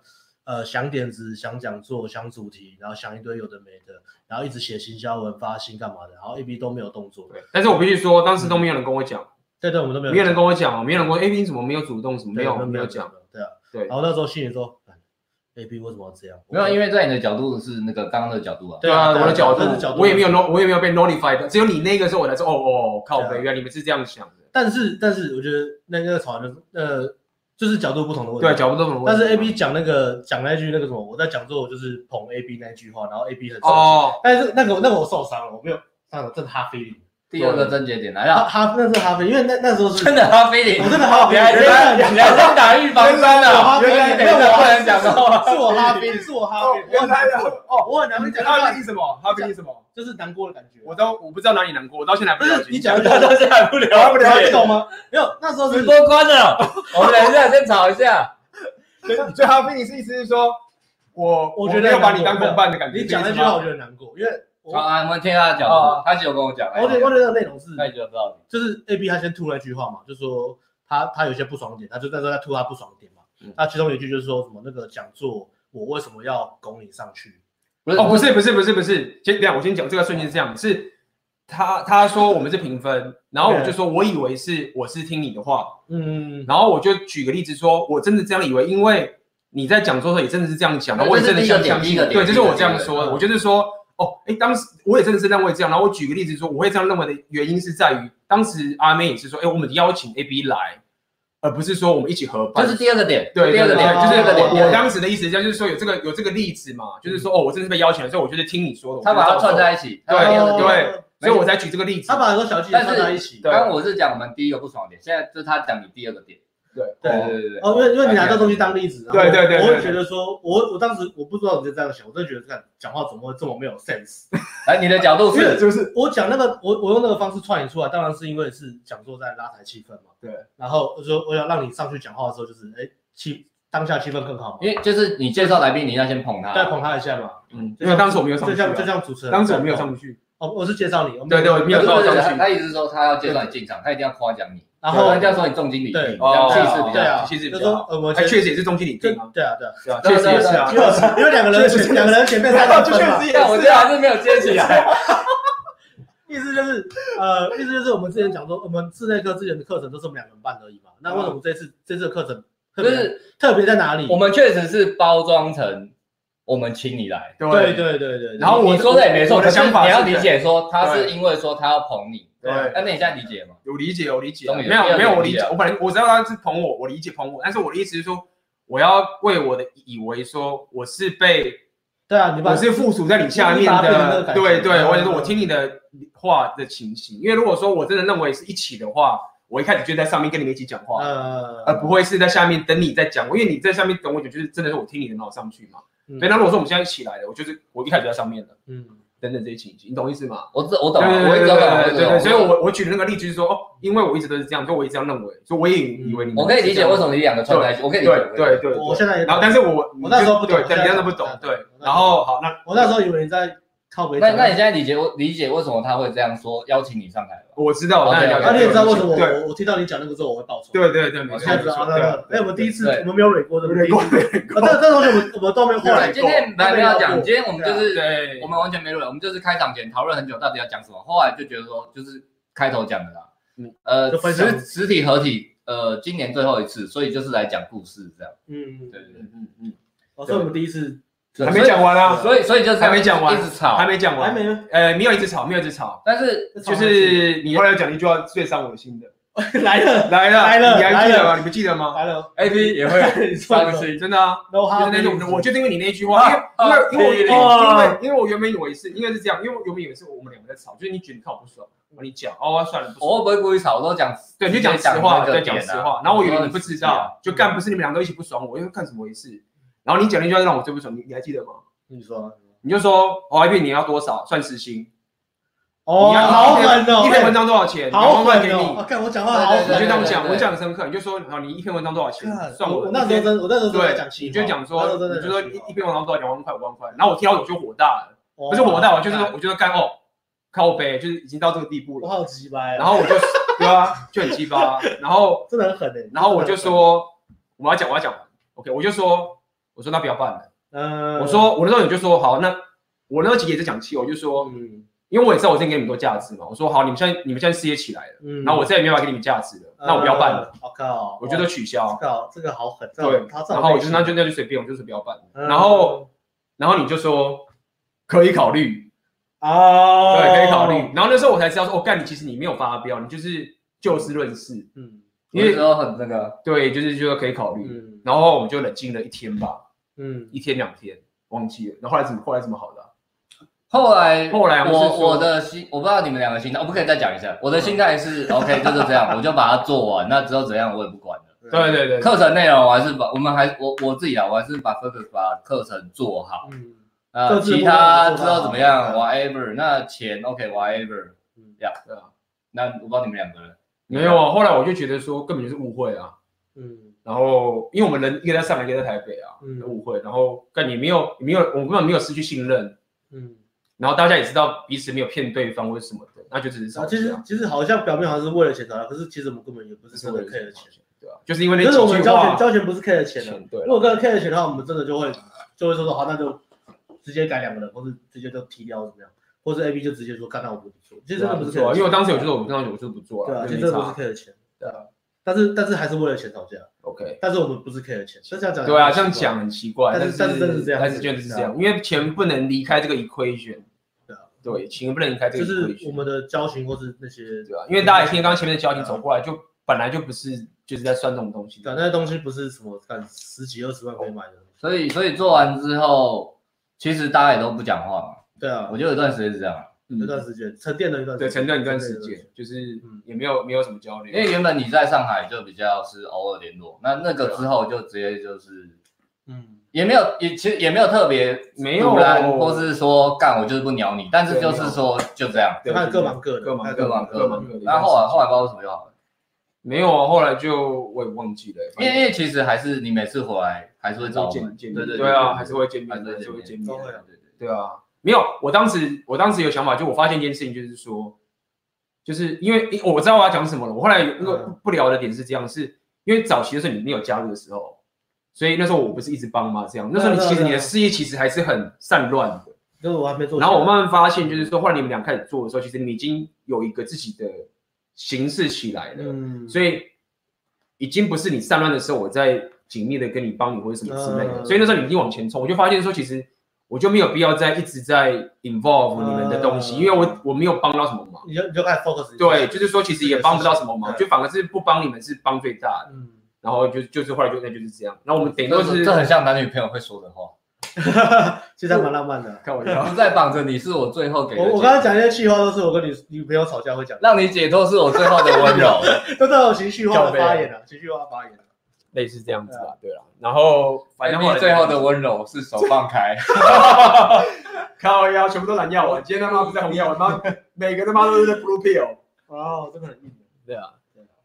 呃想点子、想讲座、想主题，然后想一堆有的没的，然后一直写行销文、发信干嘛的，然后 A B 都没有动作，对，但是我必须说，当时都没有人跟我讲，对对，我们都没有，没有人跟我讲哦，没有人跟我，哎，你怎么没有主动？什么嗯没对有都没没有讲？，对啊，对然后那时候心里说，A 哎 B 为什么要这样？没有，因为在你的角度是那个刚刚的角度啊，对对啊啊，对啊我的角这是角度，度我也没有 no，我也没有被 notified，只有你那个时候我才说，哦哦，靠对北，啊原来你们是这样想的，但是但是我觉得那那个吵完就是呃就是角度不同的问题，对啊，角度都很。但是 A B 讲那个讲那句那个什么，我在讲座就是捧 A B 那句话，然后 A B 很受伤，哦，但是那个那个我受伤了，我没有，那个这是哈菲林，第二个症结点来哈了，哈那是哈菲林，因为那那时候是啊真的啊哈菲林，我真的哈菲你林还真的你还真打预防针啊！原来原来我不能讲的哦，是我哈菲林，是我哈菲林，我很难过，哦，我很难过，讲到他是什么？他是什么？就是难过的感觉，我都我不知道哪里难过，我到现在还不不了是解。你讲大的，家还不了不了解懂吗？没有，那时候直是播关了，我们等一下先吵一下。所以，所以哈菲尼是意思是说，我我觉得没有把难你过当没有同伴的感觉。你讲那这个意思句吗话，我觉得难过，因为我好啊，我哎们听他的角度，他其实有跟哦我讲，我觉得我觉得内容是那你就知道就是 A B 他先吐那句话嘛，就说他他有些不爽点，他就那时候在吐他不爽点嘛。嗯那其中有一句就是说什么那个讲座我为什么要拱你上去？不是哦，不是不是不是不是，先这样，我先讲这个瞬间是这样，是他他说我们是平分，然后我就说我以为是我是听你的话，嗯，然后我就举个例子说，我真的这样以为，因为你在讲座的时候也真的是这样讲的，对我也真的这是第一个相相点信，第一个点对，就是我这第一样个说的，点我就是说。哦，哎，当时我也真的是认为这样，然后我举个例子说，我会这样认为的原因是在于，当时阿妹也是说，哎，我们邀请 A B 来，而不是说我们一起合这办，是第二个点，对，第二个点对这对个对就是我我点。当时的意思，就是说有这个有这个例子嘛，就是说哦，我真的是被邀请了，所以我就是听你说的，他把它串在，在一起，对对。对所以我才举这个例子他。把很多小技巧放在一起，对刚刚我是讲我们第一个不爽点，现在就是他讲你第二个点，对对对对，哦，因为因为你拿这东西当例子，然对后对对对我会对觉得说，我我当时我不知道你在这样想，我真的觉得看讲话怎么会这么没有 sense。 来哎你的角度因为是就是我讲那个，我我用那个方式串你出来，当然是因为是讲座在拉抬气氛嘛。对。然后我说我想让你上去讲话的时候，就是哎气当下气氛更好嘛，因为就是你介绍来宾，你要先捧他，再捧他一下嘛。嗯，因为当时我没有上就去啊像就像主持人，当时我没有上去，哦，我是介绍你，我对对，我没有对上对对上他去。他意思是说他要介绍你进场，他一定要夸奖你，然不后然这样说你重金礼聘，对这样哦气势比对较啊，好。气势比较就好说呃我哎，先确实也是中经理就定啊，对啊对啊，对啊 确实也是啊因，为因为两个人前两个人前面差两分嘛。但我觉得还是没有 接起啊来。意思就是，呃，意思就是我们之前讲说，我们室内课之前的课程都是我们两个人办而已嘛。那为什么这次、这次的课程特就别、是特别在哪里？我们确实是包装成我们请你来，对对对对对，然后你我你说的也没错，我的可是想法你是要这理样解说他是对因为说他要捧你，对那那你现在理解吗？有理解，有理解啊，终于没有第没二点有，我理理解解了，我本来我知道他是捧我，我理解捧我，但是我的意思是说，我要为我的以为说我是被对啊，你把我是附属在你下面你把它变成那个的，感觉对对，嗯或者是我听你的话的情形，因为如果说我真的认为是一起的话，我一开始就在上面跟你们一起讲话，呃而不会是在下面等你在讲，因为你在下面等我久，就是真的是我听你的，然后我上去嘛。嗯所以那如果说我们现在一起来的，我就是我一开始就在上面的，嗯，等等这些情形，你懂意思吗？我知我对对对对懂啊了，我一直都懂，我一对直都对，懂。啊所以我我举的那个例子就是说，哦，因为我一直都是这样，所以我一直这样认为，所以我也以为你。嗯我可以理解为什。么你两个串在一起，我可以理对解。我可以理解对对。我现在也然后，但是我我那时候不懂对，我现在但你都不懂，对。然后好，那我那时候以为你在靠北那讲，那你现在理解我理解为什么他会这样说邀请你上台吗？我知道，那对啊，你也知道为什么对我我听到你讲那个之后我会爆冲，，对对对，没我现错在没知道，错，那个哎，我们第一次我们没有蕊过，对不对对？过啊，这这东西我们我们都没有后来嗯今天本来没有讲，今天我们就是对，啊我们完全没论，我们就是开场前讨论很久到底要讲什么，后来就觉得说就是开头讲的啦嗯，呃就，分享实实体合体，呃，今年最后一次，所以就是来讲故事这样。嗯，对对嗯嗯哦，所以我们第一次对，还没讲完啊，所以，所以所以就是还没讲完一直吵，还没讲还完，没，呃，没有一直吵，没有一直吵，但是就是你后来讲一句话最伤我心的， 来了来了你还记得吗？你不记得吗来了，A P 也会 伤心， 真的啊。 ，no 就是 hard 那种 feelings 我就是因为你那一句话，啊因为因为我因为因为我原本以为是应该是这样，因为我原本以为是我们两个在吵，就是你觉得你看我不爽，嗯我跟你讲，哦算了，不爽，我会不会故意吵？我都讲，对，你就讲实话，对，讲啊啊实话。然后我以为哦你不知道，就干不是你们两个都一起不爽我，又干什么回事？然后你讲那句话让我最不爽，你你还记得吗？你说你就说哦，一遍你要多少算时薪？哦，好狠哦，一篇文章多少钱？好万给狠你，哦！我你看我讲话好就狠，这样讲，我讲深刻，你就说好，你一篇文章多少钱？算我我那时候真，我那时候真的对讲，气，你就讲我说，那时候真你的就说讲气一话一篇文章多少两万块、五万块，然后我听到我就火大了。哦不是我带，我就是我觉得干哦，靠背就是已经到这个地步我了，好鸡掰，然后我就对啊，就很鸡巴，然后真的很狠的，然后我就说我要讲我要讲完，OK，我就说我说那不要办了，真的很狠，嗯，我说我那时候你就说好，那我那时候其实也是讲气，我就说嗯，因为我也知道我之前给你们多价值嘛，我说好，你们现在你们现在事业起来了，嗯然后我再也没办法给你们价值了，那我不要办了，呃。我靠，我觉得取消哇，这个好这个好狠，这个对，他这然后我就那就那就随便，我就是不要办，然后嗯然后你就说可以考虑，啊，对，可以考虑。，然后那时候我才知道说，哦，干你其实你没有发飙，你就是就事论事，嗯因因为为时候很那个，对，就是觉得可以考虑。嗯然后我们就冷静了一天吧，嗯一天两天，忘记了。然后后来怎么后来怎么好的啊、后来后来我我是说我的心，我不知道你们两个心态，我哦不可以再讲一下，我的心态是 OK，就是这样，我就把它做完，那之后怎样我也不管了。对对对，课程内容我还是把我们还我我自己啊，我还是把 focus 把课程做好。嗯呃，各自其部分他都之做到后好怎么样嗯？Whatever，那钱 OK whatever，嗯对啊，那我不知道你们两个人没有啊。后来我就觉得说根本就是误会啊。嗯然后因为我们人一个在上海，一个在台北啊，嗯误会。然后干你没有你没有，我们根本没有失去信任。嗯，然后大家也知道彼此没有骗对方或者什么的，那就只是吵啊，架。其实其实好像表面好像是为了钱吵架，可是其实我们根本也不是只真是的为 care 了钱钱。，对啊，就是因为那就是我几们句交钱话，交钱不是 care 钱的、对啊如果跟 care 钱的话，我们真的就会就会说说好，那就直接改两个人，或是直接就踢掉怎么样，或是 A B 就直接说干，那我不做，其实真的啊不是 care 错，啊钱，因为我当时有就是我当时我就是不做对了，啊，其就实没真的不差是 care 钱，对啊，但是但是还是为了钱吵架， OK，但是我们不是 care 钱，就这样讲，对啊，这样讲，很奇怪，但但是但是真的是这样但是真的是这样，对因为钱不能离开这个 equation，对啊对，钱不能离开这就个是 equation，我们的交情或是那些，对啊，因为大家也听刚刚前面的交情走过来，就本来就不是就是在算这种东西，对啊，那些东西不是什么干十几二十万可以买的，哦所以所以做完之后，其实大家也都不讲话嘛。对啊我，觉得有段时间是这样，那段时间沉淀了一段时嗯对，间，沉淀一段时沉淀了间，就是嗯也没有没有什么交流，因为原本你在上海就比较是偶尔联络，那那个之后就直接就是嗯，也没有，也其实也没有特别没有啊突然，或是说干我就是不鸟你，但是就是说就这样，对看就是各忙各的，各忙看各各忙忙各各忙忙各的。然后后来后来不知道为什么就好了，没有啊，后来就我也忘记了，因为因为其实还是你每次回来还是会找我见们，见对面，对对啊，还是会见还面，是会还见是会面见都面会，啊对对对啊，没有，我当时我当时有想法，就我发现一件事情，就是说，就是因为我知道我要讲什么了。我后来有那个嗯不聊的点是这样，是因为早期的时候你没有加入的时候，所以那时候我不是一直帮吗？这样，那时候你对啊其实对啊你的事业其实还是很散乱的。因为嗯我还没做起来，然后我慢慢发现，就是说，后来你们俩开始做的时候，其实你已经有一个自己的形式起来了，嗯，所以已经不是你散乱的时候，我在紧密的跟你帮你或者什么之类的。嗯所以那时候你已经往前冲，我就发现说，其实我就没有必要再一直在 involve 你们的东西，嗯因为我我没有帮到什么忙。你就你就开始 focus，对，就是说其实也帮不到什么忙，对就反而是不帮你们是帮最大的。嗯，然后就就是后来就那就是这样，然后我们顶多这 是这很像男女朋友会说的话，其实还蛮浪漫的。开玩我笑，不再绑着你，是我最后给的解我我刚才讲一些气话，都是我跟女女朋友吵架会讲的，让你解脱是我最后的 温柔，啊 都是有情绪化的发言啊，情绪化发言啊。 类似这样子吧，对啊。然后反正后来你最后的温柔是手放开， 靠腰，全部都蓝药丸，今天他妈不在红药丸，妈每个他妈都是 blue pill。哇，真的哦很硬。对啊，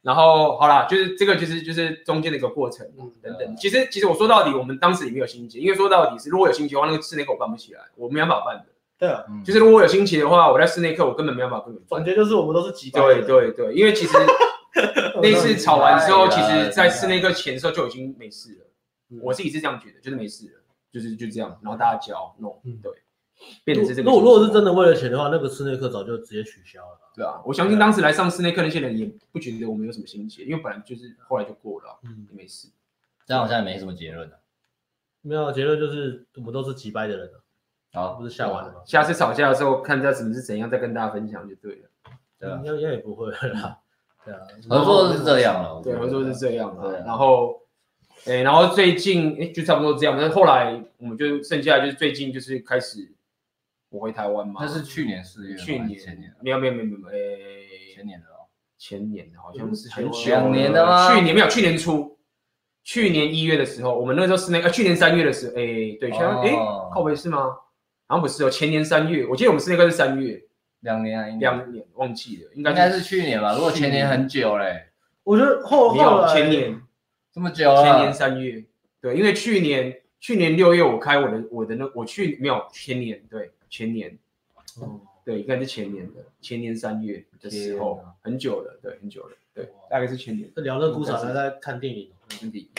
然后好啦，就是这个就是就是中间的一个过程嗯等等。其实其实我说到底，我们当时也没有心结，因为说到底是如果有心结的话，那个室内课我办不起来，我没办法办的。对啊，嗯就是如果有心结的话，我在室内课我根本没办法跟你们总办。结就是我们都是极端对哦的。对对，因为其实那次吵完之后，哎呀其实在室内课前的时候就已经没事了。嗯我自己是这样觉得，就是没事了，就是就这样，然后大家教弄嗯，对，变成是这个。如果如果是真，的为了钱的话，那个室内课早就直接取消了。对啊，我相信当时来上室内课那些人也不觉得我们有什么心结，因为本来就是后来就过了啊，嗯，没事。这样好像也没什么结论啊了。没有啊结论就是我们都是极掰的人啊，好，不是下完了吗？下次吵架的时候，看一下什么是怎样，再跟大家分享就对了。对啊应该应该也不会啦。对啊，合作是这样了，我觉对，得合作是这样啊对。啊然后，哎，然后最近哎就差不多这样。但是后来我们就剩下就是最近就是开始我回台湾嘛，那是去年四月吗，去还年是前年啊，没有没有没有没有，哎，前年的哦。前年好像是前很久两年了吗去年没有，去年初，去年一月的时候，我们那时候是那个、呃去年三月的时候，哎、对，去哦哎、靠北是吗？好像不是哦，前年三月，我记得我们是那个是三月，两年啊，一年两年忘记了，应该应是该是去年吧？如果前年很久嘞，我觉得后没有后来前年，这么久了，啊前年三月，对，因为去年去年六月我开我的我的那我去没有前年对前年嗯对应该是前年的前年三月的时候天啊，很久了，对，很久了，对哇，大概是前年。这聊那姑嫂还在看电影哦，年底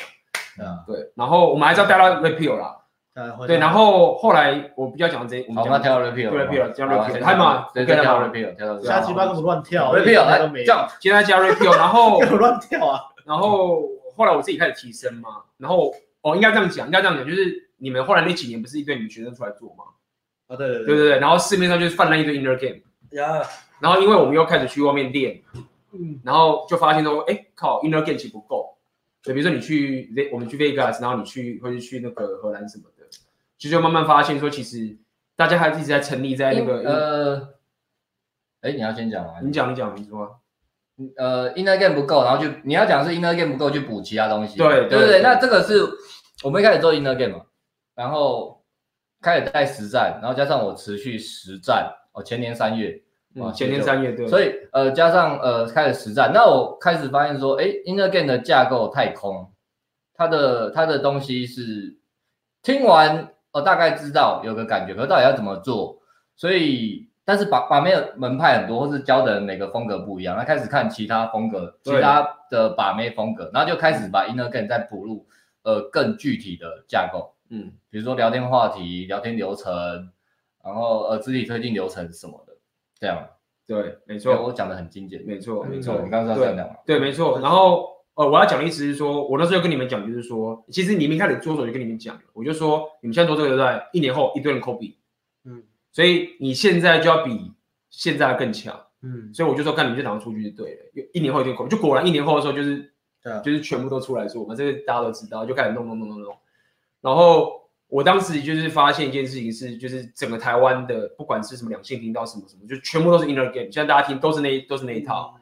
对啊对，然后我们还是要带到 repeal 啦，大家会对，然后后来我比较讲这，我们好，那讲跳到 repeal，对 repeal，跳到 repeal，先还嘛对，再跟了跳嘛 repeal，跳到瞎鸡巴跟我乱跳啊 repeal，那来都没有 jump，现在加 repeal，然后跟我乱跳啊。然后后来我自己开始提升嘛，然后哦应该这样讲，应该这样讲，就是你们后来那几年不是一堆女学生出来做嘛，啊，对对对对对，然后市面上就是泛滥一堆 inner game，呀，然后因为我们又开始去外面练，嗯，然后就发现说，哎靠，inner game 其实不够，对，比如说你去 Ve- 我们去 Vegas，然后你去或者去那个荷兰什么的，就就慢慢发现说，其实大家还一直在沉溺在哎那个，呃，哎，你要先讲完，你讲你讲你说啊。呃，inner game 不够，然后就你要讲是 inner game 不够去补其他东西，对对对不对对。那这个是我们一开始做 inner game 嘛，然后开始带实战，然后加上我持续实战，哦，前年三月，嗯，哇前年这就三月对，所以以呃加上呃开始实战，那我开始发现说，哎，inner game 的架构太空，它的它的东西是听完哦大概知道有个感觉，可是到底要怎么做？所以但是把把没有门派很多，或是教的人每个风格不一样，那开始看其他风格，其对他的把妹风格，然后就开始把 inner game 再补入呃更具体的架构。嗯，比如说聊天话题、聊天流程，然后呃肢体推进流程什么的，这样。对，没所以错，我讲的很精简，嗯没错，没没错，错，你刚刚是要这样讲嘛？对，没错。然后呃，我要讲的意思是说，我那时候跟你们讲，就是说，其实你们一开始做的时候我就跟你们讲了，我就说你们现在做这个对不对？一年后一堆人 copy，嗯所以你现在就要比现在更强。嗯，所以我就说，干，你们就打算出去就对了。有一年后一堆人 copy，就果然一年后的时候就是对啊就是全部都出来说，我们这个大家都知道，就开始弄弄弄弄弄。然后我当时就是发现一件事情是，就是整个台湾的不管是什么两性频道什么什么，就全部都是 inner game，现在大家听都是那一都是那一嗯套。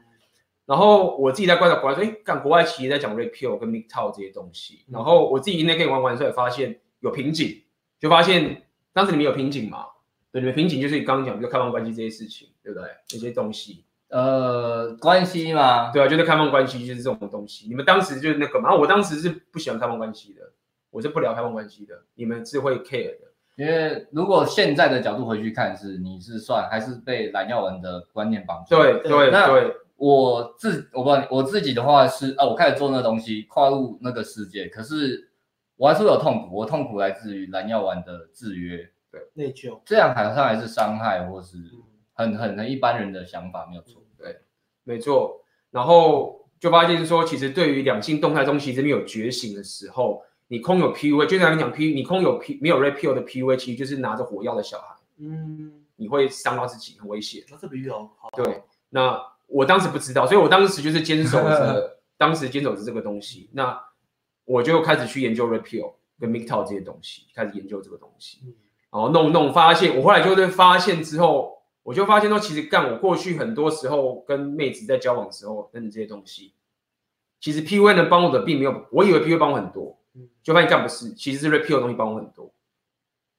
然后我自己在观察国外说，哎，干国外其实在讲 repeal 跟 mid-tow 这些东西。然后我自己那 game 玩完之后，也发现有瓶颈，就发现当时你们有瓶颈嘛？对，你们瓶颈就是你刚刚讲，比如开放关系这些事情，对不对？这些东西。呃，关系嘛，对啊，就是开放关系，就是这种东西。你们当时就是那个嘛，啊我当时是不喜欢开放关系的，我是不聊开放关系的，你们是会 care 的。因为如果现在的角度回去看是，你是算还是被蓝耀文的观念绑住？对对那对，我自我不知道你我自己的话是啊，我开始做那东西，跨入那个世界，可是我还是会有痛苦，我痛苦来自于蓝药丸的制约，内疚，嗯这样好像还是伤害或是嗯很很很一般人的想法没有错。没错。然后就发现说，其实对于两性动态中，其实没有觉醒的时候，你空有 PUA，就像你讲 P，你空有 P 没有 repeal 的 PUA，其实就是拿着火药的小孩，嗯，你会伤到自己，很危险。那这比喻好好，对，那我当时不知道，所以我当时就是坚 守着，当时坚守着这个东西。那我就开始去研究 repeal 跟 mictal 这些东西，开始研究这个东西，嗯然后弄弄发现，我后来就是发现之后，我就发现说，其实干我过去很多时候跟妹子在交往的时候，等等这些东西，其实 PUA 能帮我的并没有，我以为 PUA 帮我很多嗯，就发现干不是，其实是 repeal 的东西帮我很多。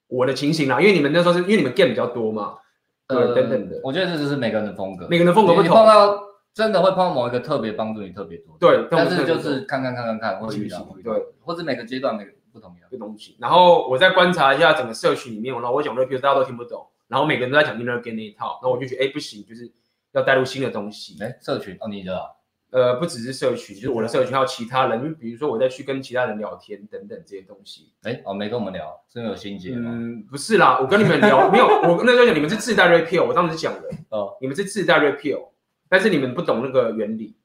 我的情形啦，因为你们那时候是因为你们 game 比较多嘛，对、呃，等等的，我觉得这就是每个人的风格，每个人的风格不你同碰。到真的会碰到某一个特别帮助你特别多的，对，但我是真的就不懂是看看看看看，或者遇到对，或者每个阶段每个不同样。这东西。然后我再观察一下整个社区里面，然后我讲 r e p e 大家都听不懂，然后每个人都在讲 inner game 那一套，那我就觉得哎不行，就是要带入新的东西。哎，社群哦，你知道，呃，不只是社区，就是我的社区还有其他人，因为比如说我再去跟其他人聊天等等这些东西。哎，哦，没跟我们聊，是因为有心结吗？嗯，不是啦，我跟你们 聊没有，我那时候讲你们是自带 repeal，我当时讲的，哦，你们是自带 repeal，但是你们不懂那个原理。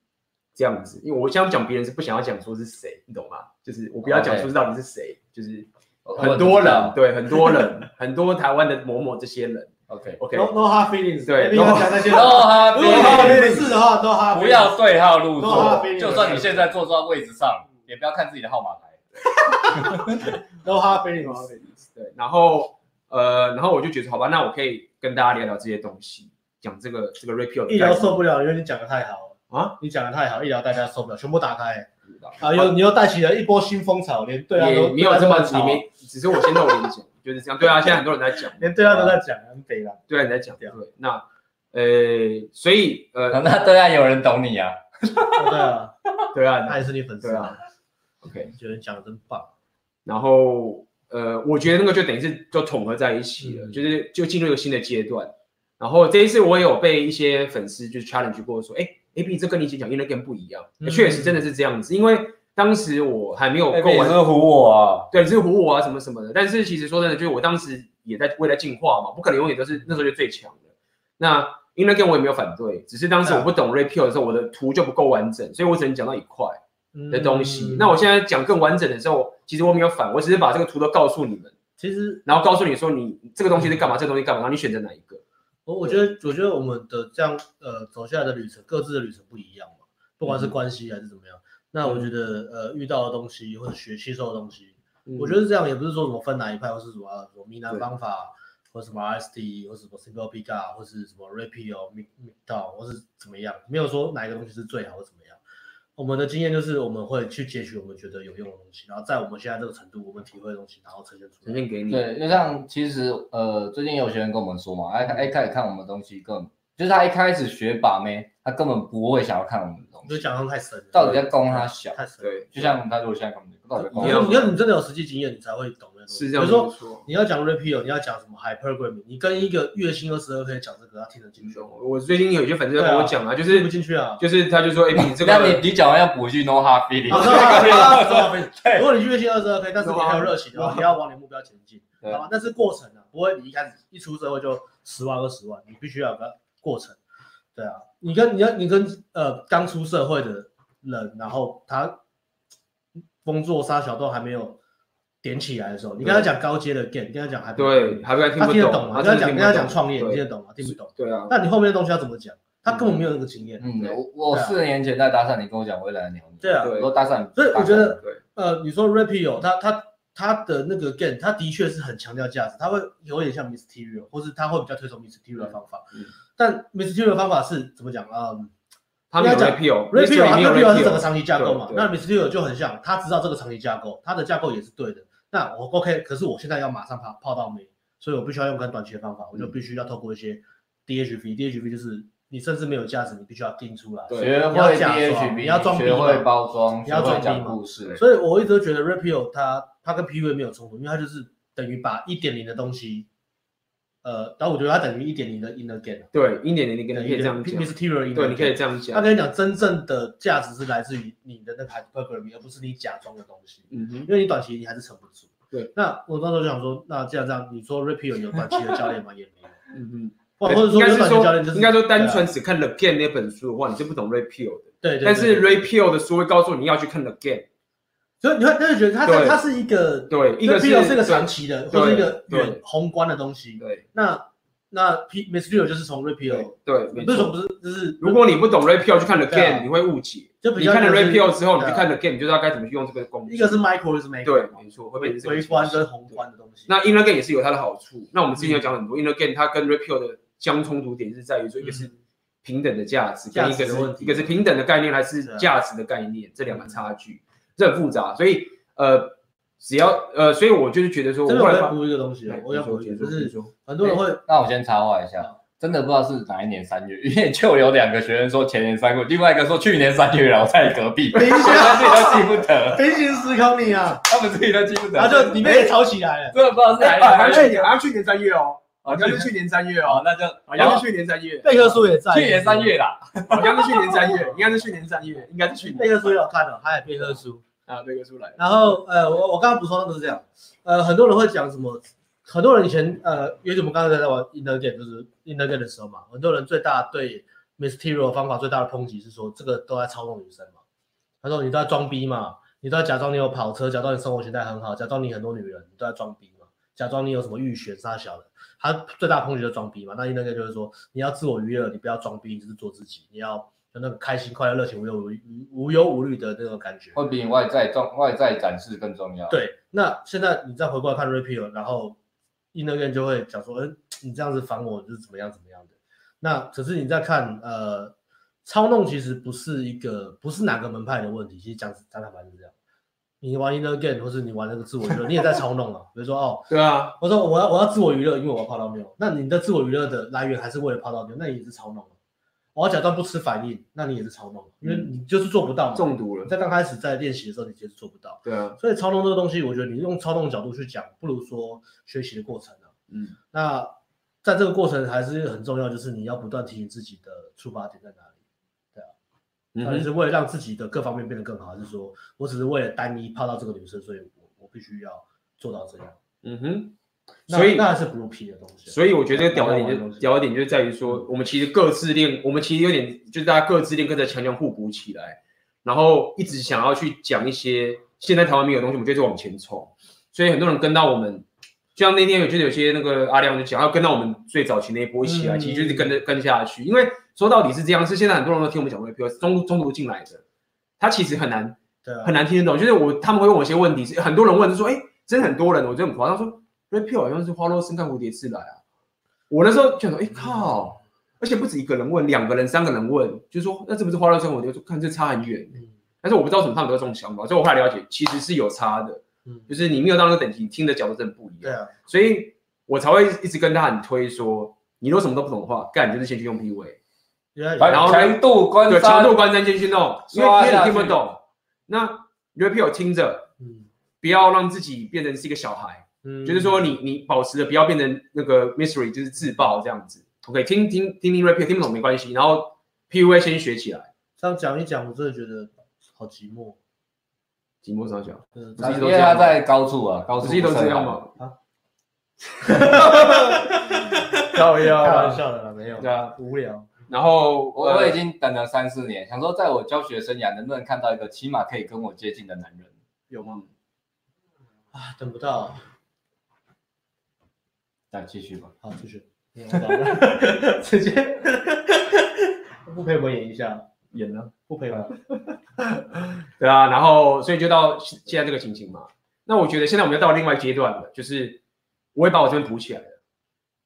这样子，因为我想讲别人是不想要讲说是谁，你懂吗？就是我不要讲 OK 说是到底是谁就是我很多我知人，道对，很多人， 很多台湾的某某这些人 OK， ，OK， ，no no hard feelings，对不要 no- 讲那些，哦，如果哈他不是的话，no hard，不要对号入座 No，，就算你现在坐在位置上，也不要看自己的号码牌。 no hard feelings，对，然后呃，然后我就觉得好吧，那我可以跟大家聊聊这些东西，讲这个这个 repeal 的概医疗念受不了，因为你讲的太好了啊，你讲的太好，医疗大家受不了，全部打开知道啊，又你又带起了一波新风潮，连对岸也都没有这么你没，没，只是我先露脸讲， 就是这样。对啊，现在很多人在讲，连对岸都在讲，很北了，对啊，你在讲，对对啊，那呃，所以呃，那对岸有人懂你啊？哦对啊，对啊他也是你粉丝对啊，，OK，觉得你讲的真棒，然后呃，我觉得那个就等于是就统合在一起了，嗯就是就进入一个新的阶段。然后这一次我也有被一些粉丝就是 challenge 过说，哎，A B 这跟你以前讲 inner game 不一样，嗯确实真的是这样子，因为当时我还没有哎够完，唬我啊？对，你是唬我啊什么什么的。但是其实说真的，就是我当时也在为了进化嘛，不可能永远都是那时候就最强的。那 inner game 我也没有反对，只是嗯当时我不懂 repeal 的时候，我的图就不够完整，所以我只能讲到一块。的东西。嗯那我现在讲更完整的时候，其实我没有反，我只是把这个图都告诉你们，其实然后告诉你说你这个东西是干嘛，这个东西干嘛，然后你选择哪一个。我我觉得，我觉得我们的这样呃走下来的旅程，各自的旅程不一样嘛，不嗯管是关系还是怎么样。那我觉得呃遇到的东西或者学吸收的东西，嗯我觉得这样也不是说什么分哪一派，或是什么啊什么闽南对方法，或什么 RSD，或是什么 Single b i g a 或是什么 Rapio Mid Mid d o 或是怎么样，没有说哪一个东西是最好或怎么样。我们的经验就是我们会去截取我们觉得有用的东西，然后在我们现在这个程度，我们体会的东西，然后呈现出呈来。现给你。对，就像其实呃，最近有学员跟我们说嘛，哎哎，开始看我们的东西，根本就是他一开始学把妹，他根本不会想要看我们的东就西，讲的太深了，到底在攻他小？太深了。对，就像他如果现在跟我们到底在你攻一样要他你小要你真的有实际经验，你才会懂那东西。是这样比没如说错。你要讲 repeal，你要讲什么 hypergram，你跟一个月薪二十二 k 讲这个，他听得进去吗？我最近有些粉丝在跟我讲啊，就听不是进去啊。就是他就说，哎，你这那你个你讲完要补一句 no hard 啊 feeling，知道吗知道吗知道吗如果你月薪二十二 k，但是你还有热情的啊话，你要往你的目标前进，对好吧？但是过程啊，不会你一开始一出社会就十万二十万，你必须要有个过程。对啊，你跟你要你跟呃刚出社会的人，然后他工作沙小都还没有点起来的时候，你跟他讲高阶的 game，你跟他讲还不对，还不然听他不听得懂他吗？跟他真的讲，听跟不他懂讲创业，你听对得懂吗？听不懂。对啊，那你后面的东西要怎么讲？他根本没有那个经验。嗯，对我我四年前在搭讪，你跟我讲我会来鸟你，对啊，对我说搭讪，所以我觉得对，呃，你说 rapio，他他他的那个 game，他的确是很强调价值，他会有点像 Mysterio，或是他会比较推崇 Mysterio 的方法。嗯但 Mysterio 的方法是怎么讲啊、嗯他没有应该讲啊 repeal， r a p i o 没它有 Rapio 是整个长期架构嘛，对对那 Mysterio 就很像，他知道这个长期架构，他的架构也是对的。那我 OK，可是我现在要马上泡泡到没，所以我必须要用很短期的方法，我嗯就必须要透过一些 DHV，DHV 就是你甚至没有价值，你必须要定出来。对学你要会假装 DHB，你要装逼学嘛会包装，你学要装会逼讲嘛故事，所以我一直都觉得 Rapio 它它跟 PUA 没有冲突，因为它就是等于把一点零的东西，呃，然后我觉得它等于一点零的 inner game，对一点零零跟你可以这样讲， ，Mysterio inner 对，你可以 game 这样他讲，跟你讲，真正的价值是来自于你的那个 programming，而不是你假装的东西，嗯哼，因为你短期你还是撑不住。对，那我那时候就想说，那既然这样，你说 Rapio 有短期的教练吗？也 没有，嗯哼。或或者应说该有是短期教练就说，是应该说单纯对啊只看《The Game》那本书的话，你是不懂 Repeal 的。对，对但是对 Repeal 的书会告诉你要去看《The Game 所以你会那就觉得他对他是一个》。对，一个是 Rapio 是一个长期的，对或是一个对远宏观的东西。对那那 P Mysterio 就是从 Rapio，对，没那种错。哦不是就是如果你不懂 Repeal 去看《The 对 Game 啊》，你会误解。就比你较看了就是 Repeal 之后，你去对啊看《The Game》，你就知道该怎么去用这个工具。一个是 micro 是 macro，对，没错，会被微观跟宏观的东西。那 Inner Game 也是有它的好处。那我们之前嗯有讲很多 Inner Game，它跟 Repeal 的相冲突点是在于嗯说，一个是平等的价值，价跟值一个的问是题一个是平等的概念还是嗯是啊价值的概念，这两个差距这很复杂。所以呃，只要呃，所以我就是觉得说，我这边后我来要发补一个东西啊对，我要你说补一个，你说哎就是你说很多人会那我先插话一下好，真的不知道是哪一年三月， 因为就有两个学生说前年三月，另外一个说去年三月了，我在 隔壁，等一下他们自己都记不得，平行时空你啊，他们自己都记不得，然后就里面也吵起来了，真的不知道是哪一哎年三月，年，好像去年三月哦，好像是去年三月哦，，那就好像是去年三月贝克书也 在，去年三，月啦，好像是去年三月，应该是去年三月，应该是去贝克书也有看哦，还有贝克书。啊，那个出来了。然后呃，我我刚刚补充那个是这样，呃，很多人会讲什么，很多人以前呃，尤其我们刚才在玩 inner game 就是 inner game 的时候嘛，很多人最大对 Mysterio 的方法最大的抨击是说，这个都在操纵女生嘛，他说你都在装逼嘛，你都在假装你有跑车，假装你生活形态很好，假装你很多女人，你都在装逼嘛，假装你有什么预选啥小的。他最大的抨击就是装逼嘛，那 inner game 就是说你要自我娱乐，你不要装逼，你就是做自己，你要有那个开心、快乐、热情、无忧无无忧无虑的那种感觉。 会比你外在重外在展示更重要。，对，那现在你再回过来看 Rapio，然后 i n n e r g a n 就会讲说，嗯，你这样子烦我就是怎么样怎么样的。那可是你再看，呃，操弄其实不是一个不是哪个门派的问题，其实讲讲坦白是这样。你玩 i n n e r g a n 或是你玩那个自我娱乐，你也在操弄啊。比如说哦，对啊，我说我要我要自我娱乐，因为我要泡到妞。那你的自我娱乐的来源还是为了泡到妞，那你也是操弄啊。我要假装不吃反应，那你也是操弄啊，因为你就是做不到嘛。嗯中毒了你。在刚开始在练习的时候，你其实做不到。对啊，所以操弄这个东西，我觉得你用操弄角度去讲，不如说学习的过程啊。嗯，那在这个过程还是很重要，就是你要不断提醒自己的出发点在哪里。嗯到底哼是为了让自己的各方面变得更好，还是说我只是为了单一泡到这个女生，所以我我必须要做到这样？嗯哼，那所以那还是 blue P 的东西啊。所以我觉得这个屌的那我点玩就的嗯屌的点就在于说，我们其实各自练，我们其实有点就是大家各自练，各自强强互补起来，然后一直想要去讲一些现在台湾没有的东西，我们就一直往前冲。所以很多人跟到我们，就像那天我觉得有些那个阿亮就讲，要跟到我们最早期那一波起来，嗯其实就是跟着跟下去。因为说到底是这样，是现在很多人都听我们讲 r a p 中中途进来的，他其实很难对啊很，难听得懂。就是我他们会问我一些问题，是很多人问，就说：“哎、真的很多人，我觉得很夸张。”说 r a p i o 好像是花落盛开，蝴蝶自来啊。我那时候就想说：“哎、嗯靠！”而且不止一个人问，两个人、三个人问，就说：“那这不是花落盛开？”我就说：“看这差很远。嗯”但是我不知道为什么他们都有这种想法，所以我后来了解，其实是有差的，嗯，就是你没有到那个等级，你听的角度真的不一对样。啊，所以我才会一直跟他很推说：“你如果什么都不懂的话，干你就是先去用 P V。”原来然然后后强度关对，强山度，关山先去弄，因为刷因为下你听不去懂。那 r a p i o 听着，嗯不要让自己变成是一个小孩，嗯，就是说你你保持的不要变成那个 mystery，就是自爆这样子。OK，听听听听 rap，听不懂没关系，然后 PUA 先学起来。这样讲一讲，我真的觉得好寂寞。寂寞三小，嗯，不是一因种为他在高处啊，高我处自己都不胜这样寒？嘛。啊 开玩笑的啦，没有，对啊，无聊。然后我呃我已经等了三四年，想说在我教学生涯能不能看到一个起码可以跟我接近的男人。有吗？啊，等不到，那继续吧。好，继续， 没有我懂了直接不陪我演一下，演了。不陪我。啊对啊，然后所以就到现现在这个情形嘛。那我觉得现在我们要到另外一个阶段了，就是我会把我这边补起来了，嗯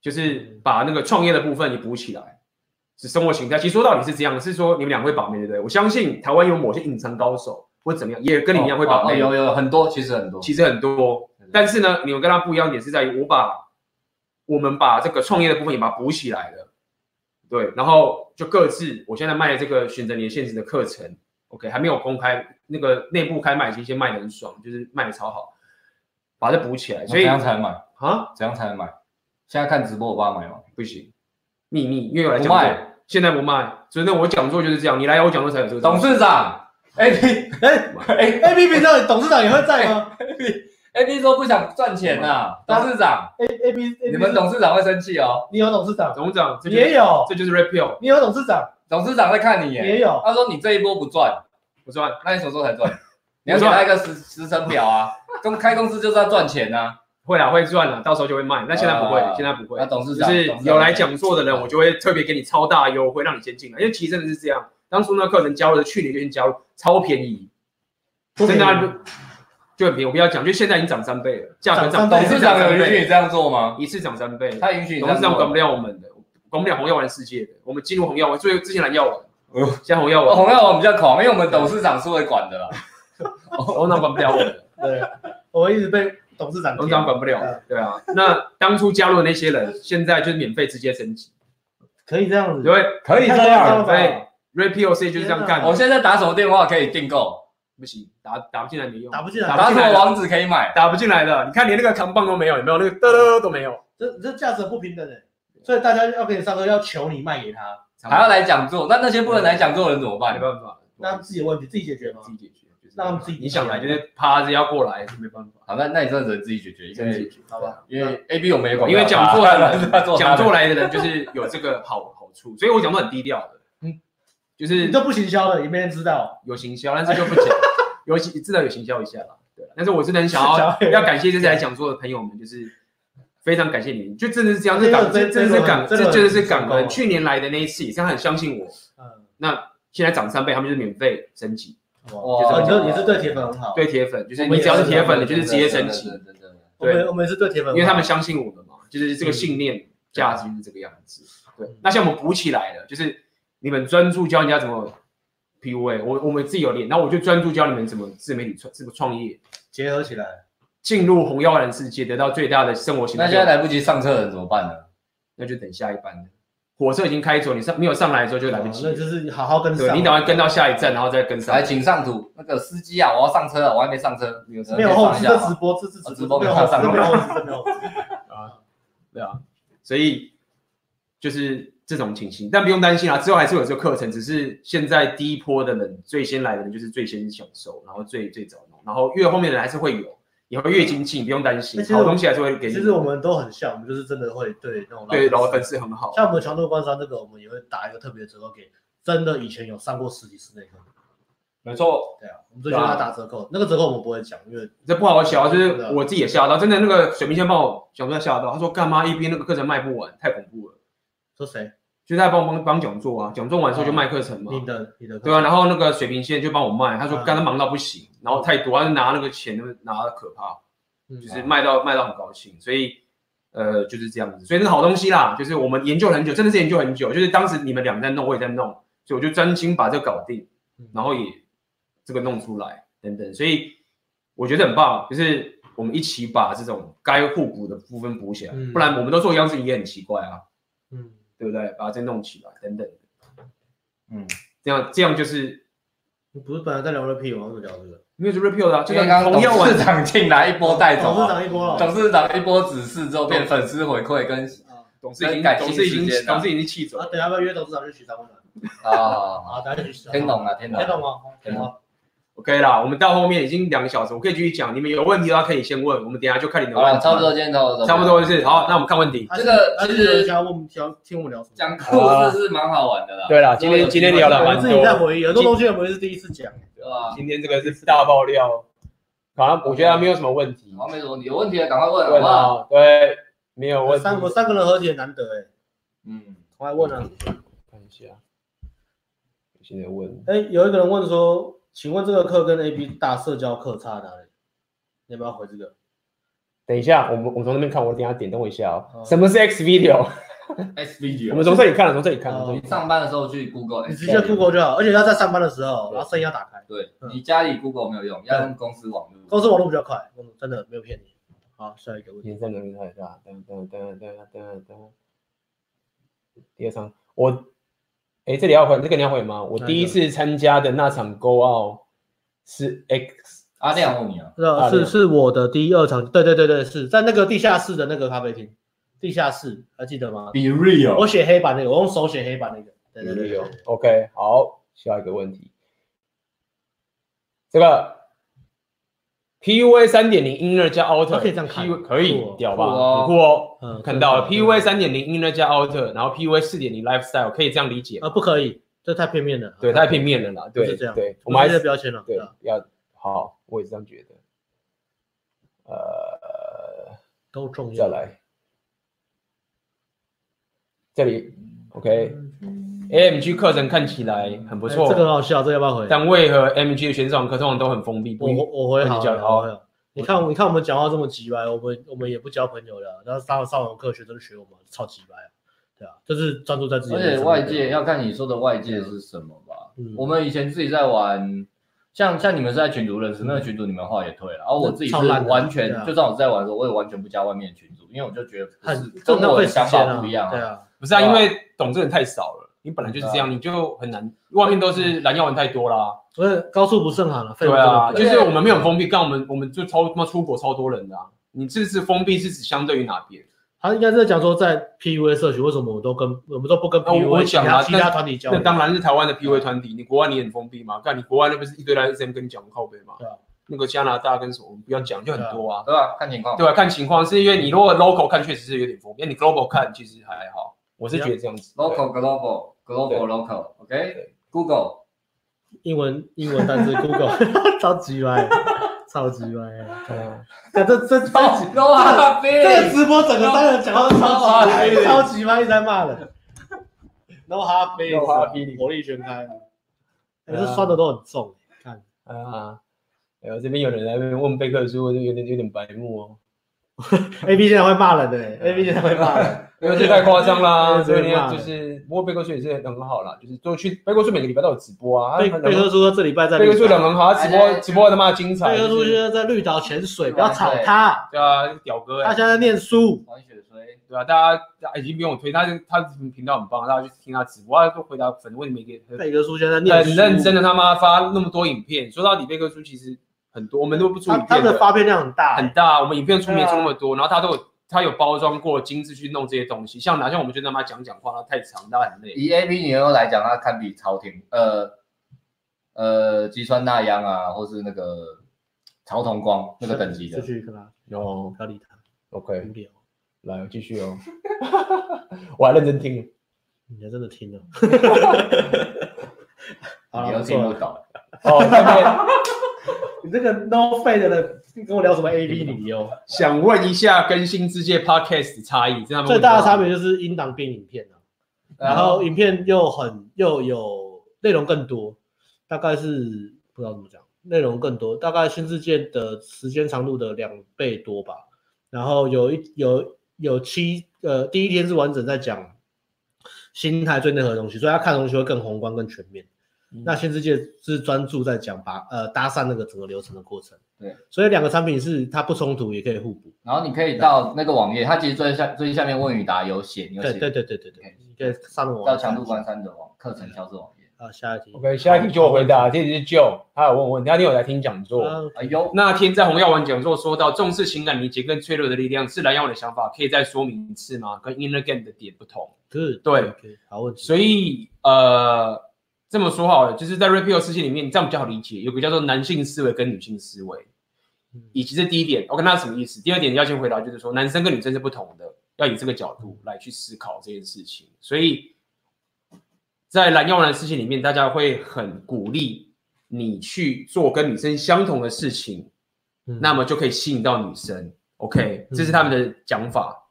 就是把那个创业的部分也补起来，是生活形态。其实说到底是这样，是说你们俩会把妹，对不对？我相信台湾有某些隐藏高手或怎么样，也跟你一样会把哦哦妹，有有很多，其实很多。其实很多。但是呢，你们跟他不一样点是在于，我把我们把这个创业的部分也把它补起来了，对，然后就各自，我现在卖这个选择你的现实的课程，OK，还没有公开，那个内部开卖已经先卖的很爽，就是卖的超好，把它补起来，那所以怎样才买？啊怎样才买？现在看直播，我爸买吗？不行，秘密，因为我来不讲座卖，现在不卖，所以呢，我讲座就是这样，你来我讲座才有这个董东西事长，A P 哎 A ，A P P 到底董事长也会在吗 A P 哎说不想赚钱呐，董事长， ？A P 哎你们，董事长会生气哦。你有董事长，董事长，这你就是也有，这就是 repeal，你有董事长，董事长在看你你耶，也有。他说你这一波不赚，我说那你什么时候 才赚？你要给他一个时时程表啊，公开公司就是要赚钱呐。会啦，会赚啦，到时候就会卖，但现在不会，啊现在不会那。董事就长是董事长有来讲座的人，我就会特别给你超大优惠，让你先进来。因为其实真的是这样，当初那个课程加入的，去年就先加入，超便宜，不便真宜的啊就就很便宜。我不要讲，就现在已经涨三倍了，价格涨涨三董倍一事次长涨三有允许你倍，这样做吗？一次涨三倍。他允许你这董样事长做管不吗。了我们的，管不了红药丸世界的。我们进入红药丸，所以之前蓝药哎呦丸，现在红药哦丸，红药我们比较狂，因为我们董事长是会管 的啦。董事长管不了我 们，对，我一直被董事长董事长骗管不了。对啊，那当初加入的那些人，现在就是免费直接升级，可以这样子因，为可以太这样夸张了吧对 RPOC 就是这样干的。我现在打什么电话可以订购？不行，打打不进来没用，打不进来打打不什进么来网址可以买？打不进来的。你看连那个扛棒都没有，有没有？那个嘚嘚都没有，这这价值不平等的，所以大家要给你上课，要求你卖给他，还要来讲座，那那嗯些不能来讲座的人怎么办没？办法，那他们自己的问题自己解决吗自？己解决，就是让他们自己你想来就是趴着要过来是没办 法，好，那那你真的只能自己解决，因真的为解决。嗯好吧，因为 A B 我们也管因不为了他，讲座的人 他做他讲的座来的人就是有这个好好处，所以我讲座很低调的，嗯嗯，就是你都不行销了，也没人知道。有行销，但是就不 讲，有行至少有行销一下啦。对啦，但是我真的很想 要行销要感谢这次来讲座的朋友们，就是非常感谢你们，就真的是这样，这真的感这真的是感真的这真的是感真的恩。去年来的那一次，也是他很相信我，嗯，那现在涨三倍，他们就是免费升级，哇，哇，哦你说你是对铁粉很好，，对铁粉，就是我你们也只要是是铁粉，我你们就是直接升级真，的，真的真的我们我们也是对嗯啊铁粉很因好，为他们相信我们嘛，就是这个信念价值就是这个样子。嗯对，那像我们补起来了，就是你们专注教人家怎么 PUA，我我们自己有练，然后我就专注教你们怎么自媒体创怎么创业，结合起来，进入红药丸世界，得到最大的生活形那态。现在来不及上车的人怎么办呢？那就等下一班了，火车已经开走，你上没有上来的时候就来不及哦那了。就是好好跟对上，你赶快跟到下一站，然后再跟上来，。请上图，那个司机啊，我要上车了，我还没上车，你有没有后上置，一下这吗直播，这哦是啊直直播，播没没有有后置，上这吗没有后置，这没有后置。对啊，所以就是这种情形，但不用担心啊，之后还是有这个课程，只是现在第一波的人最先来的人就是最先享受，然后最最早弄，然后越后面的人还是会有，也会越精进，不用担心那，其实好东西还是会给其你。实我们都很像，我们就是真的会对那种对老老粉丝很好，像我们强度关山这个，我们也会打一个特别折扣给真的以前有上过实体室内课，没错，对啊，我们就觉得他打折啊扣，那个折扣我们不会讲，因为这不好笑啊，就是对啊我自己也吓到，真的那个水明先帮我想说吓到，他说干嘛一边那个课程卖不完，太恐怖了，说谁就是他帮帮帮讲座啊，讲座完之后就卖课程嘛。你的你的对啊，然后那个水平线就帮我卖，他说嗯刚才忙到不行，然后太多，他就拿那个钱，那么拿的可怕，嗯就是卖到卖到很高兴，所以呃就是这样子，所以那是好东西啦，就是我们研究了很久，真的是研究很久，就是当时你们俩在弄，我也在弄，所以我就专心把这个搞定嗯，然后也这个弄出来等等，所以我觉得很棒，就是我们一起把这种该互补的部分补起来，嗯不然我们都做一样事情也很奇怪啊，嗯，对不对？把这弄起来等等，嗯，这样这样就是。你不是本来在聊 repeat 吗？为什么聊这个？没有就 repeal 的、啊，这因个为刚刚红药董丸事长进来一波带董走事啊，长一波了，董事长一波指示之后变粉丝回馈跟董事已经感董性事已经时间啊董事已经气走啊了，，等下要不要约董事长去许三温暖？啊，啊，等下去许三温天暖懂了，天懂听懂了，吗？听懂。 OK 啦，我们到后面已经两个小时，我可以继续讲，你们有问题的话可以先问，我们等一下就看你们好的问了，题。差不多，今天差不多，差不多就是好，那我们看问题。还这是个还其是有人实想要问我们听听我们聊什么？讲故事是蛮好玩的啦，对啦今天今天聊了我蛮自己在回忆，很多东西我们是第一次讲。对吧？啊今天这个是大爆料，好像我觉得没有什么问题好，没什么，有问题的赶快问，好问不好？啊，对，没有问题。三我三个人和解难得哎，嗯，我还问啊，看一下，我现在问哎，有一个人问说，请问这个课跟 A B 大社交课差在哪里？你要不要回这个？等一下，我们我们从那边看，我等一下点动一下哦。哦什么是 X video？ S V G，我们从这里看了，从这里看了。哦从这你里上班的时候去 Google，你直接 Google 就好，而且要在上班的时候，对然后声音要打开，对嗯你家里 Google 没有用，要用公司网络。公司网络比较快，我真的没有骗你。好，下一个问题，先在哪里看一下？等等等等等等。第二场，我哎，这里要回，这个你要回吗？我哪一个第一次参加的那场 Go Out 是 X，阿亮问你啊，那大是量是我的第二场，对对对对，是在那个地下室的那个咖啡厅，地下室还记得吗？比 real，我写黑板那个，我用手写黑板那个，对对对旅对游对。 OK，好，下一个问题，这个 PUA 三点零 Inner 加 Outer 它可以这样看 PUA 可以酷哦屌酷吧？哦很酷哦。嗯看到了对对对 PUA 三点零 Inner 加 Outer，然后 PUA 四点零 Lifestyle 可以这样理解吗，啊，不可以，这太片面了，啊对，太平面了啦，就对是这样，对，我我们还们还是是标签了，对啊，要好，我也是这样觉得。呃，都重要。再来，这里 OK，AMG、AMG 课程看起来很不哎，错，这个很好笑，这个要不要回？但为何 MG 的选手课通常都很封闭？不我我我回好你讲了，好我回好了。你看我，你看我们讲话这么急歪，我们我们也不交朋友了，然后上上完课学生学我们，超级歪，对啊，就是专注在自己而的人且生里面。外界要看你说的外界是什么吧。嗯我们以前自己在玩，像像你们是在群组认识，那个群组你们后来也退了，然后我自己嗯是超烂的完全对，啊就算我在玩的时候，我也完全不加外面的群组，因为我就觉得不是很跟我的会想法不一样对啊。啊，不是啊，对因啊为懂这人太少了，你本来就是这样，你就很难。外面都是蓝药丸太多啦，所以高处不胜寒了，废物对啊，真的不就要是我们没有封闭，但我们我们就超他妈出国超多人的啊。你这次封闭是指相对于哪边？他应该是在讲说，在 PUA 社群为什么我们都跟我们都不跟那我 PUA 我其讲他啊，其但他团体交那流？当然是台湾的 PV 团体，你国外你很封闭嘛？看你国外那不是一堆来 SM 跟你讲靠背嘛对啊？那个加拿大跟什么，我们不要讲，就很多啊。对吧？看情况。对吧、看情况，是因为你如果 local 看确实是有点封闭，那你 global 看其实还好。我是觉得这样子。 Local, global, global, local. OK, Google 英文英文 单词 Google 超级歪，超级歪。对啊那这这这超级 low 啊，这个飞直播整个三人讲话都超级歪，对超级歪，一直在骂人。No hard feelings， No hard feelings 火力全开。可对啊是哎酸的都很重，看啊，哎呦，这边有人来问贝克书，就有点有点白目哦。 A B 现在会骂人的，A 哎 B 现在会骂人。因为这太夸张啦，对所以你这骂看人就是，不过贝克书也是很好啦，就是都去贝克书每个礼拜都有直播啊。贝他贝克人叔说这礼拜在贝绿克书人岛，很好，他直播直播他妈精彩。贝克就叔现是在在绿岛潜水，不要吵他，对啊，屌哥他哎，现在在念书。黄雪水，对啊，大家大家已经不用我推，他他频道很棒，大家去听他直播，他都回答粉问每个贝克叔现在在念书，很认真的他妈发那么多影片。说到底，贝克书其实很多，我们都不出他影他片们的发片量很大，很大，我们影片出名出那么多，然后他都有他有包装过精致去弄这些东西，像哪像我们就他妈讲讲话，他太长，他很累。以 A B 女优来讲，她堪比朝廷，呃呃，吉川那央啊，或是那个曹同光那个等级的出。去跟他哦不要理他，无，OK，聊。来我继续哦，我还认真听。你还真的 听了，好你了，又不听错不了。懂，哦，这边你这个 no fade 的，跟我聊什么 A 哦 B 理由？想问一下更新之界 Podcast 差异，这他们最大的差别就是音档变影片啊了、然然后后影片又很又有内容更多，大概是不知道怎么讲，内容更多，大概新世界的时间长度的两倍多吧。然后有一有有七呃，第一天是完整在讲心态最内核的东西，所以他看的东西会更宏观、更全面。嗯那新世界是专注在讲把呃搭讪那个整个流程的过程，对，所以两个产品是它不冲突，也可以互补。然后你可以到那个网页，它其实最下最下面问与答有写，你有对写对对对对对，你可以上那个网到站强度关山的网课程销售网页。啊，下一题。 OK，下一题就我回答，这题是 Joe，他有问我问题，他那天有来听讲座。啊哎呦，那天在红药丸讲座说到重视情感理解跟脆弱的力量是蓝药丸的想法，可以再说明一次吗？跟 Inner Game 的点不同。 Good，对 OK，好问题。所以呃，这么说好了，就是在 Repeal 事件里面，这样比较好理解，有个叫做男性思维跟女性思维，嗯以及这第一点。OK，那什么意思？第二点要先回答，就是说男生跟女生是不同的，要以这个角度来去思考这件事情。所以在蓝药丸的事情里面，大家会很鼓励你去做跟女生相同的事情，嗯那么就可以吸引到女生。OK，嗯这是他们的讲法。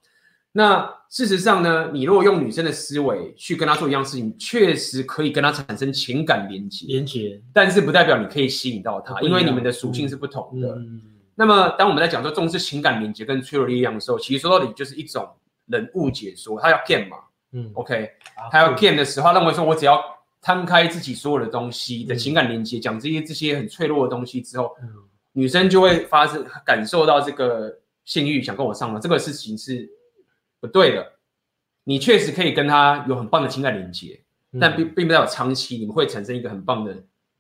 那事实上呢，你如果用女生的思维去跟她做一样事情，确实可以跟她产生情感连接，连接，但是不代表你可以吸引到她，不一因样为你们的属性是不同的。嗯，那么，当我们在讲说重视情感连接跟脆弱力量的时候，其实说到底就是一种人误解说他要骗嘛嗯， ，OK，啊他要对骗的时候，他认为说我只要摊开自己所有的东西的嗯情感连接，讲这些这些很脆弱的东西之后，嗯女生就会发生感受到这个性欲，想跟我上床，这个事情是不对的。你确实可以跟他有很棒的情感连接，嗯但并并不代表长期你们会产生一个很棒的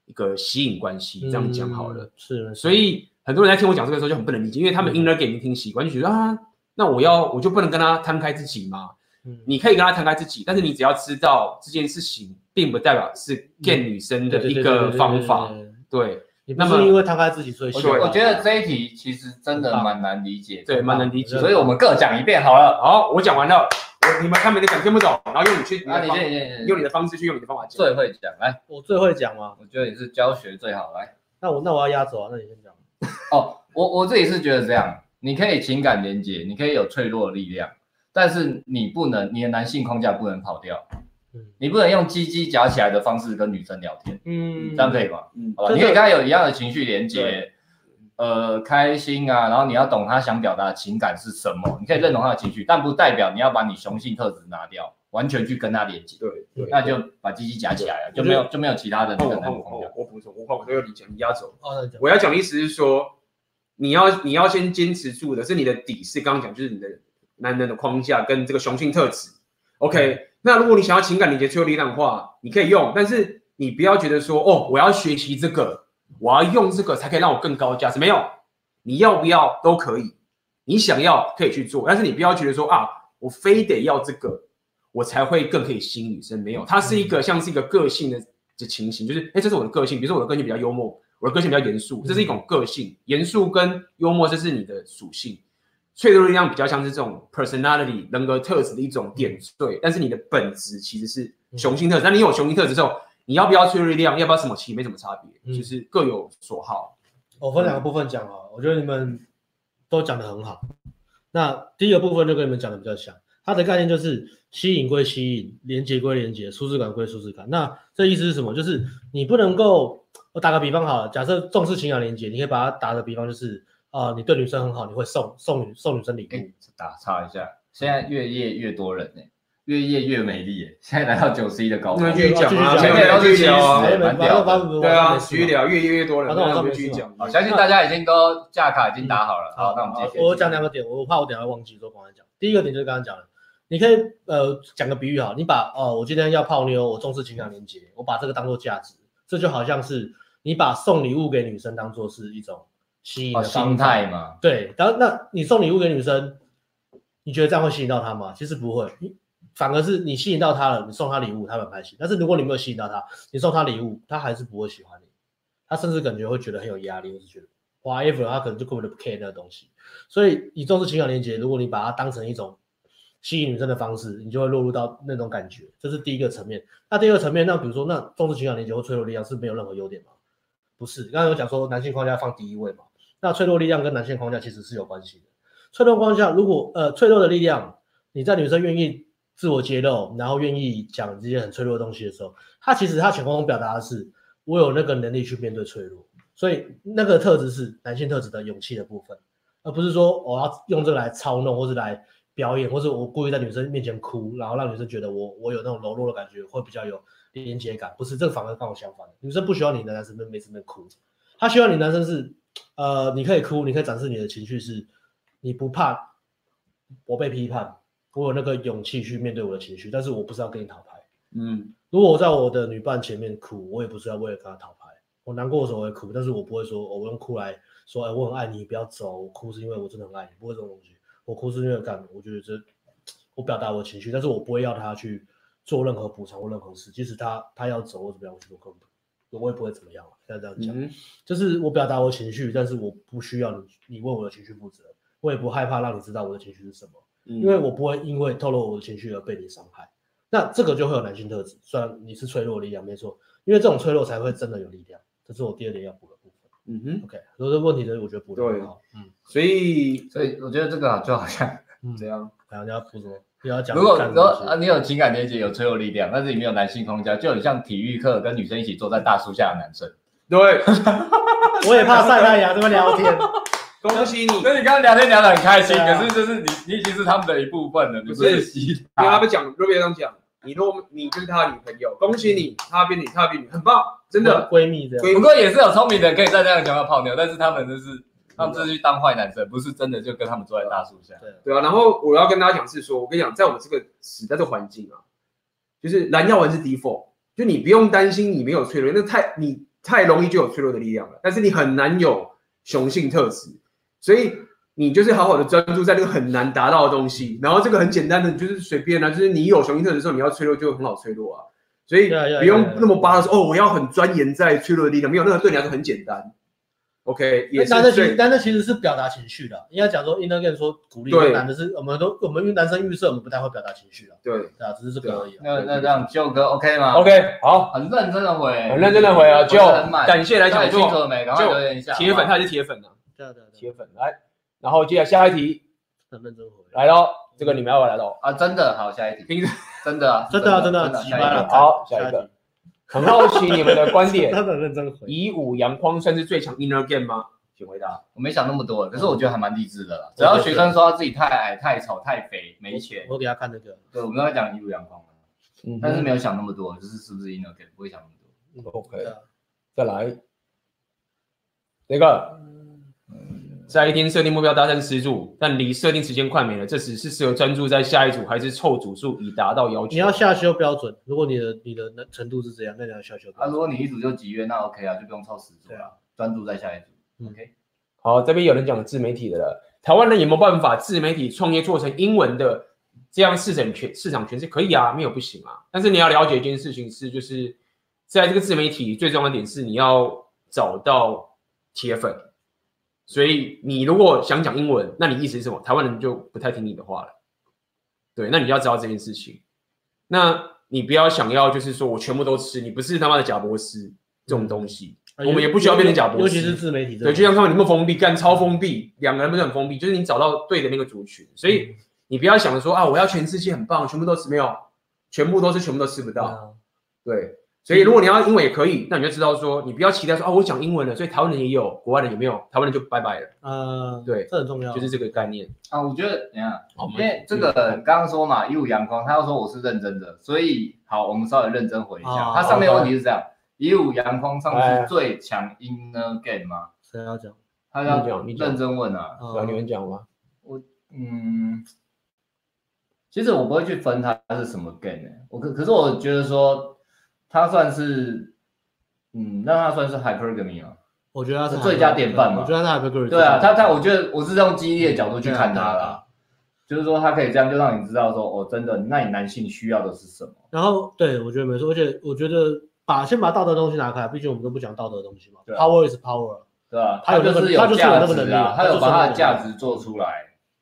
一个吸引关系。这样讲好了。嗯是，所以很多人在听我讲这个时候就很不能理解，因为他们嗯 inner game 听习惯，就觉得啊，那我要我就不能跟他摊开自己吗？嗯你可以跟他摊开自己，但是你只要知道这件事情，并不代表嗯是 gay 女生的一个方，法对对对对对对。对对对你不那么是因为摊开自己所以我喜觉欢我觉得这一题其实真的蛮难理解的，对，蛮能理解。所以我们各讲一遍好了。好，我讲完了，我你们看没得讲听不懂，然后用你去你那的啊你方先，你用先，你的方式去用你的方法讲。最会讲啊来，我最会讲嘛，我觉得你是教学最好来。那我那我要压轴啊，那你先讲。哦，我我自己是觉得这样，你可以情感连接，你可以有脆弱的力量，但是你不能，你的男性框架不能跑掉，嗯你不能用鸡鸡夹起来的方式跟女生聊天，嗯这样可以吗？嗯，好吧，这你个可以跟她有一样的情绪连接，呃，开心啊，然后你要懂她想表达的情感是什么，你可以认同她的情绪，但不代表你要把你雄性特质拿掉，完全去跟她连接，对对。那就把鸡鸡夹起来了，对就没有就没有其他的那那我哦个那男女我框我架。我补充，我怕我都有理解，你压轴。哦，那你讲。我要讲的意思是说，你要你要先坚持住的是你的底是刚刚讲，就是你的男人的框架跟这个雄性特质。OK，那如果你想要情感连接、最后力量的话，你可以用，但是你不要觉得说哦，我要学习这个，我要用这个才可以让我更高价值。没有，你要不要都可以，你想要可以去做，但是你不要觉得说啊，我非得要这个，我才会更可以吸引女生。没有，它是一个像是一个个性的的情形，就是哎、诶这是我的个性，比如说我的个性比较幽默，我的个性比较严肃，这是一种个性。严肃跟幽默，这是你的属性。脆弱力量比较像是这种 personality 人格特质的一种点缀，但是你的本质其实是雄性特质。那你有雄性特质之后，你要不要脆弱力量，要不要什么，其实没什么差别，嗯就是各有所好。我分两个部分讲哦，我觉得你们都讲得很好。那第一个部分就跟你们讲的比较像，它的概念就是吸引归吸引，连接归连接，舒适感归舒适感。那这意思是什么？就是你不能够，我打个比方好了，假设重视情感连接，你可以把它打个比方，就是啊、你对女生很好，你会送送女送女生礼哎、物，打岔一下，现在越夜越多人呢、越夜越美丽、欸，现在来到九十一的高峰那，继续讲啊，继续前讲面都是聊啊哎，没没蛮反屌正的反正对啊，我继续聊，越越越多人，反那正我我上们面继续是讲。好，相信大家已经都架卡已经打好了。好，那我们继续。我讲两个点，我怕我等一下忘记，所以我刚才讲。第一个点就是刚刚讲的，你可以呃讲个比喻哈，你把哦，我今天要泡妞，我重视情感连接，我把这个当做价值，这就好像是你把送礼物给女生当做是一种吸引哦，的心方法态嘛，对，然后那你送礼物给女生，你觉得这样会吸引到她吗？其实不会，你反而是你吸引到她了，你送她礼物，她很开心。但是如果你没有吸引到她，你送她礼物，她还是不会喜欢你，她甚至感觉会觉得很有压力，或是觉得 whatever，她可能就根本就不 care 那个东西。所以你重视情感连接，如果你把它当成一种吸引女生的方式，你就会落入到那种感觉，这是第一个层面。那第二个层面，那比如说，那重视情感连接或脆弱力量是没有任何优点吗？不是，刚才有讲说男性框架放第一位嘛，那脆弱力量跟男性框架其实是有关系的。脆弱框架如果呃脆弱的力量，你在女生愿意自我揭露，然后愿意讲这些很脆弱的东西的时候，她其实她潜空中表达的是我有那个能力去面对脆弱，所以那个特质是男性特质的勇气的部分。而不是说我要用这个来操弄，或是来表演，或是我故意在女生面前哭，然后让女生觉得我我有那种柔弱的感觉，会比较有连接感。不是，这个反而刚好相反的，女生不需要你的男生每次在那边哭，她需要你男生是，呃，你可以哭，你可以展示你的情绪是，你不怕我被批判，我有那个勇气去面对我的情绪，但是我不是要跟你讨牌。嗯，如果我在我的女伴前面哭，我也不是要为了跟她讨牌。我难过的时候我会哭，但是我不会说，哦我用哭来说，哎，我很爱你，不要走。我哭是因为我真的很爱你，不会这种东西。我哭是因为感，我觉得这我表达我的情绪，但是我不会要她去做任何补偿或任何事。即使她她要走或怎么样，我就不更我也不会怎么样啊。现在这样讲，嗯就是我表达我情绪，但是我不需要你你为我的情绪负责，我也不害怕让你知道我的情绪是什么。因为我不会因为透露我的情绪而被你伤害。那这个就会有男性特质，虽然你是脆弱的力量，没错，因为这种脆弱才会真的有力量。这是我第二点要补的部分。嗯哼， OK，所以这问题的我觉得补的很好。嗯，所以所以我觉得这个啊就好像，嗯怎样？然后你要补什么？你要讲如果干如果什么啊你有情感连接，有脆弱力量，但是你没有男性框架，就很像体育课跟女生一起坐在大树下的男生，对，事我也怕晒太阳，这么聊天。恭 喜你，因所以你刚刚聊天聊得很开心，啊可是就是你你已经是他们的一部分了，你不不是啊是吸为他他们讲，若别这样讲，你若你就是他的女朋友，恭喜你，他变你，他变你，很棒，真的。闺蜜这样。闺不蜜过也是有聪明的人可以在这样的情况下泡妞，但是他们就是他们就是去当坏男生，不是真的就跟他们坐在大树下。对，对啊，然后我要跟大家讲是说，我跟你讲，在我们这个时代的环境啊，就是蓝药丸是 default，就你不用担心你没有脆弱，那太你太容易就有脆弱的力量了，但是你很难有雄性特质，所以你就是好好的专注在那个很难达到的东西，然后这个很简单的，你就是随便啊，就是你有雄性特质的时候，你要脆弱就很好脆弱啊，所以 Yeah, yeah, 不用 yeah, yeah. 那么巴的说哦，我要很钻研在脆弱的力量，没有那个对你来说很简单，OK，也是但那其对实但那其实是表达情绪的，应该讲说，应该跟你说鼓励对男的是，我们都我们男生预设我们不太会表达情绪的，对，对啊，只是这个而已啊。那那这样舅哥 OK 吗 OK，好，很认真的回，哎很认真的回啊，就我是很满感谢来到抢底救清楚了没？赶快就留言一下。铁粉，好他也是铁粉啊，对啊对啊对啊，铁粉来，然后接下来下一题很认真回。来喽，这个你们要不要来 喽？不好啊，真的好，下一题，听着真的啊，真的啊真的啊真的，急下一掰了，题。好看下一个题很好奇你们的观点， 真的很认真回。以武扬匡算是最强 inner game 吗？请回答。我没想那么多，可是我觉得还蛮励志的啦。只要学生说他自己太矮、太丑、太肥、没钱，我给他看那个，啊对，我们都在讲一路阳光嘛嗯但是没有想那么多，就是是不是 inner game 不会想那么多。 OK，对啊再来，这个在一天设定目标达成十组，但离设定时间快没了，这时是适合专注在下一组还是凑组数以达到要求？你要下修标准，如果你的你的那程度是这样，那你要下修标啊，如准。果你一组就集约，那 OK 啊，就不用凑十组对啊了，专注在下一组。嗯 OK，好，这边有人讲自媒体的了，台湾人有没有办法自媒体创业做成英文的？这样市场权市场权是可以啊，没有不行啊。但是你要了解一件事情是，就是在这个自媒体最重要的点是你要找到铁粉。所以你如果想讲英文，那你意思是什么？台湾人就不太听你的话了。对，那你就要知道这件事情。那你不要想要就是说我全部都吃，你不是他妈的贾博士这种东西。啊我们尤也不需要变成假博士尤其是自媒体这种。对，就像他们那么封闭，干超封闭，两个人不是很封闭，就是你找到对的那个族群，所嗯以你不要想着说啊，我要全世界很棒，全部都吃没有，全部都是全部都吃不对嗯到，啊对。所以如果你要英文也可以，那你就知道说，你不要期待说啊，我讲英文了，所以台湾人也有，国外人也没有，台湾人就拜拜了，呃，对这很嗯重要，就是这个概念。啊，我觉得怎样？好，因为这个刚刚说嘛，一五阳光，他要说我是认真的，所以好，我们稍微认真回一下哦。他上面问题是这样：一五阳光上哎是最强 inner game 吗？谁要讲？呃他你要讲你讲认真问啊。对啊，你们讲吗？嗯，其实我不会去分它是什么 game，、欸、我可可是我觉得说，它算是，嗯，那它算是 hypergamy 啊。我觉得他是最佳典范嘛我觉得他还 Hypergamy。对啊，他他我觉得我是用激烈的角度去看它对啊对啊对啊啦，就是说它可以这样就让你知道说，哦，真的，那你男性需要的是什么？然后对我觉得没错，而且我觉得把先把道德的东西拿开，毕竟我们都不讲道德的东西嘛。对啊 Power is power，对吧、它有那就个是它就是有价那个能值力啊啊，它有把它它的就是有那价个能值做出来，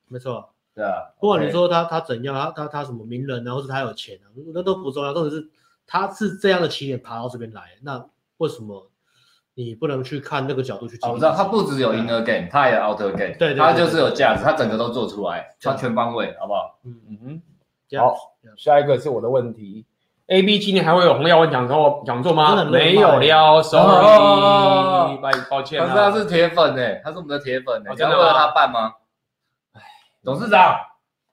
没错。对啊。不管 OK 你说他他怎样，他他他什么名人啊，或是他有钱啊，那都不重要，重点是他是这样的起点爬到这边来，那为什么你不能去看那个角度去经哦，历我自知己？道它不只有对啊 inner game，它也有 outer 对 game，对对它就是有价值，它整个都做出来，对它全方位，好不好？嗯，嗯哼，这样子这样子下一个是我的问题， A B 今年还会有红耀文讲座讲座真吗？的很热卖没有了哦，sorry，拜抱歉可是啊他。是铁粉哎、他是我们的铁粉哎、哦你真要的为吗了他办吗？董事长，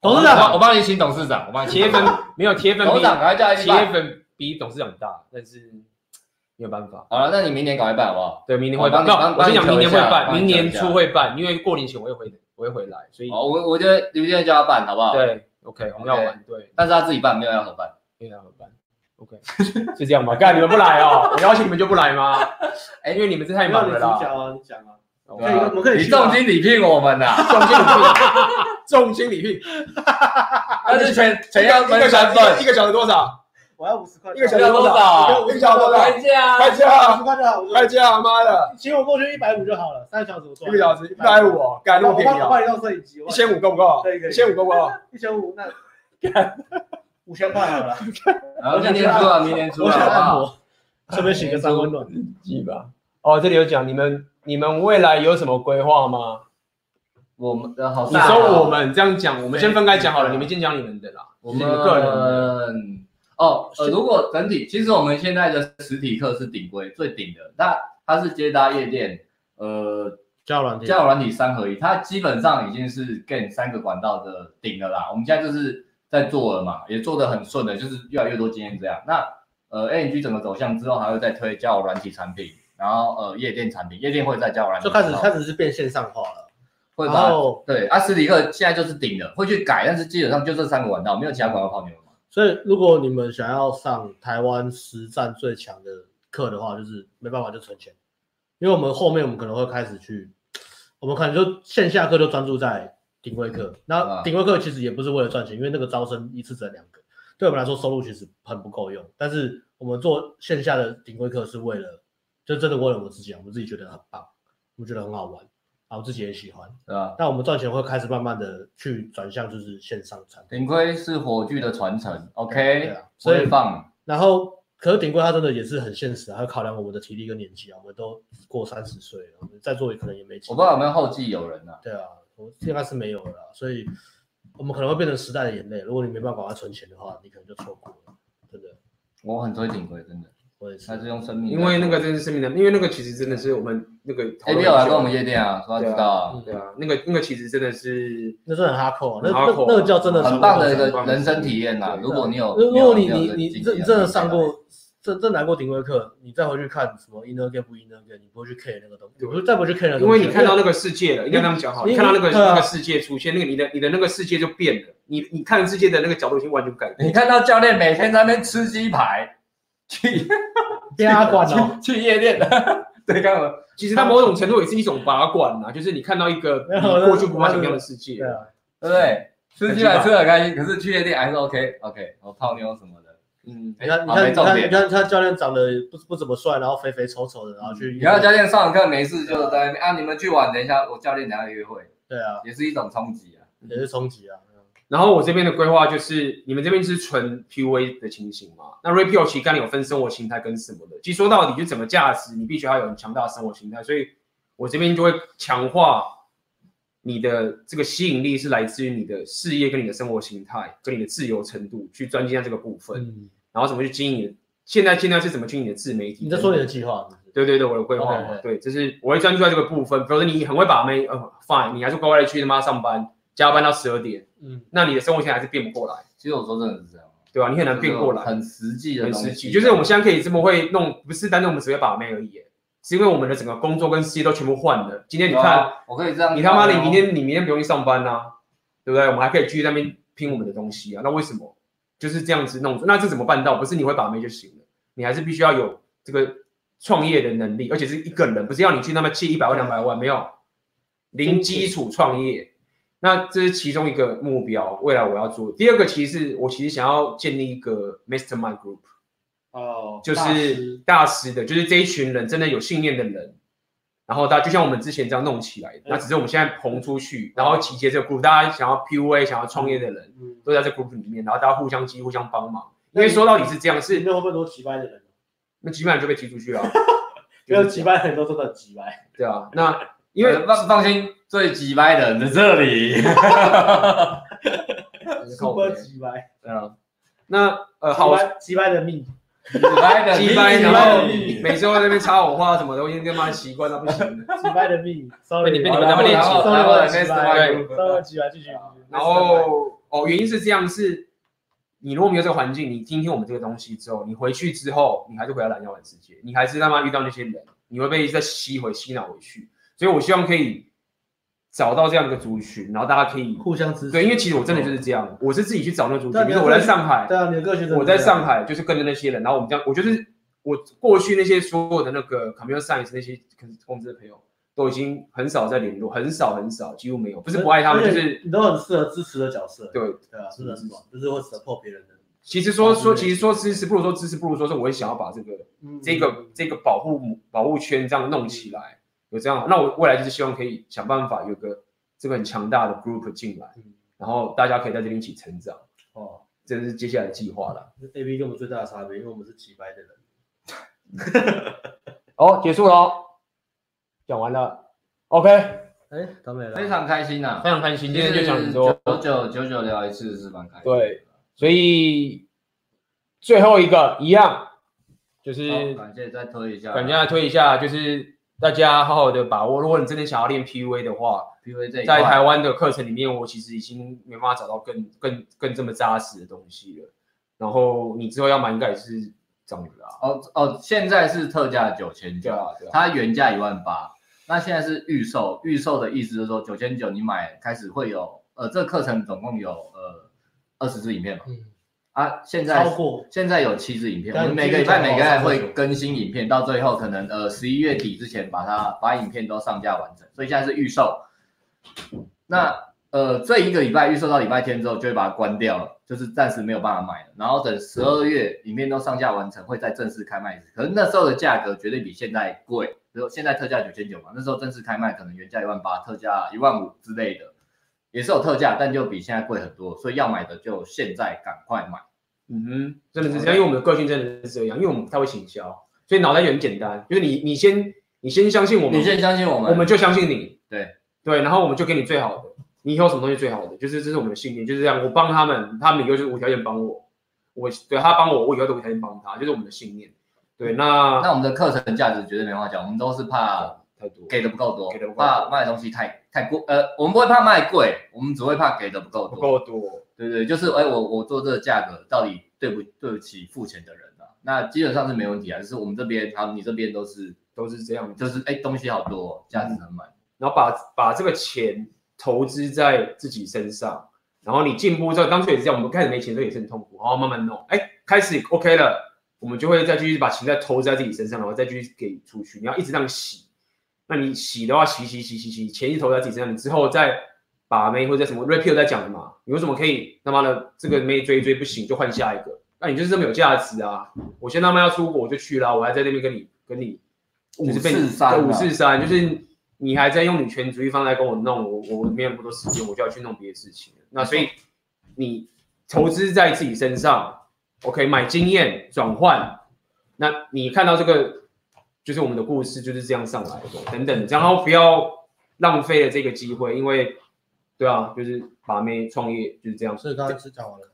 董事我帮长我帮你请董事长，我帮你请铁粉没有铁粉董事长，比赶快叫他去铁办。粉比董事长大，但是没有办法。好了，那你明年赶快办好不好？对，明年会哦办。帮你我是讲明年会办，帮你明调一下年初会办，因为过年前我会回，我会回来，所以哦，我我觉得你们现在叫他办好不好？，对，OK，我们要玩，对，但是他自己办，没有要合办。明年会办，OK，是 这样吗？干，你们不来哦，我邀请你们就不来吗？哎，因为你们这太不要忙你了主啦。角啊，你讲啊，哦可以我们可以你去啊重金礼聘我们啊 呐、重金礼聘，重金礼 聘，但 是全全要一个分小三时份，一个小时多少？我要五十块，一个小时多少一个小时多少？价开价，块就好，我开价，妈的，请我过去一百五就好了，三个小时我做一个小时一百五，哦，干那么便宜啊？你弄摄影机， 一千五够不够？可以可以一千五够不够？一千五那五千块好了，然后明年出啊，明年出我啊，想按好不好？摩，顺便洗个三温暖。记吧。哦，这里有讲你们你们未来有什么规划吗？我们呃好你大哦，说我们这样讲，我们先分开讲好了，你们先讲你们的啦，我就是你们个人的。们哦，呃，如果整体，其实我们现在的实体课是顶规最顶的，那它是接搭夜店，呃，交友软体，交友软体三合一，它基本上已经是 Gain 三个管道的顶了啦。我们现在就是在做了嘛，也做得很顺的，就是越来越多经验这样。那呃，ANG 整个走向之后，还会再推交友软体产品，然后呃，夜店产品，夜店会在交友软体就开始之后开始是变线上化了，会然把后对啊阿斯里克现在就是顶了，会去改，但是基本上就这三个管道，没有其他管道泡妞了嘛。所以如果你们想要上台湾实战最强的课的话，就是没办法就存钱，因为我们后面我们可能会开始去，我们可能就线下课就专注在顶规课，那啊顶规课其实也不是为了赚钱，因为那个招生一次只能两个，对我们来说收入其实很不够用，但是我们做线下的顶规课是为了，就真的为了我们自己，我们自己觉得很棒，我们觉得很好玩，然后自己也喜欢，对吧？那我们赚钱会开始慢慢的去转向就是线上产品。顶规是火炬的传承对，OK，啊所所以以放然后，可是顶规他真的也是很现实啊，他考量我们的体力跟年纪啊，我们都过三十岁了，我们再做也可能也没几我年。不知道有没有后继有人啊。对啊，我应该是没有了啦，所以我们可能会变成时代的眼泪。如果你没办法赶快存钱的话，你可能就错过了，真的。我很推顶规，真的，我也是他，是用生命在。因为那个真是生命的，因为那个其实真的是我们那个讨 A 论很 B 久 L 来跟我们夜店哎啊，说他知道啊。嗯对啊，那个那个其实真的是那是很哈扣啊，那很那 hardcore 啊那个叫真的很上很棒过的一山很棒个的人生体验呐、对如果你有，如如果你有你这个你经真验真的上，过真真来过顶规课，你再回去看什么 inner game 不 inner game，你不会去 care 那个东西，你不会再不会去 care 那个因东西，为你看到那个世界了，应该这么讲好，你你看到那个对啊那个世界出现，那个你的你的那个世界就变了，你你看世界的那个角度已经完全改你变。看到教练每天在那边吃鸡排，去压管 哦，去夜店的， 对，看我其实它某种程度也是一种拔管啊，就是你看到一个没有你过去不会想要的世界对。啊。对不对？吃鸡排吃的很开心，可是去夜店还是 OK OK，我泡妞什么的。嗯，哎你看，你好没看，你重看，你点。看，他教练长得不不怎么帅，然后肥肥丑丑的，然嗯后去，然后教练上完课没事就在那边啊，你们去玩，等一下我教练等一下约会，对啊，也是一种冲击啊。也是冲击啊。然后我这边的规划就是，你们这边是纯 PUA 的情形嘛？那 r e p e a 期间有分生活形态跟什么的，其实说到底就整个价值，你必须要有很强大的生活形态，所以我这边就会强化你的这个吸引力是来自于你的事业跟你的生活形态跟你的自由程度，去专精在这个部分，嗯，然后怎么去经营。现在现在是怎么经营你的自媒体？你在说你的哦计划是不是？对对对，我的规划嘛 OK，OK 对，就是我会专注在这个部分。比如说你很会把妹，呃，fine，你还是乖乖的去他妈上班，加班到十二点，嗯，那你的生活圈还是变不过来，其实我说真的是这样，对吧、你很难变过就来，是很实际的很东西，实际。就是我们现在可以这么会弄，不是单单我们只会把妹而已，是因为我们的整个工作跟事业都全部换了。今天你对啊看，，我可以这样，哦你他妈的，你明天你明天不用去上班啦、对不对？我们还可以继续在那边拼我们的东西啊。那为什么就是这样子弄？那这怎么办到？不是你会把妹就行了，你还是必须要有这个创业的能力，而且是一个人，不是要你去那么借一百万、两百万，没有零基础创业。那这是其中一个目标，未来我要做。第二个，其实是我其实想要建立一个 mastermind group，哦，就大是师大师的，就是这一群人真的有信念的人，然后大家就像我们之前这样弄起来的，那只是我们现在膨出去，然后集结这个 group，大家想要 PUA、想要创业的人嗯，都在这 group 里面，然后大家互相激、互相帮忙。因为说到底是这样，里是面会不会多击败的人？啊那几百人就被踢出去了，没有击败的人都真的很击败，对啊。那因因为为呃放放心，最急掰的人在这里。 靠 不北击败，对啊，那呃好，击败的命。急掰的，击败，然后你每次都在那边插我话什么的，我已经他妈习惯到不行了。击败的命被，sorry，你被你们那么练习然后然后然后击败，然后然后击败，继续，然后哦，原因是这样，是你如果没有这个环境，你听听我们这个东西之后，你回去之后，你还是回到蓝药丸世界，你还是他妈遇到那些人，你会被再吸回、吸脑回去。所以我希望可以找到这样一个族群，然后大家可以互相支持。对，因为其实我真的就是这样，我是自己去找那个族群，对比如说我在上海，对啊，你的个性真的啊我在上海就是跟着那些人，然后我们这样，我就是我过去那些所有的那个 computer science 那些公司的朋友，都已经很少在联络，很少很少，几乎没有，不不是不爱他们，就你是你都很适合支持的角色。对。对啊，真的很爽，就是会 support 别人的。其实说好说，之类其实的说支持，不如说支持，不如说是我也想要把这个嗯这个这个保护母保护圈这样弄起来，有这样，那我未来就是希望可以想办法有个这个很强大的 group 进来，嗯然后大家可以在这边一起成长，哦。这是接下来的计划了。 A B 跟我们最大的差别，因为我们是几白的人。哦，结束了哦，讲完了，OK，哎，当然了，非常开心啊呐非。常开心，今天就讲很多，九九九九聊一次是蛮开心。对，所以最后一个一样，就好是感谢再推一下，感觉来推一下，就是大家好好的把握。如果你真的想要练 PUA 的话，因为这一在块台湾的课程里面，我其实已经没办法找到更更更这么扎实的东西了。然后你之后要买，应该也是涨的啊。哦哦，现在是特价九千对九，啊，对啊。它原价一万八，那现在是预售，预售的意思就是说九千九你买开始会有，呃，这课程总共有呃二十支影片嘛，嗯，啊，现在超过现在有七支影片，我但们每个礼拜这个每个礼拜讲会话更新影片，到最后可能呃十一月底之前把它把影片都上架完成，所以现在是预售。那呃这一个礼拜预售到礼拜天之后就会把它关掉了，就是暂时没有办法买了。然后等十二月影片都上架完成，会再正式开卖一次。可是那时候的价格绝对比现在贵，比如说现在特价九千九嘛，那时候正式开卖可能原价一万八，特价一万五之类的，也是有特价，但就比现在贵很多，所以要买的就现在赶快买。嗯哼，真的是这样，因为我们的个性真的是这样，因为我们不太会行销，所以脑袋就很简单，就是你你先你先相信我们，你先相信我们，我们就相信你，对对，然后我们就给你最好的，你以后什么东西最好的，就是这是我们的信念，就是这样，我帮他们，他们以后就是无条件帮我，我对他帮我，我以后都无条件帮他，就是我们的信念。对，那那我们的课程价值绝对没话讲，我们都是怕太多给的不够多，给的不够多怕卖的东西太太过，呃，我们不会怕卖贵，我们只会怕给的不够不多。够多，对对，就是哎，我我做这个价格到底对不对不起付钱的人啊？那基本上是没问题啊，就是我们这边，然后你这边都是都是这样，就是哎东西好多哦，价值很满，然后把把这个钱投资在自己身上，然后你进步之后，当初也是这样，我们开始没钱的时候也是很痛苦，然后慢慢弄，哎，开始 OK 了，我们就会再继续把钱再投资在自己身上，然后再继续给出去，你要一直这样洗。那你洗的话，洗洗洗洗洗，钱一直投在自己身上，你之后再把妹或者什么 repeal 再讲的嘛，你为什么可以他妈的这个妹追一追不行就换下一个？那你就是这么有价值啊！我现在他妈要出国我就去啦，我还在那边跟你跟你就是被五四三啊对五四三，就是你还在用女权主义方来跟我弄，我我没有那么多时间，我就要去弄别的事情了。那所以你投资在自己身上，OK，买经验转换，那你看到这个就是我们的故事就是这样上来的，等等，然后不要浪费了这个机会，因为对啊，就是把妹创业就是这样，所以刚才是讲完了，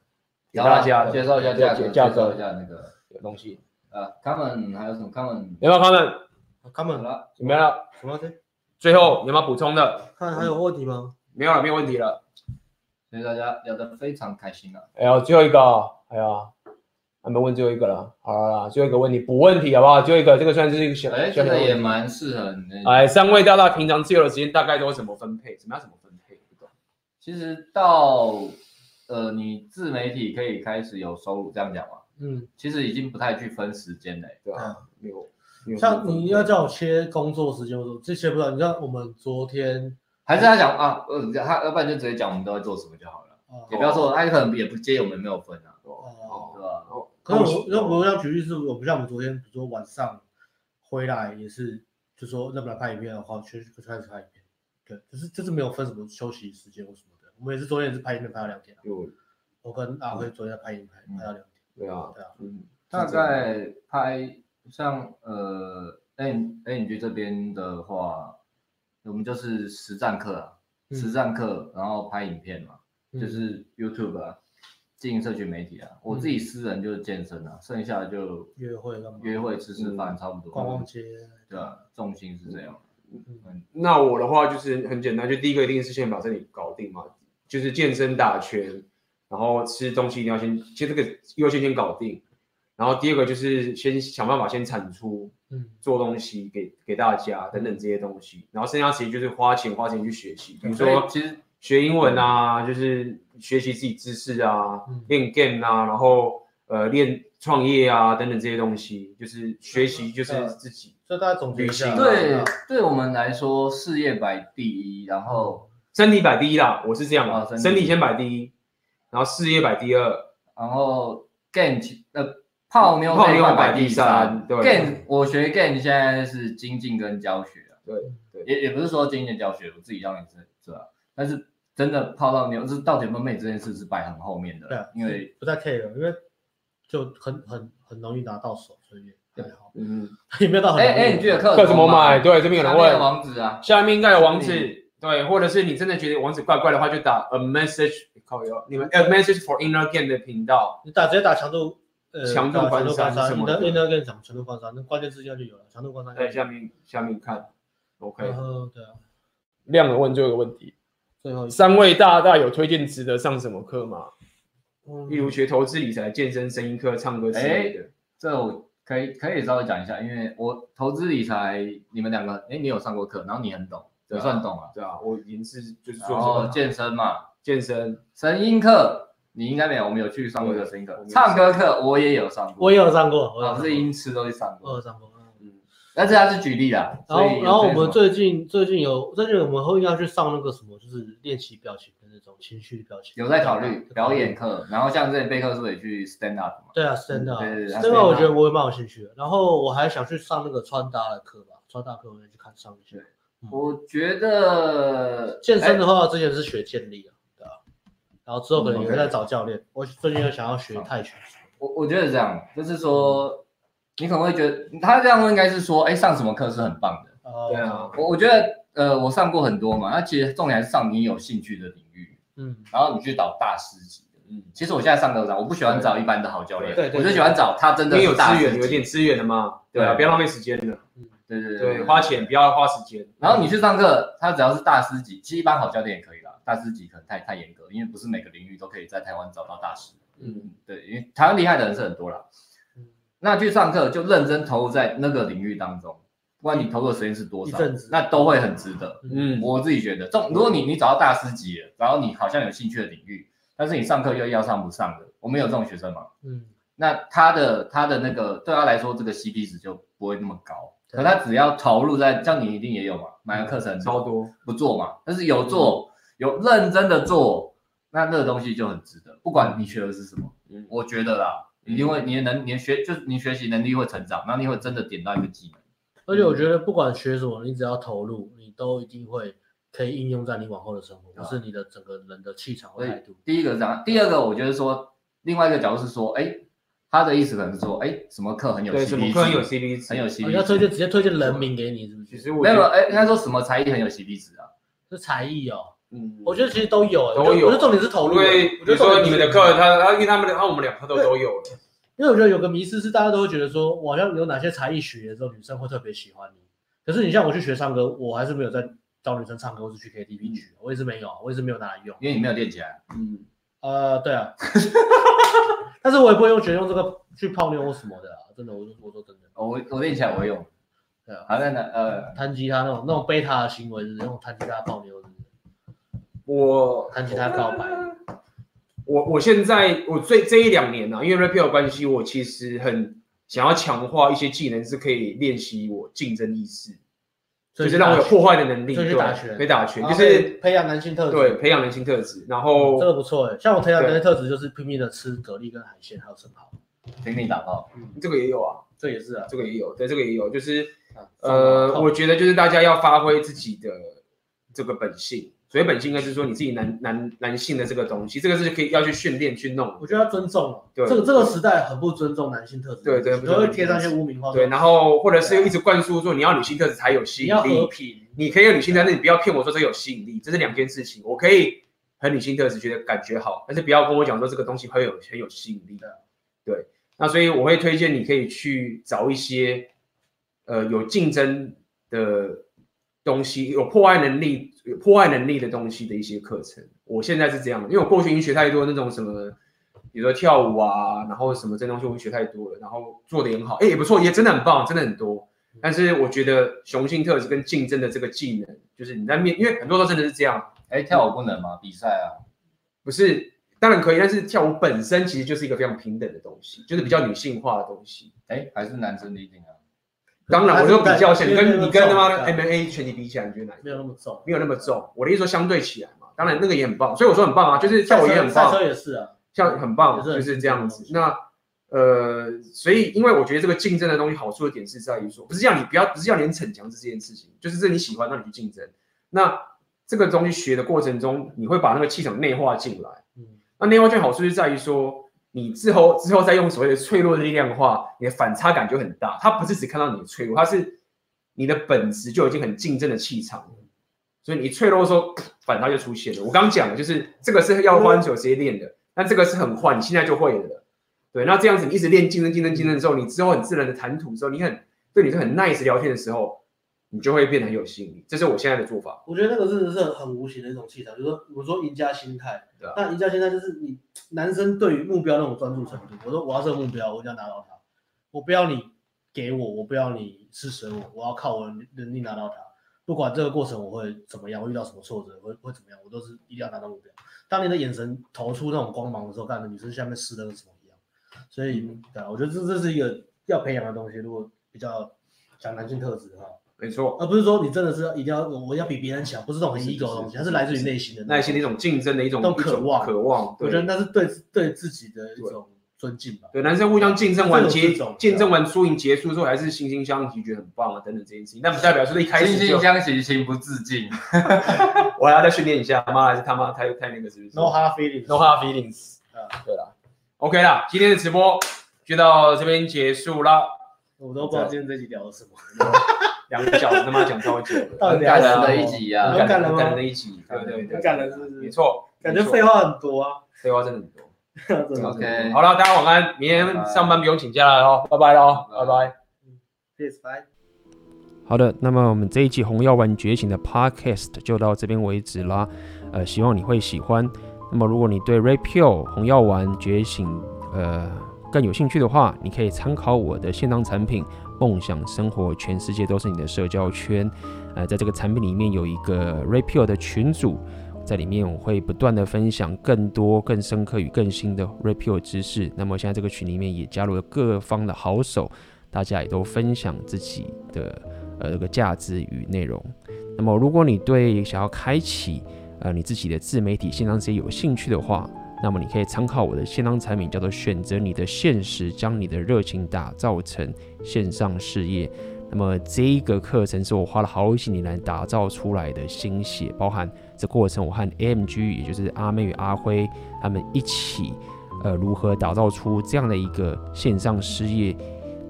给大家介绍一下价格，价介绍格一下那个的东西。呃，他们还有什么？他们有没有他们他好们了，有没有了？啊什么东西？最后有没有补充的？看还有问题吗？没有了，没有问题了。所以大家聊得非常开心啊。哎呦，最后一个哦，哎呀，还没问最后一个了。好了啦，最后一个问题补问题好不好？最后一个，这个算是一个小，哎，小这小的个也问题蛮适合你的。哎，三位大大平常自由的时间大概都怎么分配？怎么样怎么分配？不嗯懂。其实到呃，你自媒体可以开始有收入，这样讲嘛，嗯，其实已经不太去分时间嘞。对啊，没有。没有像你要叫我切工作时间，我说这切不了。你看我们昨天还是他讲啊，呃，他要不然就直接讲我们都在做什么就好了，啊，也不要说他可能也不接我们没有分啊，哦对吧？哦，可是我那我要举例是，我不像我们昨天，比如说晚上回来也是，就说要不然拍影片的话，就就开始拍影片。对，就是就是没有分什么休息时间或什么的。我们也是昨天也是拍影片拍到两点啊、就我跟阿辉昨天在拍影片嗯拍到两点。对啊，对啊，嗯，大概拍像呃 N N G 这边的话，我们就是实战课啊，嗯实战课，然后拍影片嘛，就嗯是 YouTube 啊，经营社群媒体啊。我嗯自己私人就是健身啊，剩下的就约会干嘛？约会、吃吃饭，差不多。逛逛街。对啊，重心是这样。那我的话就是很简单，就第一个一定是先把这里搞定嘛，就是健身打拳，然后吃东西一定要先，先这个优先先搞定。然后第二个就是先想办法先产出嗯，做东西给给大家等等这些东西，然后剩下时间就是花钱花钱去学习，比如所以嗯说其实学英文啊，就是学习自己知识啊嗯，练 game 啊，然后呃练创业啊等等这些东西，就是学习就是自己所以大家总结一旅下，行对对我们来说，事业摆第一，然后身体摆第一啦，我是这样啊的，身体身体先摆第一，然后事业摆第二，然后 gain 呃泡妞泡这一妞块摆摆第第三对 gain 我学 gain 现在是精进跟教学啊，对对也也不是说精进教学，我自己当然是是啊，但是真的泡到妞，就是到底有没有妹这件事是摆很后面的，对啊，因为不太 care，因为就很很很容易拿到手，所以还好， 嗯，也没有到很哎容易。啊哎，你觉得课课怎么买？对，这边有下人面的问，网址啊，下面应该有网址。对，或者是你真的觉得网址怪怪的话，就打 a message 靠腰，你们 a message for inner game 的频道，你打直接打强度，呃，强度打关强度山关什山，么你的的 i n n e 跟你讲强度关山，那关键字现在就有了，强度关山。在下面下面看。 OK，嗯然后对啊，亮了问最后一个问题：最后一个，三位大大有推荐值得上什么课吗？嗯例如学投资理财、健身、声音课、唱歌之类的。这我可以可以稍微讲一下，因为我投资理财，你们两个，哎，你有上过课，然后你很懂，对也啊算懂了。对啊，我已经是就是做然这啊后个哦健身嘛，健身，声音课你应该没有，我们有去上过一个声音我课，没有唱歌课我也有上过，啊我也有上过，我有老上师过音痴都去上我过有，上过。嗯嗯，但是他是举例啦。然所以后，有然后我推什们么最近最近有最近我们会要去上那个什么，就是练习表情的那种情绪表情。有在考啊虑表演。课，然后像之前备课是不是也去 stand up 嘛？对啊，stand 嗯对对 up，对他 stand stand up 我 up 觉得我也蛮有兴趣的。然后我还想去上那个穿搭的课吧，穿搭课我也去看上一下对。我觉得健身哎的话，之前是学健力啊，对啊。然后之后可能嗯也会再找教练。我最近又想要学泰拳。我我觉得这样，就是嗯说，你可能会觉得他这样问应该是说，哎，上什么课是很棒的。哦对啊，我我觉得，呃，我上过很多嘛，那其实重点还是上你有兴趣的领域，嗯，然后你去找大师级的。嗯，其实我现在上课上，我不喜欢找一般的好教练，对对对我就喜欢找他真因的为是有资大师源，级有点资源的嘛，对啊，对不要浪费时间了，对对对，花钱不要花时间。然后你去上课，他只要是大师级，其实一般好教练也可以啦。大师级可能太太严格，因为不是每个领域都可以在台湾找到大师。嗯，对，因为台湾厉害的人是很多啦嗯。那去上课就认真投入在那个领域当中，不管你投入的时间是多少一阵子，那都会很值得。嗯，我自己觉得，这种如果你你找到大师级了，然后你好像有兴趣的领域，但是你上课又要上不上的，我们有这种学生吗？嗯，那他的他的那个对他来说，这个 CP 值就不会那么高。可他只要投入在，像你一定也有嘛，买个课程嗯超多，不做嘛，但是有做，有认真的做，那这个东西就很值得。不管你学的是什么，嗯我觉得啦，一定会你的能，你的学就是你学习能力会成长，那你会真的点到一个技能。而且我嗯觉得不管学什么，你只要投入，你都一定会可以应用在你往后的生活，对或啊是你的整个人的气场和所以态度。第一个是这样，第二个我觉得说，另外一个角度是说，哎，他的意思可能是说，哎，什么课很有对，什么 CP 课很有值， CP 值，很有哦你要 CP 推荐值。直接推荐人名给你，是不其是？实我没觉有，得，哎，应该说什么才艺很有 CP 值啊？是才艺哦，嗯我觉得其实都有，欸都我觉得有啊我觉得重点是投入。啊因为我觉比如得重点说是你们的课，，他他因为他们的，他我们两课都都有了，因为我觉得有个迷思是大家都会觉得说，我好像有哪些才艺学的时候，女生会特别喜欢你。可是你像我去学唱歌，我还是没有在教女生唱歌，或是去 KTV 举，我也是没有，我也是没有拿来用。因为你没有练起来，啊嗯，呃，对啊， 但是我也不会用觉得用这个去泡妞或什么的啊，真的，我我说真的，哦我我练起来我会用。对啊。好，那那呃，弹吉他那种那种贝塔的行为，就是用弹吉他泡妞，是不是我弹吉他告白。我我现在我最这一两年呢、啊，因为 rapper 的关系，我其实很想要强化一些技能，是可以练习我竞争意识，就所以是让我有破坏的能力，所以去对打拳可以打拳，然就后是培养男性特质。对培养人性特质，然后这个不错哎，像我培养对男性特质就是拼命的吃蛤蜊跟海鲜，还有生蚝，听你打炮，这个也有啊，这也是啊。这个也有，对，这个也有，就是啊呃，送我觉得就是大家要发挥自己的这个本性，所谓本性应该是说你自己男男男性的这个东西，这个是可以要去训练去弄我，觉得要尊重啊，对这个这个时代很不尊重男性特质，对对不尊都重会贴上一些污名化。对，然后或者是一直灌输说你要女性特质才有吸你引要和力，平，你可以有女性特质，你不要骗我说这个有吸引力，这是两件事情，我可以很女性特质觉得感觉好，但是不要跟我讲说这个东西很有很有吸引力，对，那所以我会推荐你可以去找一些呃有竞争的东西，有破坏能力、有破坏能力的东西的一些课程。我现在是这样的，因为我过去已经学太多那种什么，比如说跳舞啊，然后什么这东西我已经学太多了，然后做的也很好，哎，也不错，也真的很棒，真的很多。但是我觉得雄性特质跟竞争的这个技能，就是你在面，因为很多时候真的是这样，哎，跳舞不能吗？比赛啊，不是当然可以，但是跳舞本身其实就是一个非常平等的东西，就是比较女性化的东西。哎，还是男生的一定啊。当然，我就比较想你没有跟那么你跟他重妈对 MMA 拳击比起来，你觉得哪一个没有那么重，没有那么重？我的意思说相对起来嘛，当然那个也很棒，所以我说很棒啊，就是跳舞也很棒赛，车也是啊，像很棒，也是很就是这样子竞。争那呃，所以因为我觉得这个竞争的东西好处的点是在于说，不是叫你不要，不是叫你很逞强这件事情，就是这你喜欢，那你去竞争。那这个东西学的过程中，你会把那个气场内化进来。嗯，那内化圈好处就在于说，你之后之后再用所谓的脆弱的力量的话，你的反差感就很大。他不是只看到你的脆弱，他是你的本质就已经很竞争的气场了。所以你脆弱的时候，反差就出现了。我刚刚讲的就是这个是要花很久时间练的，但这个是很快，你现在就会了。对，那这样子你一直练竞争、竞争、竞争的时候，你之后很自然的谈吐之后，你很对你是很 nice 聊天的时候，你就会变得很有吸引力。这是我现在的做法。我觉得那个真的是很很无形的一种气场，就是说我说赢家心态，对啊那赢家心态就是你男生对于目标那种专注程度，我说我要这个目标，我一定要拿到它，我不要你给我，我不要你施舍我，我要靠我的能力拿到它，不管这个过程我会怎么样，我遇到什么挫折，会会怎么样，我都是一定要拿到目标。当你的眼神投出那种光芒的时候，干的女生下面湿的跟什么一样，所以对啊，我觉得这这是一个要培养的东西，如果比较讲男性特质的话。没错，而不是说你真的是要一定要我要比别人强，不是那种很 ego 的东西，它是来自于内心的耐心的一种。种竞争的一种那嗯种一渴望渴望。我觉得对那是对对自己的一种尊敬吧。对，男生互相竞争完这种结这种，啊竞争完输赢结束之后，还是惺惺相惜，觉得很棒啊，等等这件事情，但不代表说一开惺始就惺相惜，情不自禁。我还要再训练一下，妈还是他妈太太那个是不是 No hard feelings。 No hard feelings。啊，对啦 o k 啦，今天的直播就到这边结束啦，我都不知道今天这集聊了什么，两个小时他妈讲超久了，到底很感聊人什么的的一一集啊很感很人感很人感人吗的？一集，对对对，很感人是不是没错，感觉没错废话很多啊。 废话真的很多。真的 OK，好了，大家晚安，明天上班不用请假了哦，拜拜喽，拜拜。 Peace, bye. 好的，那么我们这一期《红药丸觉醒》的 Podcast 就到这边为止啦。呃，希望你会喜欢。那么，如果你对 r a p i o 红药丸觉醒呃更有兴趣的话，你可以参考我的线上产品《梦想生活》，全世界都是你的社交圈。呃，在这个产品里面有一个 r a p i o 的群组，在里面我会不断的分享更多、更深刻与更新的 r a p i o 知识。那么现在这个群里面也加入了各方的好手，大家也都分享自己的。呃这个价值与内容。那么，如果你对想要开启呃你自己的自媒体线上事业有兴趣的话，那么你可以参考我的线上产品，叫做“选择你的现实，将你的热情打造成线上事业”。那么这一个课程是我花了好几年来打造出来的心血，包含这过程我和 AMG，也就是阿妹与阿辉他们一起，呃，如何打造出这样的一个线上事业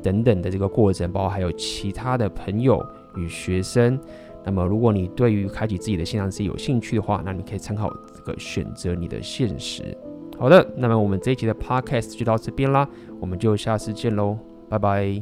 等等的这个过程，包括还有其他的朋友与学生。那么，如果你对于开启自己的线上事业有兴趣的话，那你可以参考这个选择你的现实。好的，那么我们这一期的 podcast 就到这边啦，我们就下次见喽，拜拜。